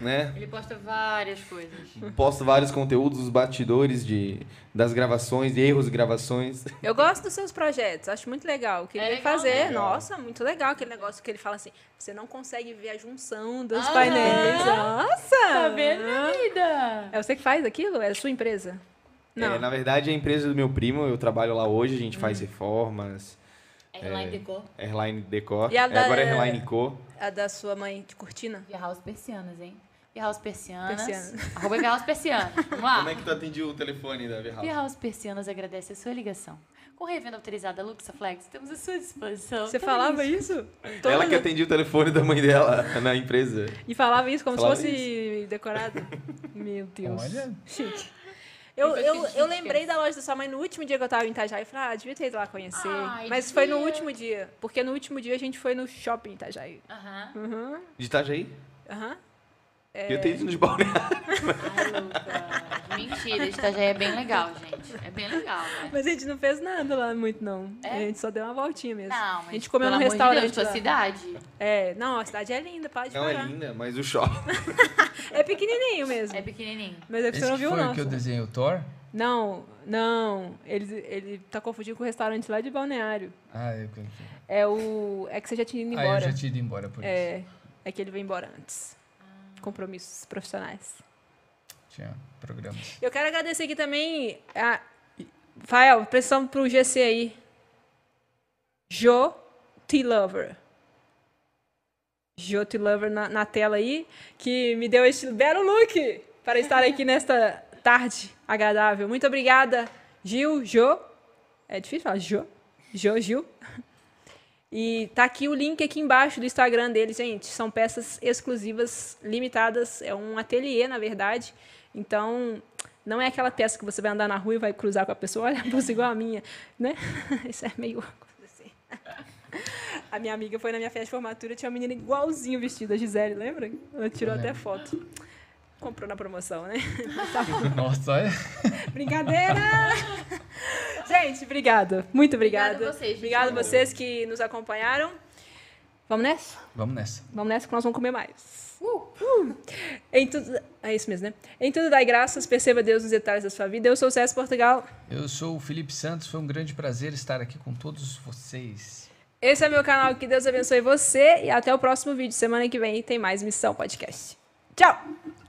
[SPEAKER 6] né?
[SPEAKER 10] Ele posta várias coisas.
[SPEAKER 6] Posto vários conteúdos, os batidores de, das gravações, erros de gravações.
[SPEAKER 1] Eu gosto dos seus projetos, acho muito legal. O que
[SPEAKER 10] É
[SPEAKER 1] ele vai
[SPEAKER 10] legal,
[SPEAKER 1] fazer,
[SPEAKER 10] né?
[SPEAKER 1] nossa, muito legal aquele negócio que ele fala assim: você não consegue ver a junção dos
[SPEAKER 10] Aham.
[SPEAKER 1] painéis. Nossa!
[SPEAKER 10] Tá vendo, vida?
[SPEAKER 1] É você que faz aquilo? É sua empresa? Não. Hum.
[SPEAKER 6] É, na verdade, é a empresa do meu primo, eu trabalho lá hoje, a gente faz reformas,
[SPEAKER 10] Airline Decor
[SPEAKER 6] Airline Decor.
[SPEAKER 1] E a
[SPEAKER 6] É,
[SPEAKER 1] da-
[SPEAKER 6] agora é Airline Co.
[SPEAKER 1] A da sua mãe de cortina?
[SPEAKER 10] e a House Persianas, hein? E a House Persianas.
[SPEAKER 1] Persianas.
[SPEAKER 10] Arroba e a House Persianas. Vamos
[SPEAKER 1] Ah.
[SPEAKER 10] lá.
[SPEAKER 7] Como é que tu atendi o telefone da Verral?
[SPEAKER 10] Via House Persianas agradece a sua ligação. Com revenda autorizada Luxaflex, temos à sua disposição.
[SPEAKER 1] Você
[SPEAKER 10] Também
[SPEAKER 1] falava isso?
[SPEAKER 6] Ela que atendia o telefone da mãe dela na empresa.
[SPEAKER 1] E falava isso como
[SPEAKER 6] Falava
[SPEAKER 1] se fosse decorado. Meu Deus.
[SPEAKER 2] Olha.
[SPEAKER 1] Chique. Eu,
[SPEAKER 10] Depois
[SPEAKER 1] eu,
[SPEAKER 10] finge que
[SPEAKER 1] eu
[SPEAKER 10] a gente
[SPEAKER 1] lembrei da loja da sua mãe no último dia que eu tava em Itajaí. Eu falei, ah, devia ter ido lá conhecer.
[SPEAKER 10] Ai,
[SPEAKER 1] Mas foi no
[SPEAKER 10] devia.
[SPEAKER 1] último dia. Porque no último dia a gente foi no shopping em Itajaí.
[SPEAKER 10] Aham.
[SPEAKER 1] Aham.
[SPEAKER 6] De Itajaí?
[SPEAKER 1] Aham. É.
[SPEAKER 6] Eu tenho ido de balneário.
[SPEAKER 10] Ai, Lucas. Mentira, esta já é bem legal, gente. É bem legal, né?
[SPEAKER 1] Mas a gente não fez nada lá muito, não.
[SPEAKER 10] É?
[SPEAKER 1] A gente só deu uma voltinha mesmo.
[SPEAKER 10] Não, mas
[SPEAKER 1] a gente comeu
[SPEAKER 10] pelo
[SPEAKER 1] num
[SPEAKER 10] amor de Deus,
[SPEAKER 1] restaurante.
[SPEAKER 10] tua
[SPEAKER 1] lá.
[SPEAKER 10] cidade.
[SPEAKER 1] É, não, a cidade é linda, pode
[SPEAKER 7] Não é
[SPEAKER 1] parar.
[SPEAKER 7] linda, mas o shopping.
[SPEAKER 1] É pequenininho mesmo.
[SPEAKER 10] É pequenininho.
[SPEAKER 1] Mas é que
[SPEAKER 2] Esse
[SPEAKER 1] você não
[SPEAKER 2] que
[SPEAKER 1] viu,
[SPEAKER 2] foi
[SPEAKER 1] não.
[SPEAKER 2] o que eu desenhei o Thor?
[SPEAKER 1] Não, não. Ele, ele tá confundindo com o restaurante lá de Balneário.
[SPEAKER 2] Ah, eu...
[SPEAKER 1] É o. É que você já tinha ido
[SPEAKER 2] ah, eu
[SPEAKER 1] embora.
[SPEAKER 2] já tinha ido embora por isso.
[SPEAKER 1] É. É que ele veio embora antes. Compromissos profissionais.
[SPEAKER 2] Tinha programas.
[SPEAKER 1] Eu quero agradecer aqui também a. Fael, pressão pro GC aí. Jo T. Lover. Jo T. Lover na, na tela aí, que me deu este belo look para estar aqui nesta tarde agradável. Muito obrigada, Gil, Jo. É difícil falar Jo. Jo, Gil. E tá aqui o link aqui embaixo do Instagram dele, gente. São peças exclusivas, limitadas. É um ateliê, na verdade. Então, não é aquela peça que você vai andar na rua e vai cruzar com a pessoa, olha, a bolsa igual a minha, né? Isso é meio uma coisa assim. A minha amiga foi na minha festa de formatura, tinha uma menina igualzinho vestida, a Gisele, lembra? Ela tirou
[SPEAKER 2] Eu
[SPEAKER 1] até
[SPEAKER 2] lembro.
[SPEAKER 1] foto. Comprou na promoção, né?
[SPEAKER 2] Nossa, olha.
[SPEAKER 1] Brincadeira! Gente, obrigada. Muito obrigada.
[SPEAKER 10] Obrigada a vocês, gente.
[SPEAKER 1] Obrigada a vocês que nos acompanharam. Vamos nessa?
[SPEAKER 2] Vamos nessa.
[SPEAKER 1] Vamos nessa que nós vamos comer mais. Uh. Em tudo... É isso mesmo, né? Em tudo dai graças, perceba Deus nos detalhes da sua vida. Eu sou o César Portugal.
[SPEAKER 2] Eu sou o Felipe Santos, foi um grande prazer estar aqui com todos vocês.
[SPEAKER 1] Esse é meu canal. Que Deus abençoe você. E até o próximo vídeo. Semana que vem tem mais Missão Podcast. Tchau!